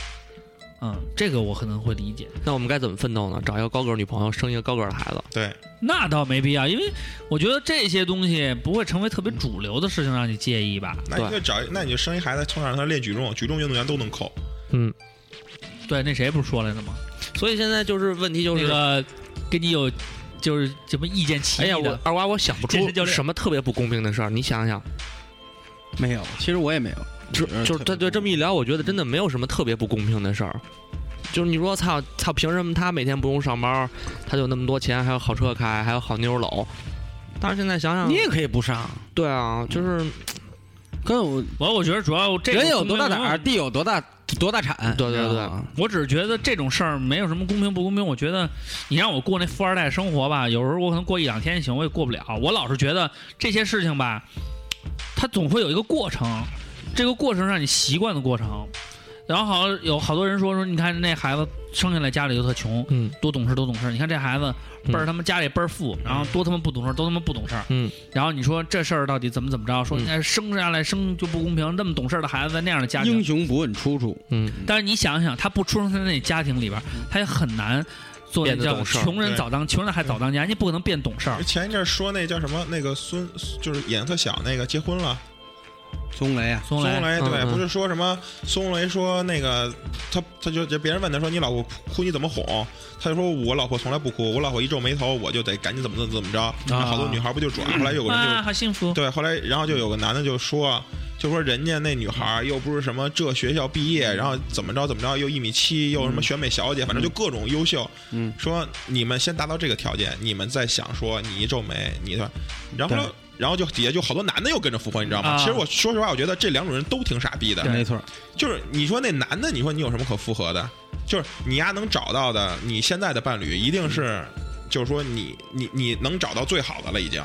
A: 嗯，这个我可能会理解，
D: 那我们该怎么奋斗呢？找一个高个儿女朋友，生一个高个儿的孩子，
E: 对，
A: 那倒没必要，因为我觉得这些东西不会成为特别主流的事情让你介意吧？
E: 那你就找，那你就生一孩子，从小让他练举重，举重运动员都能扣。
D: 嗯，
A: 对，那谁不是说来的吗？
D: 所以现在就是问题就
A: 那
D: 是，
A: 个跟你有就是什么意见歧
D: 哎
A: 义
D: 呀，
A: 的
D: 我，二娃我想不
A: 健
D: 出
A: 身教练
D: 什么特别不公平的事儿，你想想，
B: 没有，其实我也没有，
D: 就
B: 嗯
D: 就是他对这么一聊，我觉得真的没有什么特别不公平的事儿。就是你说操操，凭什么他每天不用上班，他就那么多钱，还有好车开，还有好妞搂？但是现在想想
B: 你，也可以不上，
D: 对啊，就是
B: 跟我
A: 我我觉得主要这个
B: 人有多大
A: 公
B: 胆
A: 平
B: 儿，地有多大多大产，
D: 对对
B: 你知
D: 对
B: 道吗
A: 我只是觉得这种事儿没有什么公平不公平。我觉得你让我过那富二代生活吧，有时候我可能过一两天行，我也过不了。我老是觉得这些事情吧，它总会有一个过程，这个过程让你习惯的过程。然后好像有好多人说说，你看那孩子生下来家里就特穷，
D: 嗯
A: 多懂事多懂事。你看这孩子倍儿
D: 嗯
A: 他妈家里倍儿富，然后多他妈不懂事，都他妈不懂事。
D: 嗯，
A: 然后你说这事儿到底怎么怎么着？说
D: 嗯
A: 你看生下来生就不公平，那么懂事的孩子在那样的家庭，
B: 英雄不问出处，
D: 嗯，
A: 但是你想想，他不出生在那家庭里边儿，他也很难做那
D: 变得
A: 叫
D: 懂事儿
A: 穷人
E: 对
A: 早当穷人还早当家，人家不可能变懂事儿。
E: 前一阵儿说那叫什么，那个孙就是演得特小那个结婚了，
B: 松雷啊，
A: 松
E: 孙
A: 来，
E: 红雷对，
D: 嗯嗯
E: 不是说什么孙红雷说那个他他就就别人问他说你老婆哭你怎么哄，他就说我老婆从来不哭，我老婆一皱眉头我就得赶紧怎么怎么怎么着，然后好多女孩不就转，后来有个人就
A: 哇，好幸福！
E: 对，后来然后就有个男的就说，就说人家那女孩儿又不是什么这学校毕业，然后怎么着怎么着，又一米七，又什么选美小姐，反正就各种优秀。
B: 嗯，
E: 说你们先达到这个条件，你们再想说你一皱眉，你的，然后
B: 对
E: 呢然后就底下就好多男的又跟着复婚，你知道吗？
A: 啊
E: 其实我说实话，我觉得这两种人都挺傻逼的。
B: 没错儿，
E: 就是你说那男的，你说你有什么可复合的？就是你丫能找到的，你现在的伴侣一定是，就是说你你你能找到最好的了，已经。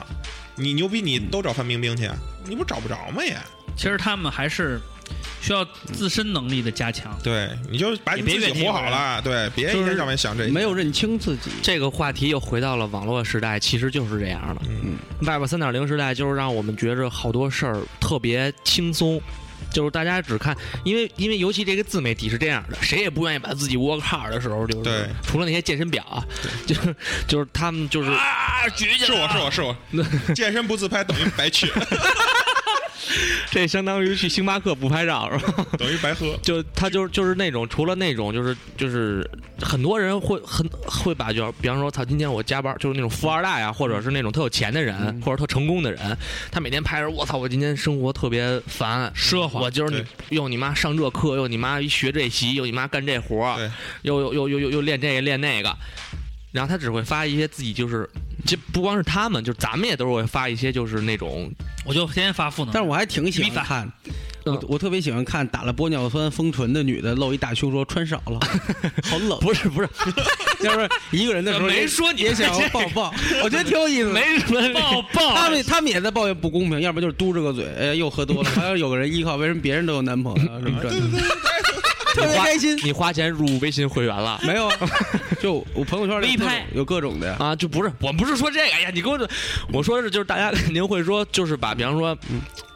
E: 你牛逼，你都找范冰冰去，啊你不找不着吗也？
A: 其实他们还是需要自身能力的加强。
E: 对，你就把你自己活好了，对，别一天到晚想这
B: 没有认清自己，
D: 这个话题又回到了网络时代，其实就是这样的。
E: 嗯
D: 外边三点零时代就是让我们觉着好多事儿特别轻松，就是大家只看，因为因为尤其这个自媒体是这样的，谁也不愿意把自己 work hard 的时候，就
E: 对
D: 是除了那些健身表啊， 就是就是他们就是
A: 啊，举起
E: 是
A: 来
E: 我
A: 了
E: 是我是 我，健身不自拍等于白 去，
D: 这相当于去星巴克不拍照是吧？
E: 等于白喝。
D: 就他就是就是那种，除了那种就是就是很多人会很会把就比方说，他今天我加班，就是那种富二代啊，或者是那种特有钱的人，或者特成功的人，他每天拍着我操，我今天生活特别烦
A: 奢华
D: 我今儿你又你妈上这课，又你妈学这习，又你妈干这活儿
E: 对，
D: 又又又又又又练这个练那个。然后他只会发一些自己就是，这不光是他们，就是咱们也都会发一些就是那种，
A: 我就天天发负能量。
B: 但是我还挺喜欢看，我我特别喜欢看打了玻尿酸封唇的女的露一大胸说穿少了，好冷。
D: 不是不是，
B: 要不然一个人的时候
D: 没
B: 也
D: 说你
B: 也想要抱抱，我觉得挺有意思的。
D: 没什么
A: 抱抱，
B: 他们他们也在抱怨不公平，要不就是嘟着个嘴，哎，又喝多了。还有有个人依靠，为什么别人都有男朋友啊什么这，特别开心。
D: 你花钱入微信会员了
B: 没有，就我朋友圈里
A: 微拍
B: 有各种的呀。
D: 啊？就不是，我不是说这个，哎呀，你跟我说，我说的是就是大家肯定会说，就是把，比方说，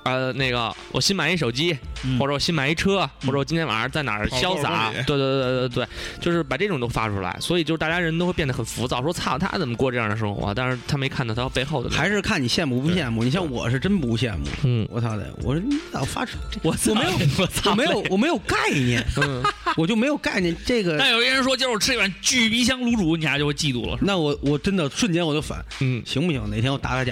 D: 呃，那个我新买一手机，
A: 嗯
D: 或者我新买一车，或者我今天晚嗯上在哪儿
E: 跑
D: 潇洒
E: 多少公里，
D: 对对对对对，就是把这种都发出来，所以就是大家人都会变得很浮躁，说操，他怎么过这样的生活啊？但是他没看到他背后的那个，
B: 还是看你羡慕不羡慕。你像我是真不羡慕，
D: 嗯，
B: 我操的，我说你咋发生这？
D: 我我没有，我操，
B: 我没有，我没有概念，
D: 嗯，
B: 我就没有概念这个。
A: 但有一个人说，今儿我吃一碗巨鼻香卤煮，你俩就会嫉妒了。是吧
B: 那我我真的瞬间我就反，
D: 嗯
B: 行不行？哪天我打打 假，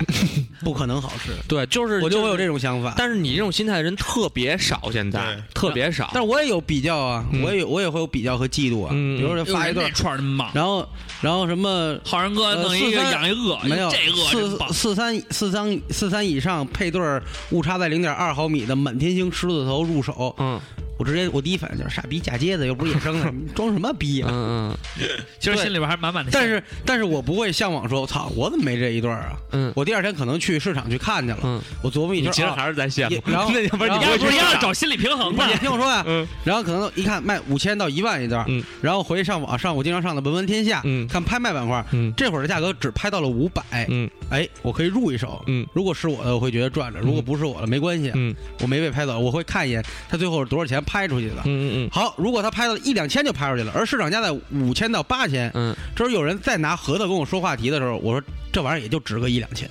B: 不可能好吃，
D: 对，就是
B: 我就会有这
D: 种。
B: 种想法。
D: 但是你这种心态的人特别少，现在
E: 对
D: 特别少。
B: 但是我也有比较啊，
D: 嗯
B: 我也有我也会有比较和嫉妒啊。
D: 嗯
B: 比如说发
A: 那
B: 一段，
A: 串儿真棒。
B: 然后然后什么
A: 浩然哥
B: 呃
A: 弄一个
B: 43
A: 养一恶，
B: 没有
A: 这恶真棒
B: 四。四三四三四三以上配对儿误差在零点二毫米的满天星狮子头入手，
D: 嗯
B: 我直接我第一反应就是傻逼嫁接的，又不是野生的， 你装什么逼
D: 嗯
B: 啊？
D: 嗯
A: 其实心里边还满满的。
B: 但是但是我不会向往说，我操，我怎么没这一段儿啊？
D: 嗯
B: 我第二天可能去市场去看去了，
D: 嗯，
B: 我琢磨一
D: 你
B: 圈，
D: 其实
B: 啊
D: 还是在羡慕
B: 也，然后
D: 那要不然
B: 然
D: 你
B: 后
A: 要不
D: 会去
A: 是
D: 市
A: 要
D: 场
A: 找心理平衡
B: 不
A: 吧
B: 是，？你听我说呀、
D: 嗯
B: 然后可能一看卖五千到一万一段，
D: 嗯
B: 然后回上网上我经常上的文玩天下，
D: 嗯
B: 看拍卖板块，
D: 嗯
B: 这会儿的价格只拍到了五百、
D: 嗯
B: 哎，我可以入一手，
D: 嗯
B: 如果是我的，我会觉得赚了；如果不是我的，没关系，
D: 嗯
B: 我没被拍走，我会看一眼他最后是多少钱拍出去的。
D: 嗯嗯
B: 好，如果他拍到一两千就拍出去了，而市场价在五千到八千，
D: 嗯
B: 这时候有人再拿核桃跟我说话题的时候，我说这玩意儿也就值个一两千，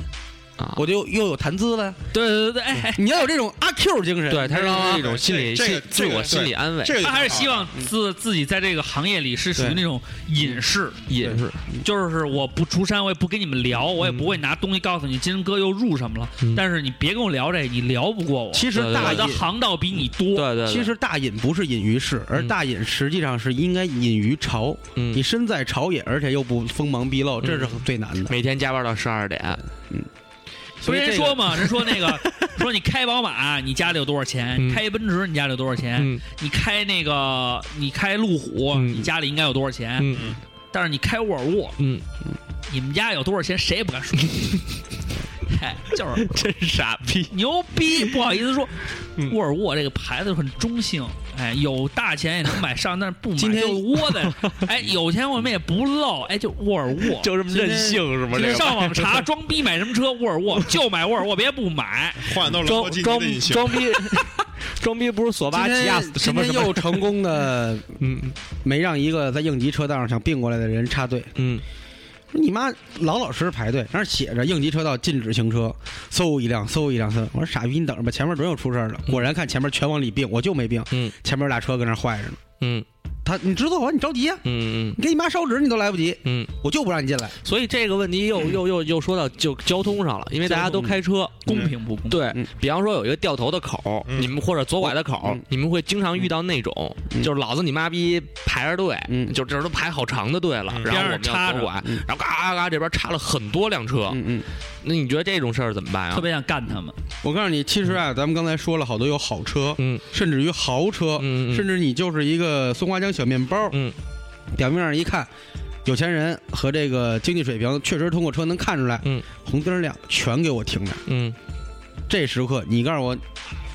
D: 啊，
B: 我就又有谈资了。
A: 对对对对，哎，
B: 你要有这种阿 Q 精神，嗯
D: 对，他
B: 你知道吗
D: 是一种心理
E: 这
D: 心
E: 个这
D: 自
E: 个
D: 我心理安慰，
E: 这个就
A: 他还是
E: 挺好
A: 希望自自己在这个行业里是属于
B: 啊嗯
A: 那
B: 对
A: 种隐士，
D: 也是
A: 就是我不出山，我也不跟你们聊，我也不
B: 嗯
A: 会拿东西告诉你今天哥又入什么了
D: 嗯。
A: 但是你别跟我聊这，你聊不过我。
B: 其实
D: 对对
B: 大
A: 我
B: 隐
A: 的航道比你多。
D: 对对，
B: 其实大隐不是隐于市，而
D: 嗯
B: 大隐实际上是应该隐于朝。你
D: 你
B: 身在朝野，而且又不锋芒毕露，这是最难的。
D: 每天加班到十二点，
A: 不
B: 所
A: 是
B: 以
A: 人
B: 这
A: 说
B: 个
A: 嘛，人说那个说你开宝马，你家里有多少钱？
D: 嗯
A: 开一奔驰，你家里有多少钱？
D: 嗯
A: 你开那个你开路虎，
D: 嗯
A: 你家里应该有多少钱？
D: 嗯
A: 但是你开沃尔沃，
D: 嗯，
A: 你们家有多少钱谁也不敢 说。哎，就是
D: 真傻逼，
A: 牛逼，不好意思说
D: 嗯，
A: 沃尔沃这个牌子很中性，哎，有大钱也能买上，但是不买
B: 今天
A: 就窝在， 哎，有钱我们也不露，哎，就沃尔沃。
D: 就这么任性是吗？这
A: 你
D: 个
A: 上网查装逼买什么车，沃尔沃就买沃尔沃，别不买。
D: 嗯
E: 换到兰
D: 装
E: 博基尼
D: 装
E: 的引擎，
D: 装逼 装逼不是索
B: 今
D: 巴奇亚
B: 天
D: 斯什
B: 今
D: 么
B: 天
D: 什么
B: 又，成功的
D: 嗯
B: 没让一个在应急车道上想并过来的人插队。
D: 嗯
B: 你妈老老实实排队，那儿写着应急车道禁止行车，嗖一辆，嗖一辆，嗖。我说傻逼，你等着吧，前面准有出事儿的。果然看前面全往里并，我就没并，
D: 嗯
B: 前面有俩车搁那儿坏着呢。
D: 嗯
B: 他，你知道啊我，你着急呀、
D: 嗯嗯
B: 你给你妈烧纸你都来不及，
D: 嗯，
B: 我就不让你进来。
D: 所以这个问题又又又又说到就交通上了，因为大家都开车，
A: 公平不公平？
D: 对
B: 嗯，
D: 比方说有一个掉头的口儿，
E: 嗯
D: 你们或者左拐的口儿
B: 嗯，
D: 你们会经常遇到那种，
B: 嗯
D: 就是老子你妈逼排着队，
B: 嗯
D: 就这儿都排好长的队了，
E: 嗯
D: 然后我
A: 边
D: 们
A: 上
D: 要
A: 插着
D: 左拐，
B: 嗯
D: 然后嘎嘎嘎这边插了很多辆车，
B: 嗯嗯。
D: 那你觉得这种事儿怎么办
A: 特
D: 啊？
A: 别想干他们。
B: 我告诉你，其实啊，咱们刚才说了好多有好车，
D: 嗯
B: 甚至于豪车，
D: 嗯嗯
B: 甚至你就是一个松花江小面包，
D: 嗯
B: 表面上一看，有钱人和这个经济水平确实通过车能看出来，
D: 嗯，
B: 红灯亮全给我停着。
D: 嗯
B: 这时刻，你告诉我，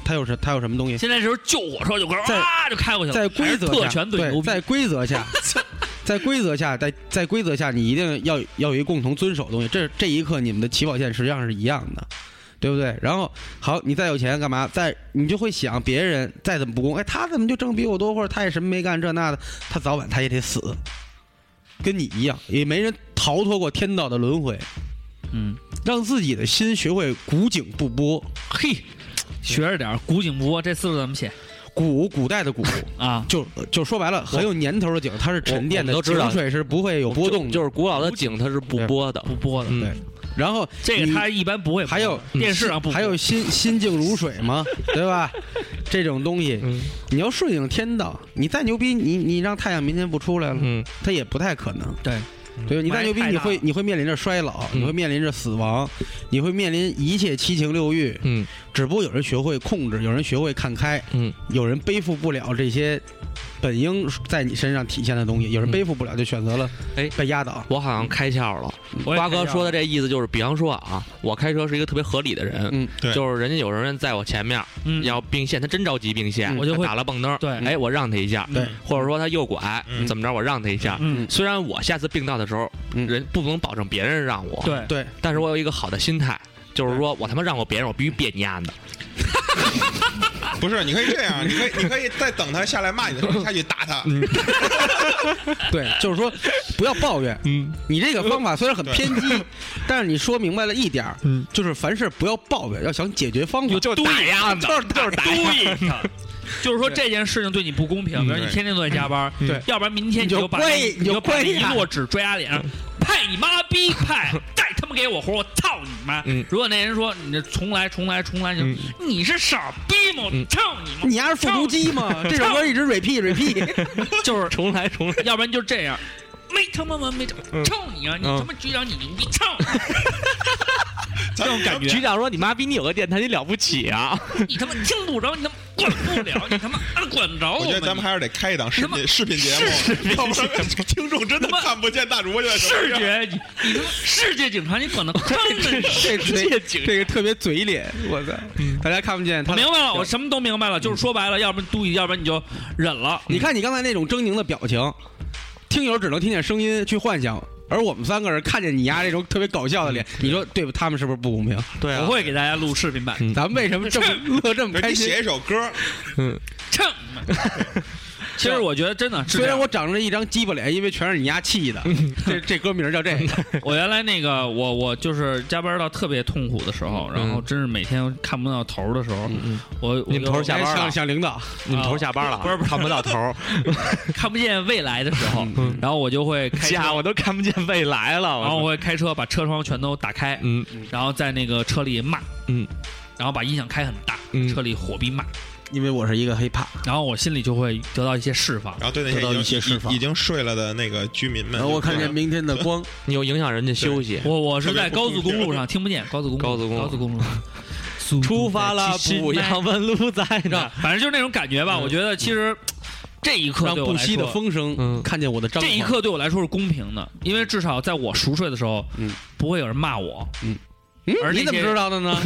B: 他有什他有什么东西？
A: 现在时候救火车就开始
B: 在
A: 啊就开过去了，
B: 在规则
A: 还是特
B: 下，
A: 权最牛
B: 对，
A: 逼。
B: 在规 则下，在规则下，在在规则下，你一定要要有一共同遵守的东西。这这一刻，你们的起跑线实际上是一样的。对不对？然后好，你再有钱干嘛？再你就会想别人再怎么不公，哎，他怎么就挣比我多，或者他也什么没干这那的，他早晚他也得死，跟你一样，也没人逃脱过天道的轮回。
A: 嗯，
B: 让自己的心学会古井不波，
A: 嘿，学着点儿古井不窝这四个字怎么写
B: 古古代的古，
A: 啊？
B: 就就说白了，很有年头的井，它是沉淀的，
D: 我我们都知道
B: 井水是不会有波动的。
D: 就是古老的井它是不播的，
A: 不播的，
D: 嗯
B: 对，然后
A: 这个
B: 你
A: 他一般不会播。
B: 还有
A: 电视上不播
B: 还有心心静如水嘛，对吧？这种东西，
D: 嗯
B: 你要顺应天道，你再牛逼，你你让太阳明天不出来了，
D: 嗯
B: 它也不太可能。
A: 对
B: 对，你再牛逼，
A: 埋汰
B: 你
A: 它
B: 会你会面临着衰老，
D: 嗯
B: 你会面临着死亡，你会面临一切七情六欲。
D: 嗯
B: 只不过有人学会控制，有人学会看开，
D: 嗯，
B: 有人背负不了这些本应在你身上体现的东西，有人
D: 嗯
B: 背负不了就选择了
D: 哎
B: 被压倒。
D: 我好像开窍了。
A: 我也
D: 瓜
A: 看
D: 哥
A: 见
D: 说的
A: 了
D: 这意思就是，比方说啊，我开车是一个特别合理的人，
B: 嗯
E: 对
D: 就是人家有人在我前面
A: 嗯
D: 要并线，他真着急并线，
B: 嗯
A: 我就
D: 他
A: 会
D: 打了蹦灯，
A: 对
D: 哎，我让他一下，
B: 对，
D: 或者说他右拐
E: 嗯
D: 怎么着，我让他一下。
A: 嗯
D: 虽然我下次并道的时候，
B: 嗯
D: 人不能保证别人让我，，
A: 对
B: 对，
D: 但是我有一个好的心态，就是说我他妈让过别人，我必须别你丫的。
E: 不是，你可以这样，你可以，你可以再等他下来骂你的时候， 你下去打他。
B: 对，就是说不要抱怨。
D: 嗯，
B: 你这个方法虽然很偏激， 但是你说明白了一点儿，
D: 嗯
B: 就是凡事不要抱怨，要想解决方法。
D: 就是打丫的，
A: 就是就是对 的，就是说这件事情对你不公平，比如你
E: 对
A: 天天都在加班，
B: 对
A: 要不然明天
B: 你
A: 你
B: 就
A: 把
B: 跪
A: 那
B: 你
A: 你
B: 就
A: 把那
B: 跪
A: 一
B: 下
A: 摞纸拽他脸 上，派你妈逼 派，再他妈给我活，我操你妈
D: 嗯！
A: 如果那人说你这重来重来重来，就
D: 嗯
A: 你是傻逼吗？
D: 嗯
A: 我操你妈！
B: 你丫是复读机 吗？这首歌一直 repeat repeat，
A: 就是
D: 重来重来。
A: 要不然就这样，没他妈完没整，操你啊！你他妈局长你牛逼，操！
E: 这种感
D: 局长说：“你妈逼，你有个电台，你了不起啊！
A: 你他妈听不着，你他妈管不了，你他妈按管不着
E: 我觉得咱们
A: 哦们。
E: 还是得开一档视
A: 什么
E: 频视频节目，要不然 听众真的
A: 什么
E: 看不见大主播就在什么
A: 视
E: 样
A: 觉，你你他妈世界警察，你管得宽着 你。
B: 这这这个特别嘴脸，我操！
D: 嗯
B: 大家看不见他
A: 我。明白了，我什么都明白了，就是说白了，要不然注意，要不然你就忍了。
B: 你看你刚才那种狰狞的表情，听友只能听见声音去幻想，而我们三个人看见你丫这种特别搞笑的脸，你说对吧？他们是不是不公平？
D: 对
A: 我会给大家录视频版，
D: 嗯
B: 咱们为什么这 么乐这么
E: 你
B: 开心
E: 写？一首歌，
A: 蹭。 其实我觉得真的，是
B: 虽
A: 这
B: 然
A: 样
B: 我长着一张鸡巴脸，因为全是你丫气的。这这歌名叫这个，
A: 我原来那个我我就是加班到特别痛苦的时候，然后真是每天看不到头儿的时候，我
D: 你们
B: 嗯
D: 头儿下班了
B: 想想领导，
D: 你们头下班了，
A: 不是不是
D: 看不到头 儿，
A: 我看不见未来的时候，
B: 嗯
A: 然后我就会开车，
D: 家我都看不见未来了。我
A: 然
D: 操
A: 后我会开车把车窗全都打开，
D: 嗯
A: 然后在那个车里骂，
D: 嗯，
A: 然后把音响开很大，
D: 嗯
A: 车里火逼骂，
B: 因为我是一个 hiphop。
A: 然后我心里就会得到一些释放。
E: 然后对那
B: 得到一些
E: 些已
B: 释
E: 经
B: 放
E: 已已经睡了的那个居民们，
B: 然后我看见
E: 就是
B: 明天的 光，
D: 你又影响人家休息。
A: 我我是在高速公路上听不见，高速公路，
D: 高速公路
A: 高速公路上，速度
D: 出发了
A: 在，七十
D: 不
A: 迈
D: 要问路在
A: 那
D: 哪。
A: 反正就是那种感觉吧。我觉得其实这一刻
B: 让
A: 对我
B: 不
A: 来
B: 息的
A: 说
B: 风声
D: 嗯
B: 看见我的张
A: 这
B: 狂。
A: 一刻对我来说是公平的，因为至少在我熟睡的时候，
B: 嗯
A: 不会有人骂我，
B: 嗯，
A: 而
B: 你
A: 那
B: 怎么
A: 些
B: 知道的呢？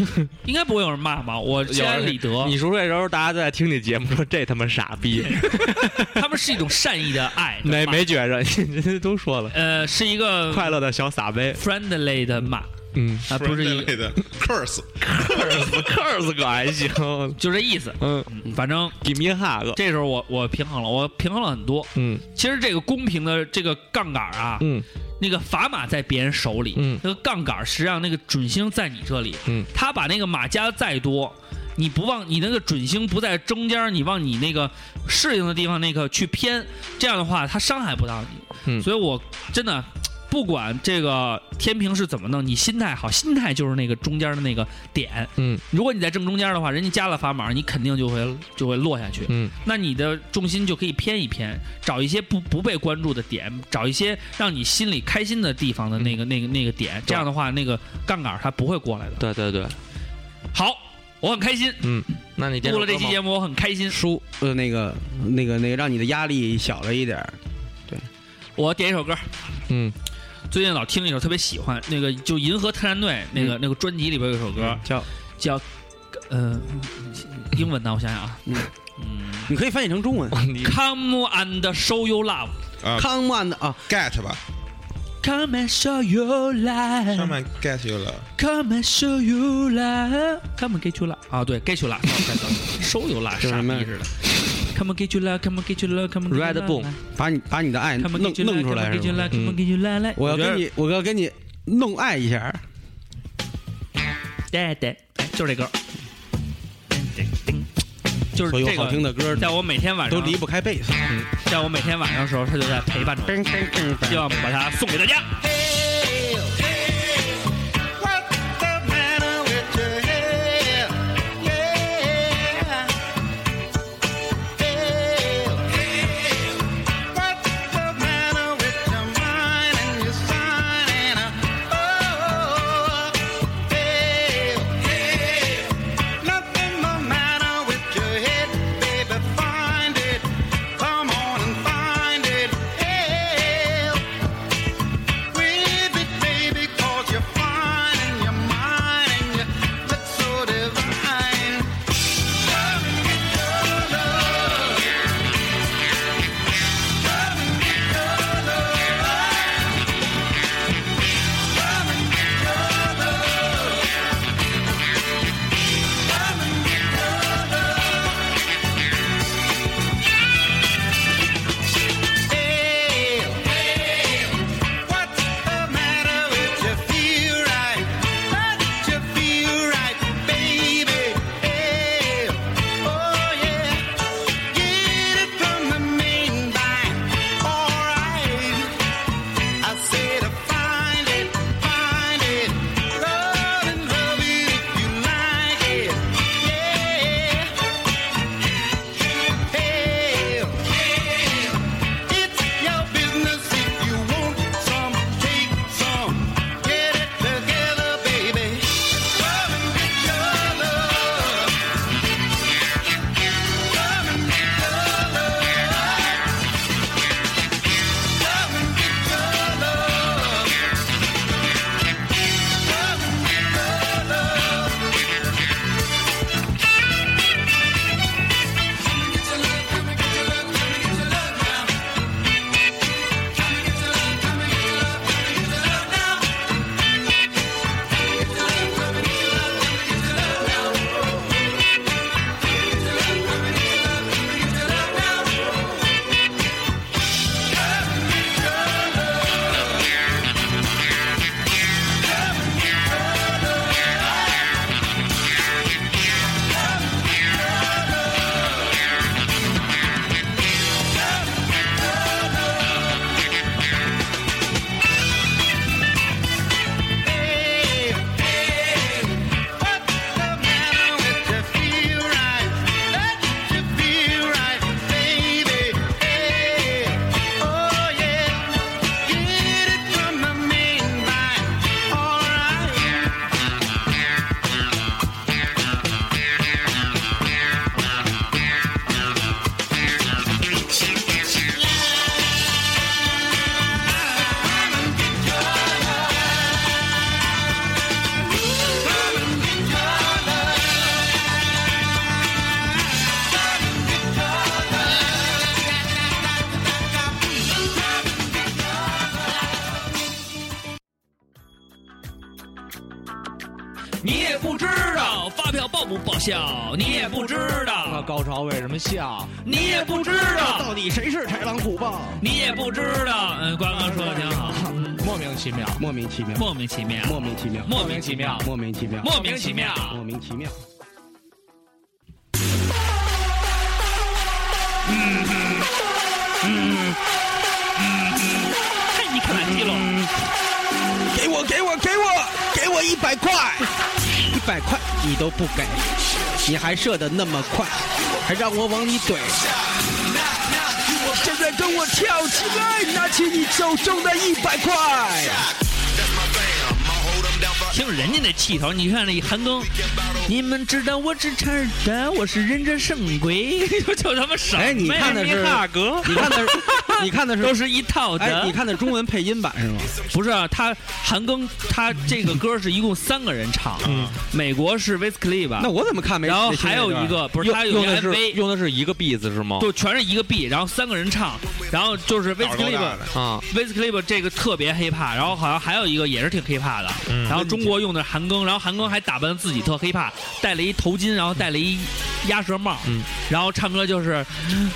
A: 应该不会有人骂吧？ 我心安理得，
D: 啊你熟睡的时候，大家都在听你节目，说这他妈傻 逼，
A: 他们是一种善意的 爱，
D: 没
A: 骂
D: 没觉着？人家都说了，
A: 呃，是一个
D: 快乐的小傻杯。
A: friendly 的骂
D: 嗯
A: 啊，不是一
E: 类的 curse，
D: ，curse 可还行。
A: 就这意思。
D: 嗯
A: 嗯反正
D: ，give me a hug。
A: 这时候我我平衡了，我平衡了很多。
D: 嗯
A: 其实这个公平的这个杠杆啊，
D: 嗯
A: 那个砝码在别人手里，
D: 嗯
A: 那个杠杆实际上那个准星在你这里，
D: 嗯
A: 他把那个马加再多，你不往你那个准星不在中间，你往你那个适应的地方那个去偏，这样的话他伤害不到你，
D: 嗯
A: 所以我真的。不管这个天平是怎么弄，你心态好，心态就是那个中间的那个点。
D: 嗯
A: 如果你在正中间的话，人家加了砝码，你肯定就会就会落下去。
D: 嗯
A: 那你的重心就可以偏一偏，找一些不不被关注的点，找一些让你心里开心的地方的那个、那个那个点，这样的话，那个杠杆它不会过来的。
D: 嗯对对对。
A: 好，我很开心，
D: 嗯，那你接着
A: 录了这期
D: 说
A: 节
D: 吧
A: 目，我很开心。
B: 舒呃那个那个那个，让你的压力小了一点儿。
A: 我点一首歌，
D: 嗯
A: 最近老听一首特别喜欢，那个就《银河特战队》那个、那个专辑里边有一首歌
B: 嗯叫
A: 叫，呃，英文呢？我想想啊，
B: 嗯
A: 嗯
B: 你可以翻译成中文
D: 哦
A: c o m e and show you love。
E: 啊
B: ，Come on 啊
E: ，get 吧，
I: Come and show you
B: 哎
E: 上
I: love,
E: 面 get you 了，
I: come and show you love, come and get you love 啊，对，get you love，sorry, sorry，收 you love，
B: 这
I: 傻
B: 什么呀
I: 逼似的。Come and get you love, come and get you love, come and get you
D: Red
I: love,
D: Bull
B: 把你把你的爱
I: come
B: 弄
I: and get you
B: 弄
I: love,
B: 出
I: come
B: 来
I: and
B: 是
I: get you
B: 吧？
I: love, come and get you love，
B: 我要
I: 觉
B: 跟
I: 得
B: 你，我要跟你弄爱一下。
I: 对对，哎就是这歌，就是
B: 所有
I: 这
B: 好听的
I: 个，
B: 歌
I: 在我每天晚上
B: 都离不开贝斯。
I: 在我每天晚上的时候，他就在陪伴着我，希望把它送给大家。
F: oh,
I: 你也不知道发票报不报销，你也不知
D: 那
I: 道，
D: 高潮为什么笑？
I: 你也不知道，
B: 到底谁是豺狼虎豹？
I: 你也不知道。嗯，瓜哥说的挺好，
D: 莫名其妙，
B: 莫名其妙，
I: 莫名其妙，
B: 莫名其妙，
I: 莫名其妙，
B: 莫名其妙，
I: 莫名其妙。
B: 莫名其妙。
I: 嘿，你可难听了，
B: 给我，给我，给我，给我一百块，一百块你都不给，你还射的那么快，还让我往里怼。现在跟我跳起来，拿起你手中的一百块。
I: 听人家那气头，你看那韩庚，你们知道我是哪儿的，我是忍者神龟， 就就他妈什么呀？
B: 哎你看的是
I: 米哈格，
B: 你看的是， 你看的
I: 都
B: 是，
I: 是一套的。
B: 哎，你看的是中文配音版是吗？
I: 不是啊，他韩庚他这个歌是一共三个人唱，美国是威斯克利吧
B: 那？我怎么看没？
I: 然后
B: 没听
I: 还有
B: 这段
I: 一个不是
D: 用
I: 他有
D: 用
I: 一
D: 的
I: 个
D: 是
I: MV，
D: 用的是一个 beats 是吗？
I: 就全是一个 B，然后三个人唱，
A: 然后就是
E: 胆
A: Wiz
E: 儿够大
A: Khalifa
E: 的。
D: 啊，
A: Wiz Khalifa 这个特别 hiphop，然后好像还有一个也是挺 hiphop 的，
E: 嗯
A: 然后中国用的是韩庚，然后韩庚还打扮得自己特 hiphop，戴了一头巾，然后戴了一鸭舌帽，
D: 嗯
A: 然后唱歌就是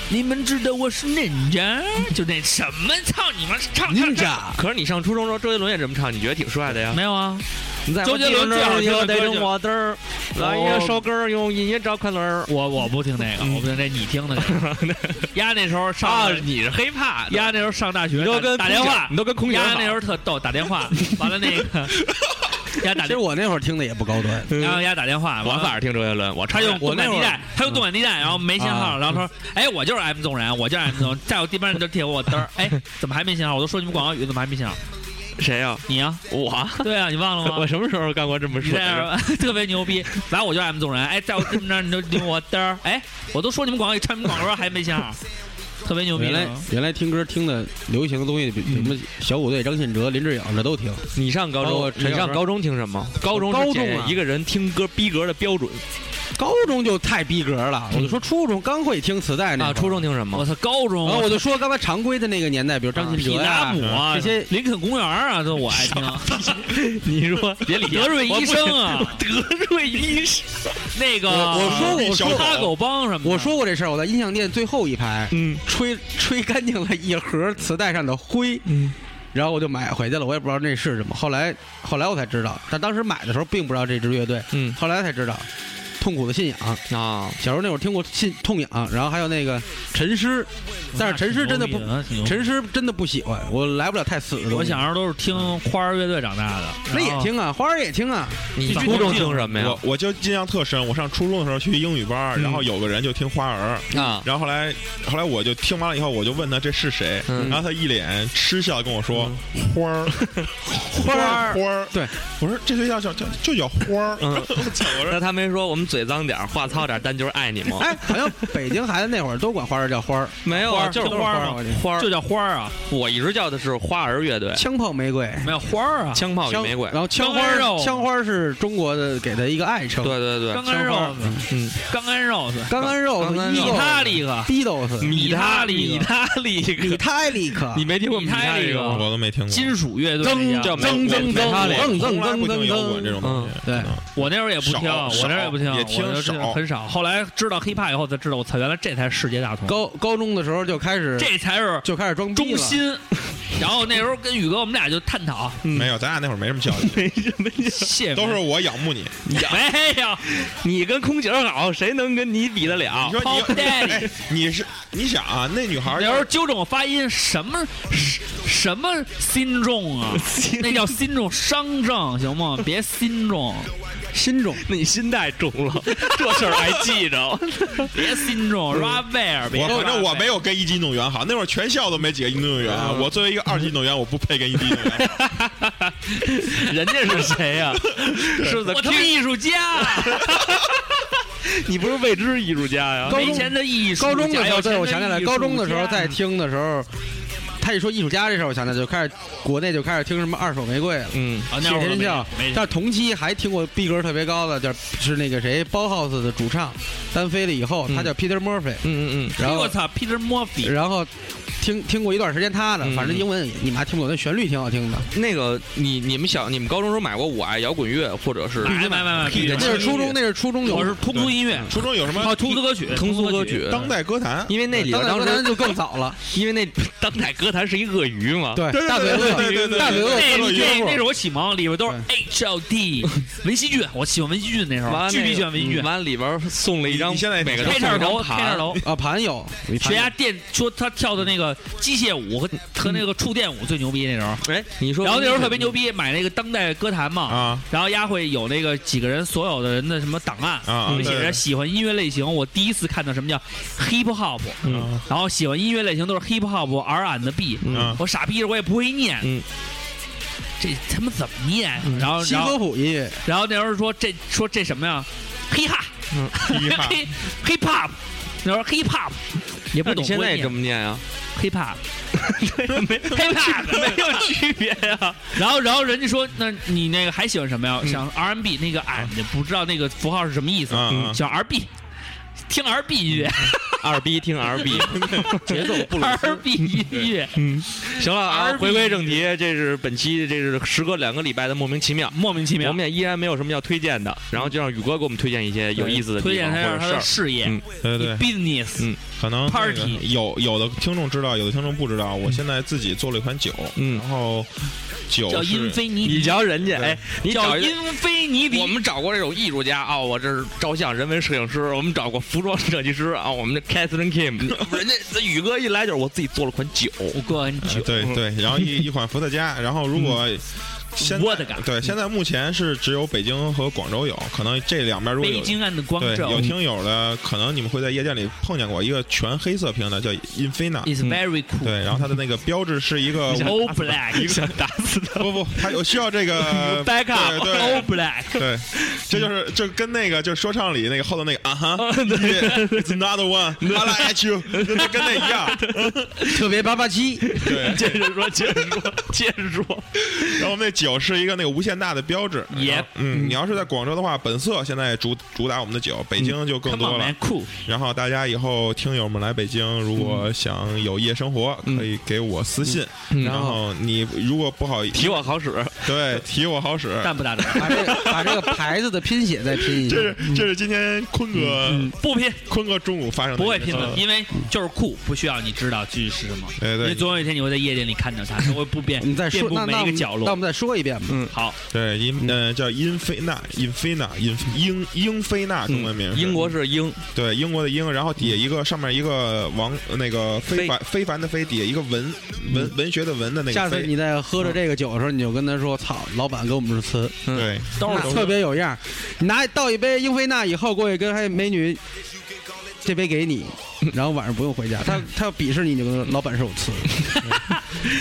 A: 你们知道我是忍者，就那什么操你们唱
B: 宁
A: 唱
B: 家
D: 可是你上初中的时候，周杰伦也这么唱，你觉得挺帅的呀
A: 唱？没有啊？
D: 你在
A: 周杰伦最好听的歌就是
D: 我的儿，来一首歌儿用音乐找快乐儿。
A: 我我不听那个，我不听这你听的那个。丫那时候上
D: 啊
A: 你是 hiphop，丫那时候上大学，
D: 都跟
A: 打
D: 空
A: 电
D: 姐
A: 话
D: 你，都跟空姐
A: 丫那时
D: 好
A: 候特逗，打电话，完了那个丫打
B: 其实
A: 电，
B: 我那会儿听的也不高端，
A: 然后丫打电话，
D: 我
A: 完了
D: 反正听周杰伦，我
A: 他
D: 唱
A: 用
B: 我
A: 动
B: 那
A: 感地
B: 会儿
A: 带，他用动感地带，然后没信号，然后他说：“哎，我就是 M 纵人，我就是 M 纵人，在我地板上就贴我嘚儿，哎，怎么还没信号？我都说你们广告语，怎么还没信号？
D: 谁呀？
A: 你啊，
D: 我啊，
A: 对啊，你忘了
D: 我
A: 吗？
D: 什么时候干过这么
A: 你
D: 帅
A: 在那
D: 的？
A: 儿 特别牛逼，完我就是 M 纵人，哎，在我地板上你就拧我嘚儿，哎，我都说你们广告语，唱你们广告还没信号，特别牛逼
B: 原。来原来听歌听的流行的东西，比什么小虎队、张信哲、林志颖这都听。
D: 你上高
B: 包括
D: 中，
B: 陈
D: 哦你
B: 小
D: 上
B: 春
D: 高中听什么？高中啊
B: 高中
D: 是检
B: 啊
D: 验一个人听歌逼格的标准
B: 高中就太逼格了，我就说初中刚会听磁带那会
D: 嗯
B: 儿
D: 啊。初，中听什
A: 我
D: 么？
A: 操，高中啊
B: 然后哦我就说刚才常规的那个年代，比如张信
A: 匹
B: 哲
A: 达
B: 呀
A: 姆啊，
B: 这些
A: 林肯公园啊，都我爱 听。
D: 你说别理
A: 德瑞医生啊，
D: 德瑞医生，
A: 那个
B: 我我说过我说过
A: 哈狗帮什么的？
B: 我说过这事儿，我在音像店最后一排，
D: 嗯，
B: 吹吹干净了一盒磁带上的灰，
D: 嗯，
B: 然后我就买回去了，我也不知道那是什么。后来后来我才知道，但当时买的时候并不知道这支乐队，
D: 嗯
B: 后来才知道，痛苦的信仰。
D: 啊，
B: 小时候那会儿听过信痛痒，然后还有那个陈诗，但是陈诗真的不，
A: 那挺牛逼的，
B: 陈诗真的不喜欢，我来不了太死的东西。
A: 我小
D: 啊
A: 时候都是听花儿乐队长大的，
B: 那
A: 然
B: 也
A: 后。
B: 听啊，花儿也听啊，
D: 你
A: 就
D: 初中
A: 就
D: 听什么呀
E: 我？我就印象特深，我上初中的时候去英语班儿，然后有个人就听花儿，
D: 啊，
E: 然后后来后来我就听完了以后，我就问他这是谁，
D: 嗯
E: 然后他一脸嗤笑跟我说花儿花儿花儿，
B: 对
E: 我说这就叫叫叫就叫花儿，
D: 嗯
E: 我操，我
D: 那
E: 说
D: 他没说我们嘴脏点儿，话糙点儿，但就是爱你吗？
B: 哎，好像北京孩子那会儿都管花儿叫花 儿，
D: 没有
A: 花
D: 啊，
A: 儿
D: 就是
A: 就花儿
D: 儿
A: 嘛
D: 嘛，花儿
A: 就。叫花儿啊，
D: 我一直叫的是花儿乐队，
B: 枪炮玫瑰。
A: 没有花儿啊，
D: 枪哎炮与
B: 枪
D: 玫瑰。
B: 然后枪
A: 当
B: 花
A: 然肉
B: 儿，枪花儿是中国的给的一个爱称。
D: 对，对对
A: 干，干肉子，
D: 嗯，
A: 干干肉子，
B: 干干肉
D: 刚刚
A: 米
D: 肉
A: 他里克，
B: Beatles、
A: 米他
D: 米
A: 里克，
D: 他利 克，
B: 米泰利克，
D: 你没听过米他利克吗？
E: 我都没听过，
A: 金属乐队那叫
D: 叫没
B: 增增
D: 没
B: 增
D: 他利克
B: 增
E: 从
B: 增
E: 来不
B: 增
E: 听
B: 增
E: 摇滚这
B: 增，
E: 种东西，
B: 对
E: 嗯
A: 我那时候也不听，
E: 少
A: 我那时候也不听，
E: 少也听
A: 我就是
E: 少
A: 很少。后来知道 hiphop 以后才知道，我操，原来这才是世界大同，
B: 高高中的时候就开始
A: 这才是
B: 就开始装逼
A: 中
B: 了。
A: 心。然后那时候跟宇哥我们俩就探讨，
E: 没有，咱俩那会儿没什么交集，
A: 谢
E: 都是我仰慕你。
A: 没有，
D: 你跟空姐儿好，谁能跟你比得了
E: 你？说
A: ，Pop
E: 你，
A: Daddy
E: 哎，你是你想啊，那女孩
A: 那
E: 儿
A: 时候纠正我发音，什么什什么心重啊？那叫心重伤正，行吗？别心重，
B: 心中
D: 你心太重了，这事儿还记着。
A: 别心重 r a b e r 别
E: 我反正我没
A: 有。
E: 有跟一级运动员好，那会儿全校都没几个运动员。我作为一个二级运动员，我不配跟一级运动员。
D: 人家是谁呀？是的
A: 我，他妈艺术家，
D: 你不是未知艺术家呀？
B: 高
A: 没
B: 中
A: 钱的艺术家。
B: 高中的时候，
A: 有钱
B: 对我想起来，高中的时候
A: 艺术家
B: 在听的时候，他一说艺术家这事儿，我想起来就开始国内就开始听什么二手玫瑰了。
D: 嗯，
A: 啊，那
B: 谢
A: 会儿
B: 天笑
A: 没没，
B: 但是同期还听过逼格特别高的，就是那个谁包 house 的主唱，单飞了以后，他
D: 嗯
B: 叫 Peter Murphy，
D: 嗯嗯
B: 然后
A: 哎我操，Peter Murphy，
B: 然后听听过一段时间他的，
D: 嗯
B: 反正英文也你们还听不懂，但旋律挺好听的。
D: 嗯，那个你你们小你们高中时候买过《我爱摇滚乐》或者是
A: 买买买买，
D: 屁的
B: 那
A: 必须
B: 是
A: 买
B: 初中，那是初中有，
A: 我是通俗音乐，
E: 初中有什么
A: 啊，通俗歌曲，
D: 通俗歌曲？
E: 当代歌坛？
D: 因为那里
B: 当
D: 边
B: 代
D: 当
B: 歌坛
D: 时
B: 就更早 了。
D: 因为那 当代歌坛是一鳄鱼嘛，
B: 对
E: 对，对
B: 大嘴
E: 对对对
B: 乐，
E: 对
B: 大嘴
E: 对
B: 乐
A: 那
E: 对
B: 欢乐
A: 那
B: 约
A: 那是
B: 会。
A: 我启蒙，里边都是 H L D 文熙俊，我喜欢文熙俊那时
D: 完
A: 候，
D: 了那个，
A: 巨逼喜欢文熙俊
D: 嗯。完了里边送了一张，
E: 你现在
D: 每个都
A: 开
D: 送
A: 叉
D: 一张
A: 楼，开叉
D: 盘，
A: 楼，
B: 啊，盘有
A: 学家电说他跳的那个机械舞和
B: 嗯
A: 和那个触电舞最牛逼那时候。
D: 哎，你说，
A: 然后那时候特别牛，逼，买那个当代歌坛嘛，
E: 啊
A: 然后丫会有那个几个人所有的人的什么档案，
E: 啊
D: 嗯
E: 啊！
A: 写着
E: 对
A: 喜欢音乐类型。我第一次看到什么叫 hip hop，
D: 嗯
A: 然后喜欢音乐类型都是 hip hop R and B，
D: 嗯
E: 嗯，
A: 我傻逼，我也不会念
D: 嗯，
A: 这他妈怎么念？然后
B: 西
A: 然
B: 格
A: 后
B: 普音乐，
A: 然后那时候说这说这什么呀？嘿哈，
E: 嘻哈
A: 黑 hip hop，那时候 hip hop 也不
D: 那你
A: 懂，
D: 现在也
A: 也
D: 这么念啊？
A: hip hop。
D: 没
A: 没
D: 没有区别啊呀。
A: 然后，然后人家说，那你那个还喜欢什么呀？
D: 嗯
A: 想 R&B 那个俺也不知道那个符号是什么意思
E: 嗯，嗯
A: 想 R&B，听 R&B 音乐。
D: 二逼听二逼，嗯 节奏 不嗯鲁
A: 二
D: 斯。
A: 逼音乐，
D: 行了啊，
A: 二逼
D: 回归正题，这是本期这是时隔两个礼拜的莫名其妙。
A: 莫名其
D: 我
A: 妙。
D: 们也依然没有什么要推荐的，然后就让宇哥给我们推荐一些有意思的
A: 推
D: 地
A: 荐他
D: 方或
A: 让他
D: 者事
A: 的
D: 儿。
A: 事业
D: 嗯
E: 对对对，
A: business，
D: 嗯
E: 可能那个
A: Party 嗯
E: 有有的听众知道，有的听众不知道。我现在自己做了一款酒，
D: 嗯
E: 然后酒
A: 叫英
E: 是
A: 菲尼
D: 你
A: 迪，
D: 瞧人家，哎，你
A: 叫
D: 找一个
A: 英菲尼迪
D: 我。们找过这种艺术家啊、我这是照相人文摄影师，我们找过服装设计师啊，我们这 Catherine Kim，人 家这宇哥一来就是我自己做了款酒，
A: 我个人
D: 呃
A: 酒，嗯
E: 对对，然后一一款伏特加，然后如果现
A: 我的个嗯
E: 对现在目前是只有北京和广州有，可能这两边如果
A: 北
E: 有。
A: 京岸的光
E: 对，
A: 照
E: 有听友的，可能你们会在夜店里碰见过一个全黑色瓶的，叫 Infina。
A: is
D: 嗯
A: very cool。
E: 对，然后它的那个标志是一 个
A: All black，
D: 想打死 他。
E: 不不，它有需要这个
A: back up，
E: 对
A: all
E: 对
A: black。
E: 对，这就是就跟那个就是说唱里那个后头那个啊哈，It's another one，I l i you，就就跟那一样。
B: 特别八八 七，
E: 对，
D: 接着说，接着说，接着说。
E: 然后我们那酒是一个那个无限大的标志。
A: Yep
E: 然后嗯，你要是在广州的话，本色现在主主打我们的酒，北京就
A: 嗯
E: 更
A: Come
E: 多
A: on
E: 了。
A: man cool，
E: 然后大家以后听友们来北京，如
A: 嗯
E: 果想有夜生活，可以给我私信。然后你如果不好
D: 提我好使，
E: 对提我好使，
A: 但不打折，
B: 把这个把这个牌子的拼写再拼一下
E: 这。
A: 嗯
E: 是这是今天坤哥
A: 不拼，
E: 坤哥中午发生的
A: 嗯不会
E: 一个
A: 拼的，
E: 事儿
A: 因为就是酷，不需要你知道具体是什么。
E: 对
A: 因
E: 对
A: 为总有一天你会在夜店里看到它，它会不变，
B: 你再
A: 遍
B: 说，
A: 布
B: 那
A: 每
B: 那我
A: 一个
B: 们
A: 角
B: 那我
A: 落。
B: 们再说一遍吧。
A: 好，
E: 对，因
B: 嗯
E: 呃叫英菲纳，英菲纳，英英英菲
B: 嗯
E: 纳中文名是，
D: 英国是英，
E: 对英国的英，然后底下一个上面一个王，那个非凡非凡的非，底下一个文文文学的文的那
B: 嗯下
E: 个
B: 次
E: 非，
B: 你在喝着这个酒的时候，你就跟他说：“操，
D: 嗯
B: 老板给我们是词，
E: 对，
A: 都
B: 那
A: 是
B: 特别有样儿。你拿倒一杯英菲纳以后过去跟还美女，这杯给 你，然后晚上不用回家。他他要鄙视你，你就跟他说老板是有词，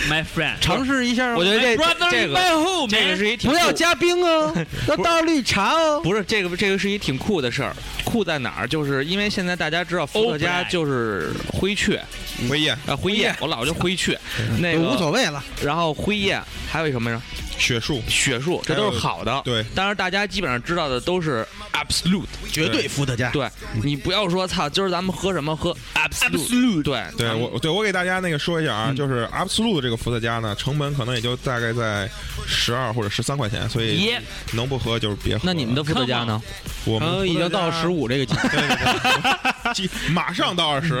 A: my friend。
B: 尝试一下哦。
D: 我觉得这
A: Brother
D: 这
A: in
D: 个
A: my home，
D: 这个
A: man
D: 是一挺
B: 不要
D: 酷
B: 加冰 哦，要倒绿茶哦。
D: 不是这个，这个是一挺酷的事儿。酷在哪儿？就是因为现在大家知道伏特加
A: Old black
D: 就是灰雀
B: 嗯
E: 回宴
D: 啊，灰
B: 灰
D: 雁
B: 雁，
D: 我老叫灰雀，那
B: 无
D: 个，
B: 所谓了，
D: 然后灰雁还有一什么呀？
E: 雪树，
D: 血术，这都
E: 还
D: 是
E: 有
D: 好的。
E: 对
D: 当然大家基本上知道的都是 absolute。
B: 绝
E: 对
B: 伏特加。
D: 对你不要说操，今儿咱们喝什么喝 absolute，对
E: 对
D: 咱
B: 嗯
D: 们
E: 我对我给大家那个说一下啊，就是 Absolute 这个伏特加呢，成本可能也就大概在十二或者十三块钱，所以
A: Yeah
E: 能不喝就是别喝。
D: 那你们的伏特加呢？
E: 我
B: 然后
E: 们
B: 呃已经到十
E: 五，
B: 五这个级，
E: 对对对 即马上到 二十，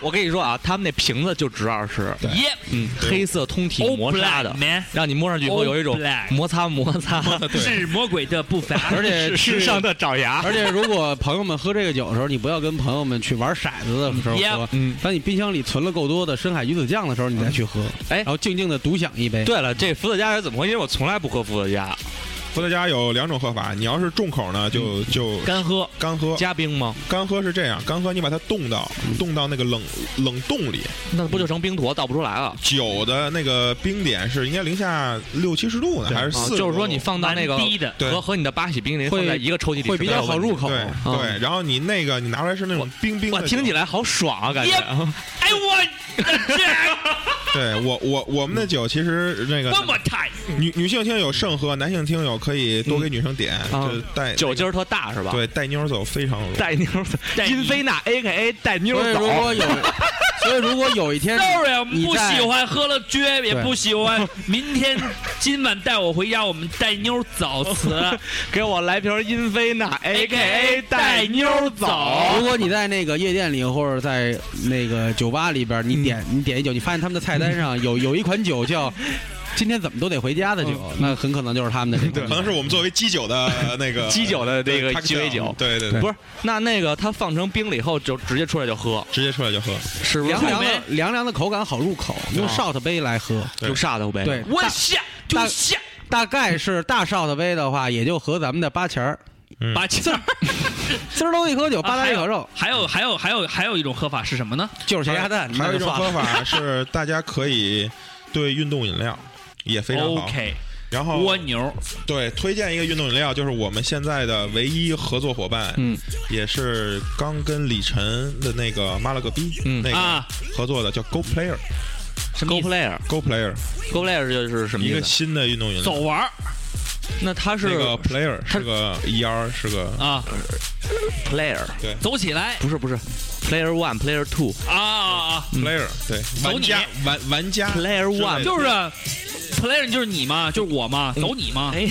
D: 我跟你说啊，他们那瓶子就值二十，
A: 耶
D: 嗯，
E: 对
D: 黑色通体
A: All
D: 磨砂
A: black
D: 的，啊
A: man，
D: 让你摸上去以后
A: All
D: 有一种
A: black
D: 摩擦摩擦，
E: 对，
A: 是魔鬼的步 伐，
B: 而且
D: 世
B: 是
D: 上的爪牙。
B: 而且，如果朋友们喝这个酒的时候，你不要跟朋友们去玩骰子的时候
A: Yep
B: 喝。
D: 嗯，
B: 当你冰箱里存了够多的深海鱼子酱的时候，你再去喝。
D: 哎
B: 然后静静的独享一杯。
D: 对了，这伏特加是怎么回事？因为我从来不喝伏特加，
E: 伏特加有两种喝法，你要是重口呢，就就
A: 干喝。
E: 干喝。
D: 加嗯冰吗？
E: 干喝是这样，干喝你把它冻到冻到那个冷冷冻里，
D: 那不就成冰坨倒不出来了？
A: 嗯
E: 酒的那个冰点是应该零下六七十度呢，还是
D: 啊
E: 四、
D: 就是说你放到那个
A: 蛮低的
E: 对
D: 和和你的八喜冰淇淋
B: 会
D: 放在一个抽屉里
B: 会比较好入
D: 口。
B: 口。
E: 对
D: 哦
E: 对，然后你那个你拿出来是那种冰冰
D: 哇，
E: 的酒，
D: 听起来好爽啊，感觉
A: I want Jack
E: 对我我我们
D: 嗯
E: 的酒其实那个
A: one more time。
E: 女女性听友盛喝，男性听友可以多给女生点，
D: 啊
E: 就带
D: 酒劲儿特大是吧？，
E: 对带妞儿走非常容易。
D: 带妞儿走，
A: 带
D: 英菲娜 A K A 带妞
B: 所以
D: 儿
B: 如
D: 走。
B: 果 有，所以如果有一天
A: Sorry，我们
B: 你
A: 不
B: 在
A: 喜欢喝了撅，也
B: 对
A: 不喜欢。明天今晚带我回家，我们带妞儿早辞。
D: 给我来瓶英菲娜 A K A 带妞儿走。
B: 如果你在那个夜店里或者在那个酒吧里边，
E: 嗯
B: 你点你点一酒，你发现他们的菜单上有有一款酒叫“今天怎么都得回家”的酒，
E: 嗯
B: 那很可能就是他们的这
E: 可能
B: 款。
E: 是我们作为鸡酒的那个
D: 基酒的那个
E: 对
D: 鸡尾酒
E: cocktail，对对
B: 对
D: 不是，那那个它放成冰了以后就直接出来就喝，
E: 直接出来就喝。
D: 是不是
B: 凉
D: 很？
B: 凉的凉凉的口感好入口，用
E: 啊
B: shot 杯来喝。
E: 对
D: 就煞的呗。
B: 对，，
A: 我
B: 大
A: 下就
B: 大
A: 下
B: 大概是大 shot 杯的话，也就和咱们的八钱儿，
E: 嗯
A: 八千。
B: 滋儿喽一口酒，吧嗒一口肉，
A: 啊还有还有还有还有一种喝法是什么呢？
B: 就是咸鸭蛋。
E: 还有一种
B: 那就
E: 喝
B: 算了
E: 法是大家可以兑运动饮料，也非常好。
A: OK，
E: 然后
A: 蜗牛
E: 对，推荐一个运动饮料，就是我们现在的唯一合作伙伴，
D: 嗯，
E: 也是刚跟李晨的那个妈了个逼，
D: 嗯
E: 那个
A: 啊，
E: 合作的叫 Go Player，Go
A: 什么
D: Go
A: 意思？
D: Player，Go
E: Player
D: Player 就是什么
E: 一
D: 意
E: 个
D: 思？
E: 新的运动饮料，
A: 走玩儿
D: 那它是
E: 那个 Player
D: 它
E: 是个 ER，是个
A: 啊，
D: Player，
A: 走起来
D: 不是不是 Player One、Player Two、
A: 啊啊啊！
E: player 对玩
A: 你
E: 家玩玩家
D: Player
E: 之类的
D: One
A: 就是 player 就是你嘛，就是我嘛，走你嘛，
D: 哎，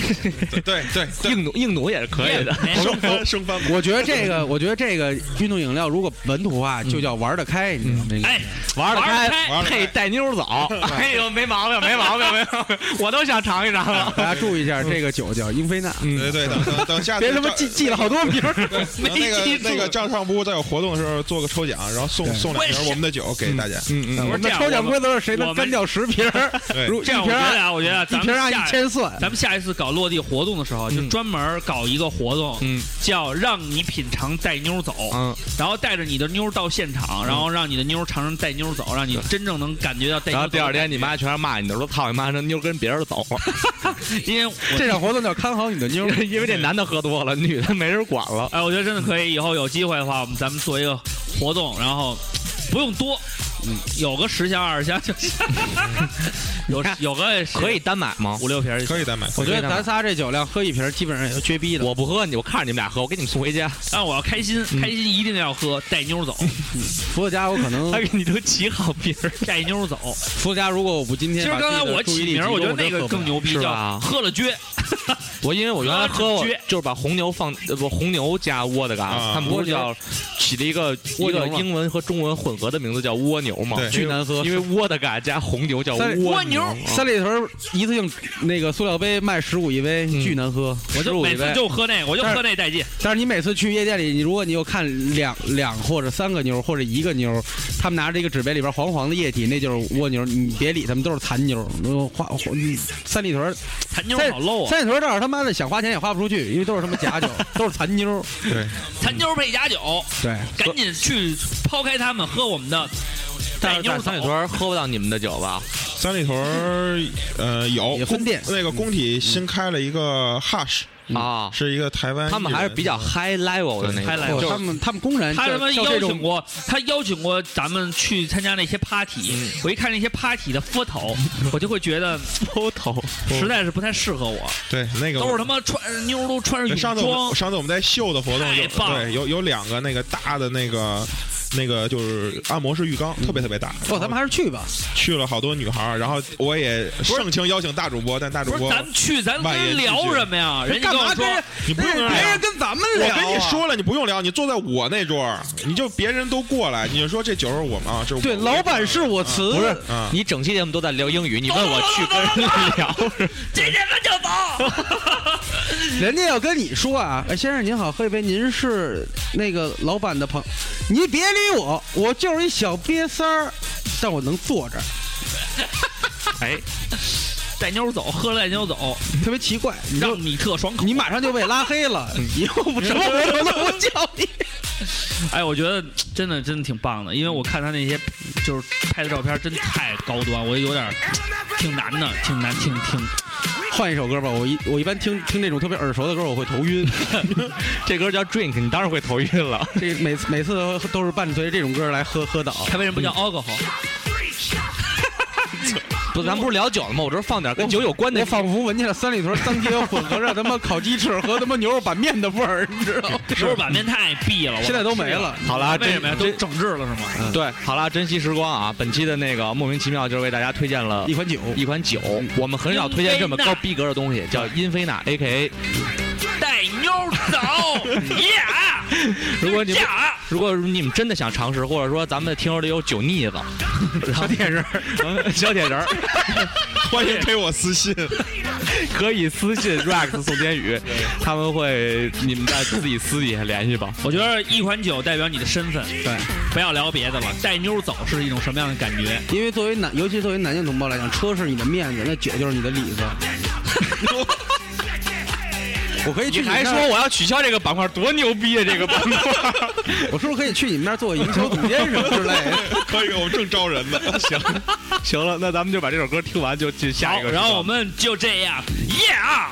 E: 对对对，
D: 硬弩硬弩也是可以的。
A: 哎
E: 生翻生翻
B: 我觉得这个，我觉得这个运动饮料如果本土化，就叫玩得开，你知道吗？这个
A: 哎，
D: 玩
A: 玩
D: 得
A: 得
D: 开，
A: 开
E: 玩得开
D: 配带妞走， 哎呦，没毛病，没毛病，没毛 病，我都想尝一尝了。
B: 大家注意一下，这个酒叫英菲钠，
E: 对对，等等等下
B: 嗯
E: 次
B: 别他妈
E: 赵
B: 记记了好多名儿。
E: 等那个
D: 没记住
E: 那个账上部在有活动的时候做个抽奖，然后送送两瓶我们的酒给大家。
D: 嗯嗯，
B: 我们
A: 这
B: 的
A: 样
B: 抽奖
A: 我们
B: 规则是谁
A: 我
B: 能
A: 们
B: 干掉十瓶儿？
E: 对
B: 如一
A: 这样我
B: 瓶
A: 觉得
B: 儿
A: 啊，我觉得啊
B: 一
A: 咱
B: 瓶
A: 们
B: 儿按
A: 下
B: 一千算。
A: 咱们下一次搞落地活动的时候，啊就专门搞一个活动，
D: 嗯，
A: 叫让你品尝带妞走，
D: 嗯，
A: 然后带着你的妞到现场，然后让你的妞尝尝带妞走，让你真正能感觉到带妞
D: 然
A: 走的感觉。
D: 后第二天你妈全是骂你的，说操你妈，那妞跟别人走了，
A: 因为我
B: 这场活动叫看好你的妞儿。
D: 因为这男的喝多了，女的没人管了。
A: 哎，我觉得真的可以，以后有机会的话，我们咱们做一个活动，然后不用多，嗯，有个十箱二十箱就行， 有有个
D: 可以单买吗？
A: 五六瓶儿就行。
E: 可以再买，
B: 我觉得咱仨这酒量喝一瓶，基本上也就绝逼了。
D: 我不喝，你我看着你们俩喝，我给你们送回家。
A: 但我要开心，
D: 嗯
A: 开心一定要喝带妞走，
B: 伏特加我可 能，
D: 给你都起好瓶儿，
A: 带妞走。
B: 伏特加如果我不今
A: 其
B: 天
A: 实
B: 把
A: 刚才
B: 自己的
A: 我
B: 注意
A: 起
B: 力集
A: 名儿，
B: 中，
A: 我觉得
B: 真
A: 那个
B: 喝不
A: 更
B: 了
A: 牛逼，
D: 是
A: 叫
D: 吧
A: 喝了 撅。
D: 我因为我原来喝过
A: 喝了，
D: 就是把红牛放呃不红牛加窝的嘎
E: 啊，
D: 他们不是叫起了一个一
B: 蜗牛
D: 个
B: 嘛
D: 英文和中文混合的名字叫蜗牛嘛？
E: 对
B: 巨难喝
D: 因为窝的嘎加红牛叫
B: 三里
D: 蜗牛。
B: 三里屯一次性那个塑料杯卖十五一杯，
D: 嗯
B: 巨难喝。
A: 我就每次就喝那个，我就
B: 但是
A: 喝那带劲。
B: 但是你每次去夜店里，你如果你有看两两或者三个妞儿或者一个妞儿，他们拿着一个纸杯，里边黄黄的液体，那就是蜗牛。你别理他们，都是残妞儿。呃花花三里屯儿
A: 残妞
B: 三
A: 好 low 啊！
B: 三里屯这儿他妈的想花钱也花不出去，因为都是他妈假酒，都是残妞儿。
E: 对，
A: 残妞配假酒，
B: 对，
A: 赶紧去抛开他们，喝我们的
D: 但
A: 带
D: 是
A: 妞
D: 在
A: 走
D: 三里。屯喝不到你们的酒吧？
E: 三里屯儿呃有
B: 也分店
E: 那个工体新开了一个 Hush，
D: 啊，
E: 是一个台湾艺人，
D: 他们还是比较 high level 的那
A: 对，high level
D: 种，就是
B: 他们他们公然
A: 他他妈
B: 叫叫
A: 邀
B: 这种
A: 请过，他邀请过咱们去参加那些 party，、我一
B: 嗯
A: 看那些 party 的 photo，我就会觉得 photo 实在是不太适合我，
E: 对那
B: 嗯
E: 个
A: 都是他妈穿妞儿都穿着
E: 上
A: 泳
E: 次我
A: 装
E: 们，上次我们在秀的活动有
A: 太棒了
E: 对有有两个那个大的那个那个就是按摩式浴缸，特别特别大。
B: 不，咱们还是去吧。
E: 去了好多女孩儿，然后我也盛情邀请大主播，但大主
A: 不是
E: 播
A: 咱们去，咱跟
E: 万言
A: 人
E: 之
A: 聊
E: 绝
A: 什么呀？人家
B: 干
A: 跟我
B: 嘛
A: 说
B: 跟人
E: 你不用跟人
B: 别
E: 聊
B: 人跟咱们
E: 我
B: 聊、啊？
E: 跟你，说了，你不用聊，你坐在我那桌儿，你就别人都过来，你就说这酒是我们啊，这是我
B: 对，
E: 们
B: 老板是我辞，
D: 不是
E: 嗯
D: 你整期节目都在聊英语，你问我去跟人 聊，
A: 这两个就走，
B: 人家要跟你说啊，哎，先生您好，喝一杯，您是那个老板的朋你别理我，我就是一小瘪三儿，但我能坐这儿，
D: 哎，
A: 带妞儿走，喝了带妞儿走，
B: 特别奇怪，你就
A: 让你特爽口。
B: 你马上就被拉黑了，以后什么活动都不叫你。
A: 哎，我觉得真的真的挺棒的，因为我看他那些就是拍的照片，真太高端，我有点儿挺难的，挺难，挺挺
B: 换一首歌吧，我一我一般听听那种特别耳熟的歌，我会头晕。
D: 这歌叫 Drink，你当然会头晕了。
B: 这每次每次都都是伴随着这种歌来喝喝倒。
A: 他为什么不叫 alcohol？
D: 不，咱不是聊酒了吗？我这哦放点跟酒有关的
B: 我。仿佛闻见了三里屯三街混合着他妈烤鸡翅和他妈牛肉板面的味儿，你知道吗？
A: 是不是版面太闭了？我
B: 现在都没了。
D: 好了，
A: 为
D: 这
A: 什么呀？都嗯
D: 这
A: 整治了是吗？
D: 对，好了，珍惜时光啊！本期的那个莫名其妙就是为大家推荐了
B: 一款酒，
D: 一款酒，我们很少推荐这么高逼格的东西，叫英菲娜 （A.K.A.）。
A: 带妞儿 走，耶！
D: 如果你们
A: 假
D: 如果你们真的想尝试，或者说咱们的听友里有酒腻子， 小铁人， 小铁人儿，
E: 欢迎给我 私信，
D: 可以私信 Rex 宋天宇，他们会你们在自己私底下联系吧。
A: 我觉得一款酒代表你的身份，
B: 对，
A: 不要聊别的了。带妞儿走是一种什么样的感觉？
B: 因为作为男，尤其作为男性同胞来讲，车是你的面子，那酒就是你的里子。 我可以去
D: 你
B: 你
D: 还
B: 那
D: 说
B: 儿
D: 我要取消这个板块，多牛逼啊！这个板块。
B: 我是不是可以去你们那儿做营销总监什么之类的？
E: 可以，我们正招人呢。
D: 行，行了，那咱们就把这首歌听完，就进下一个。
A: 好然后我们就这样，耶啊！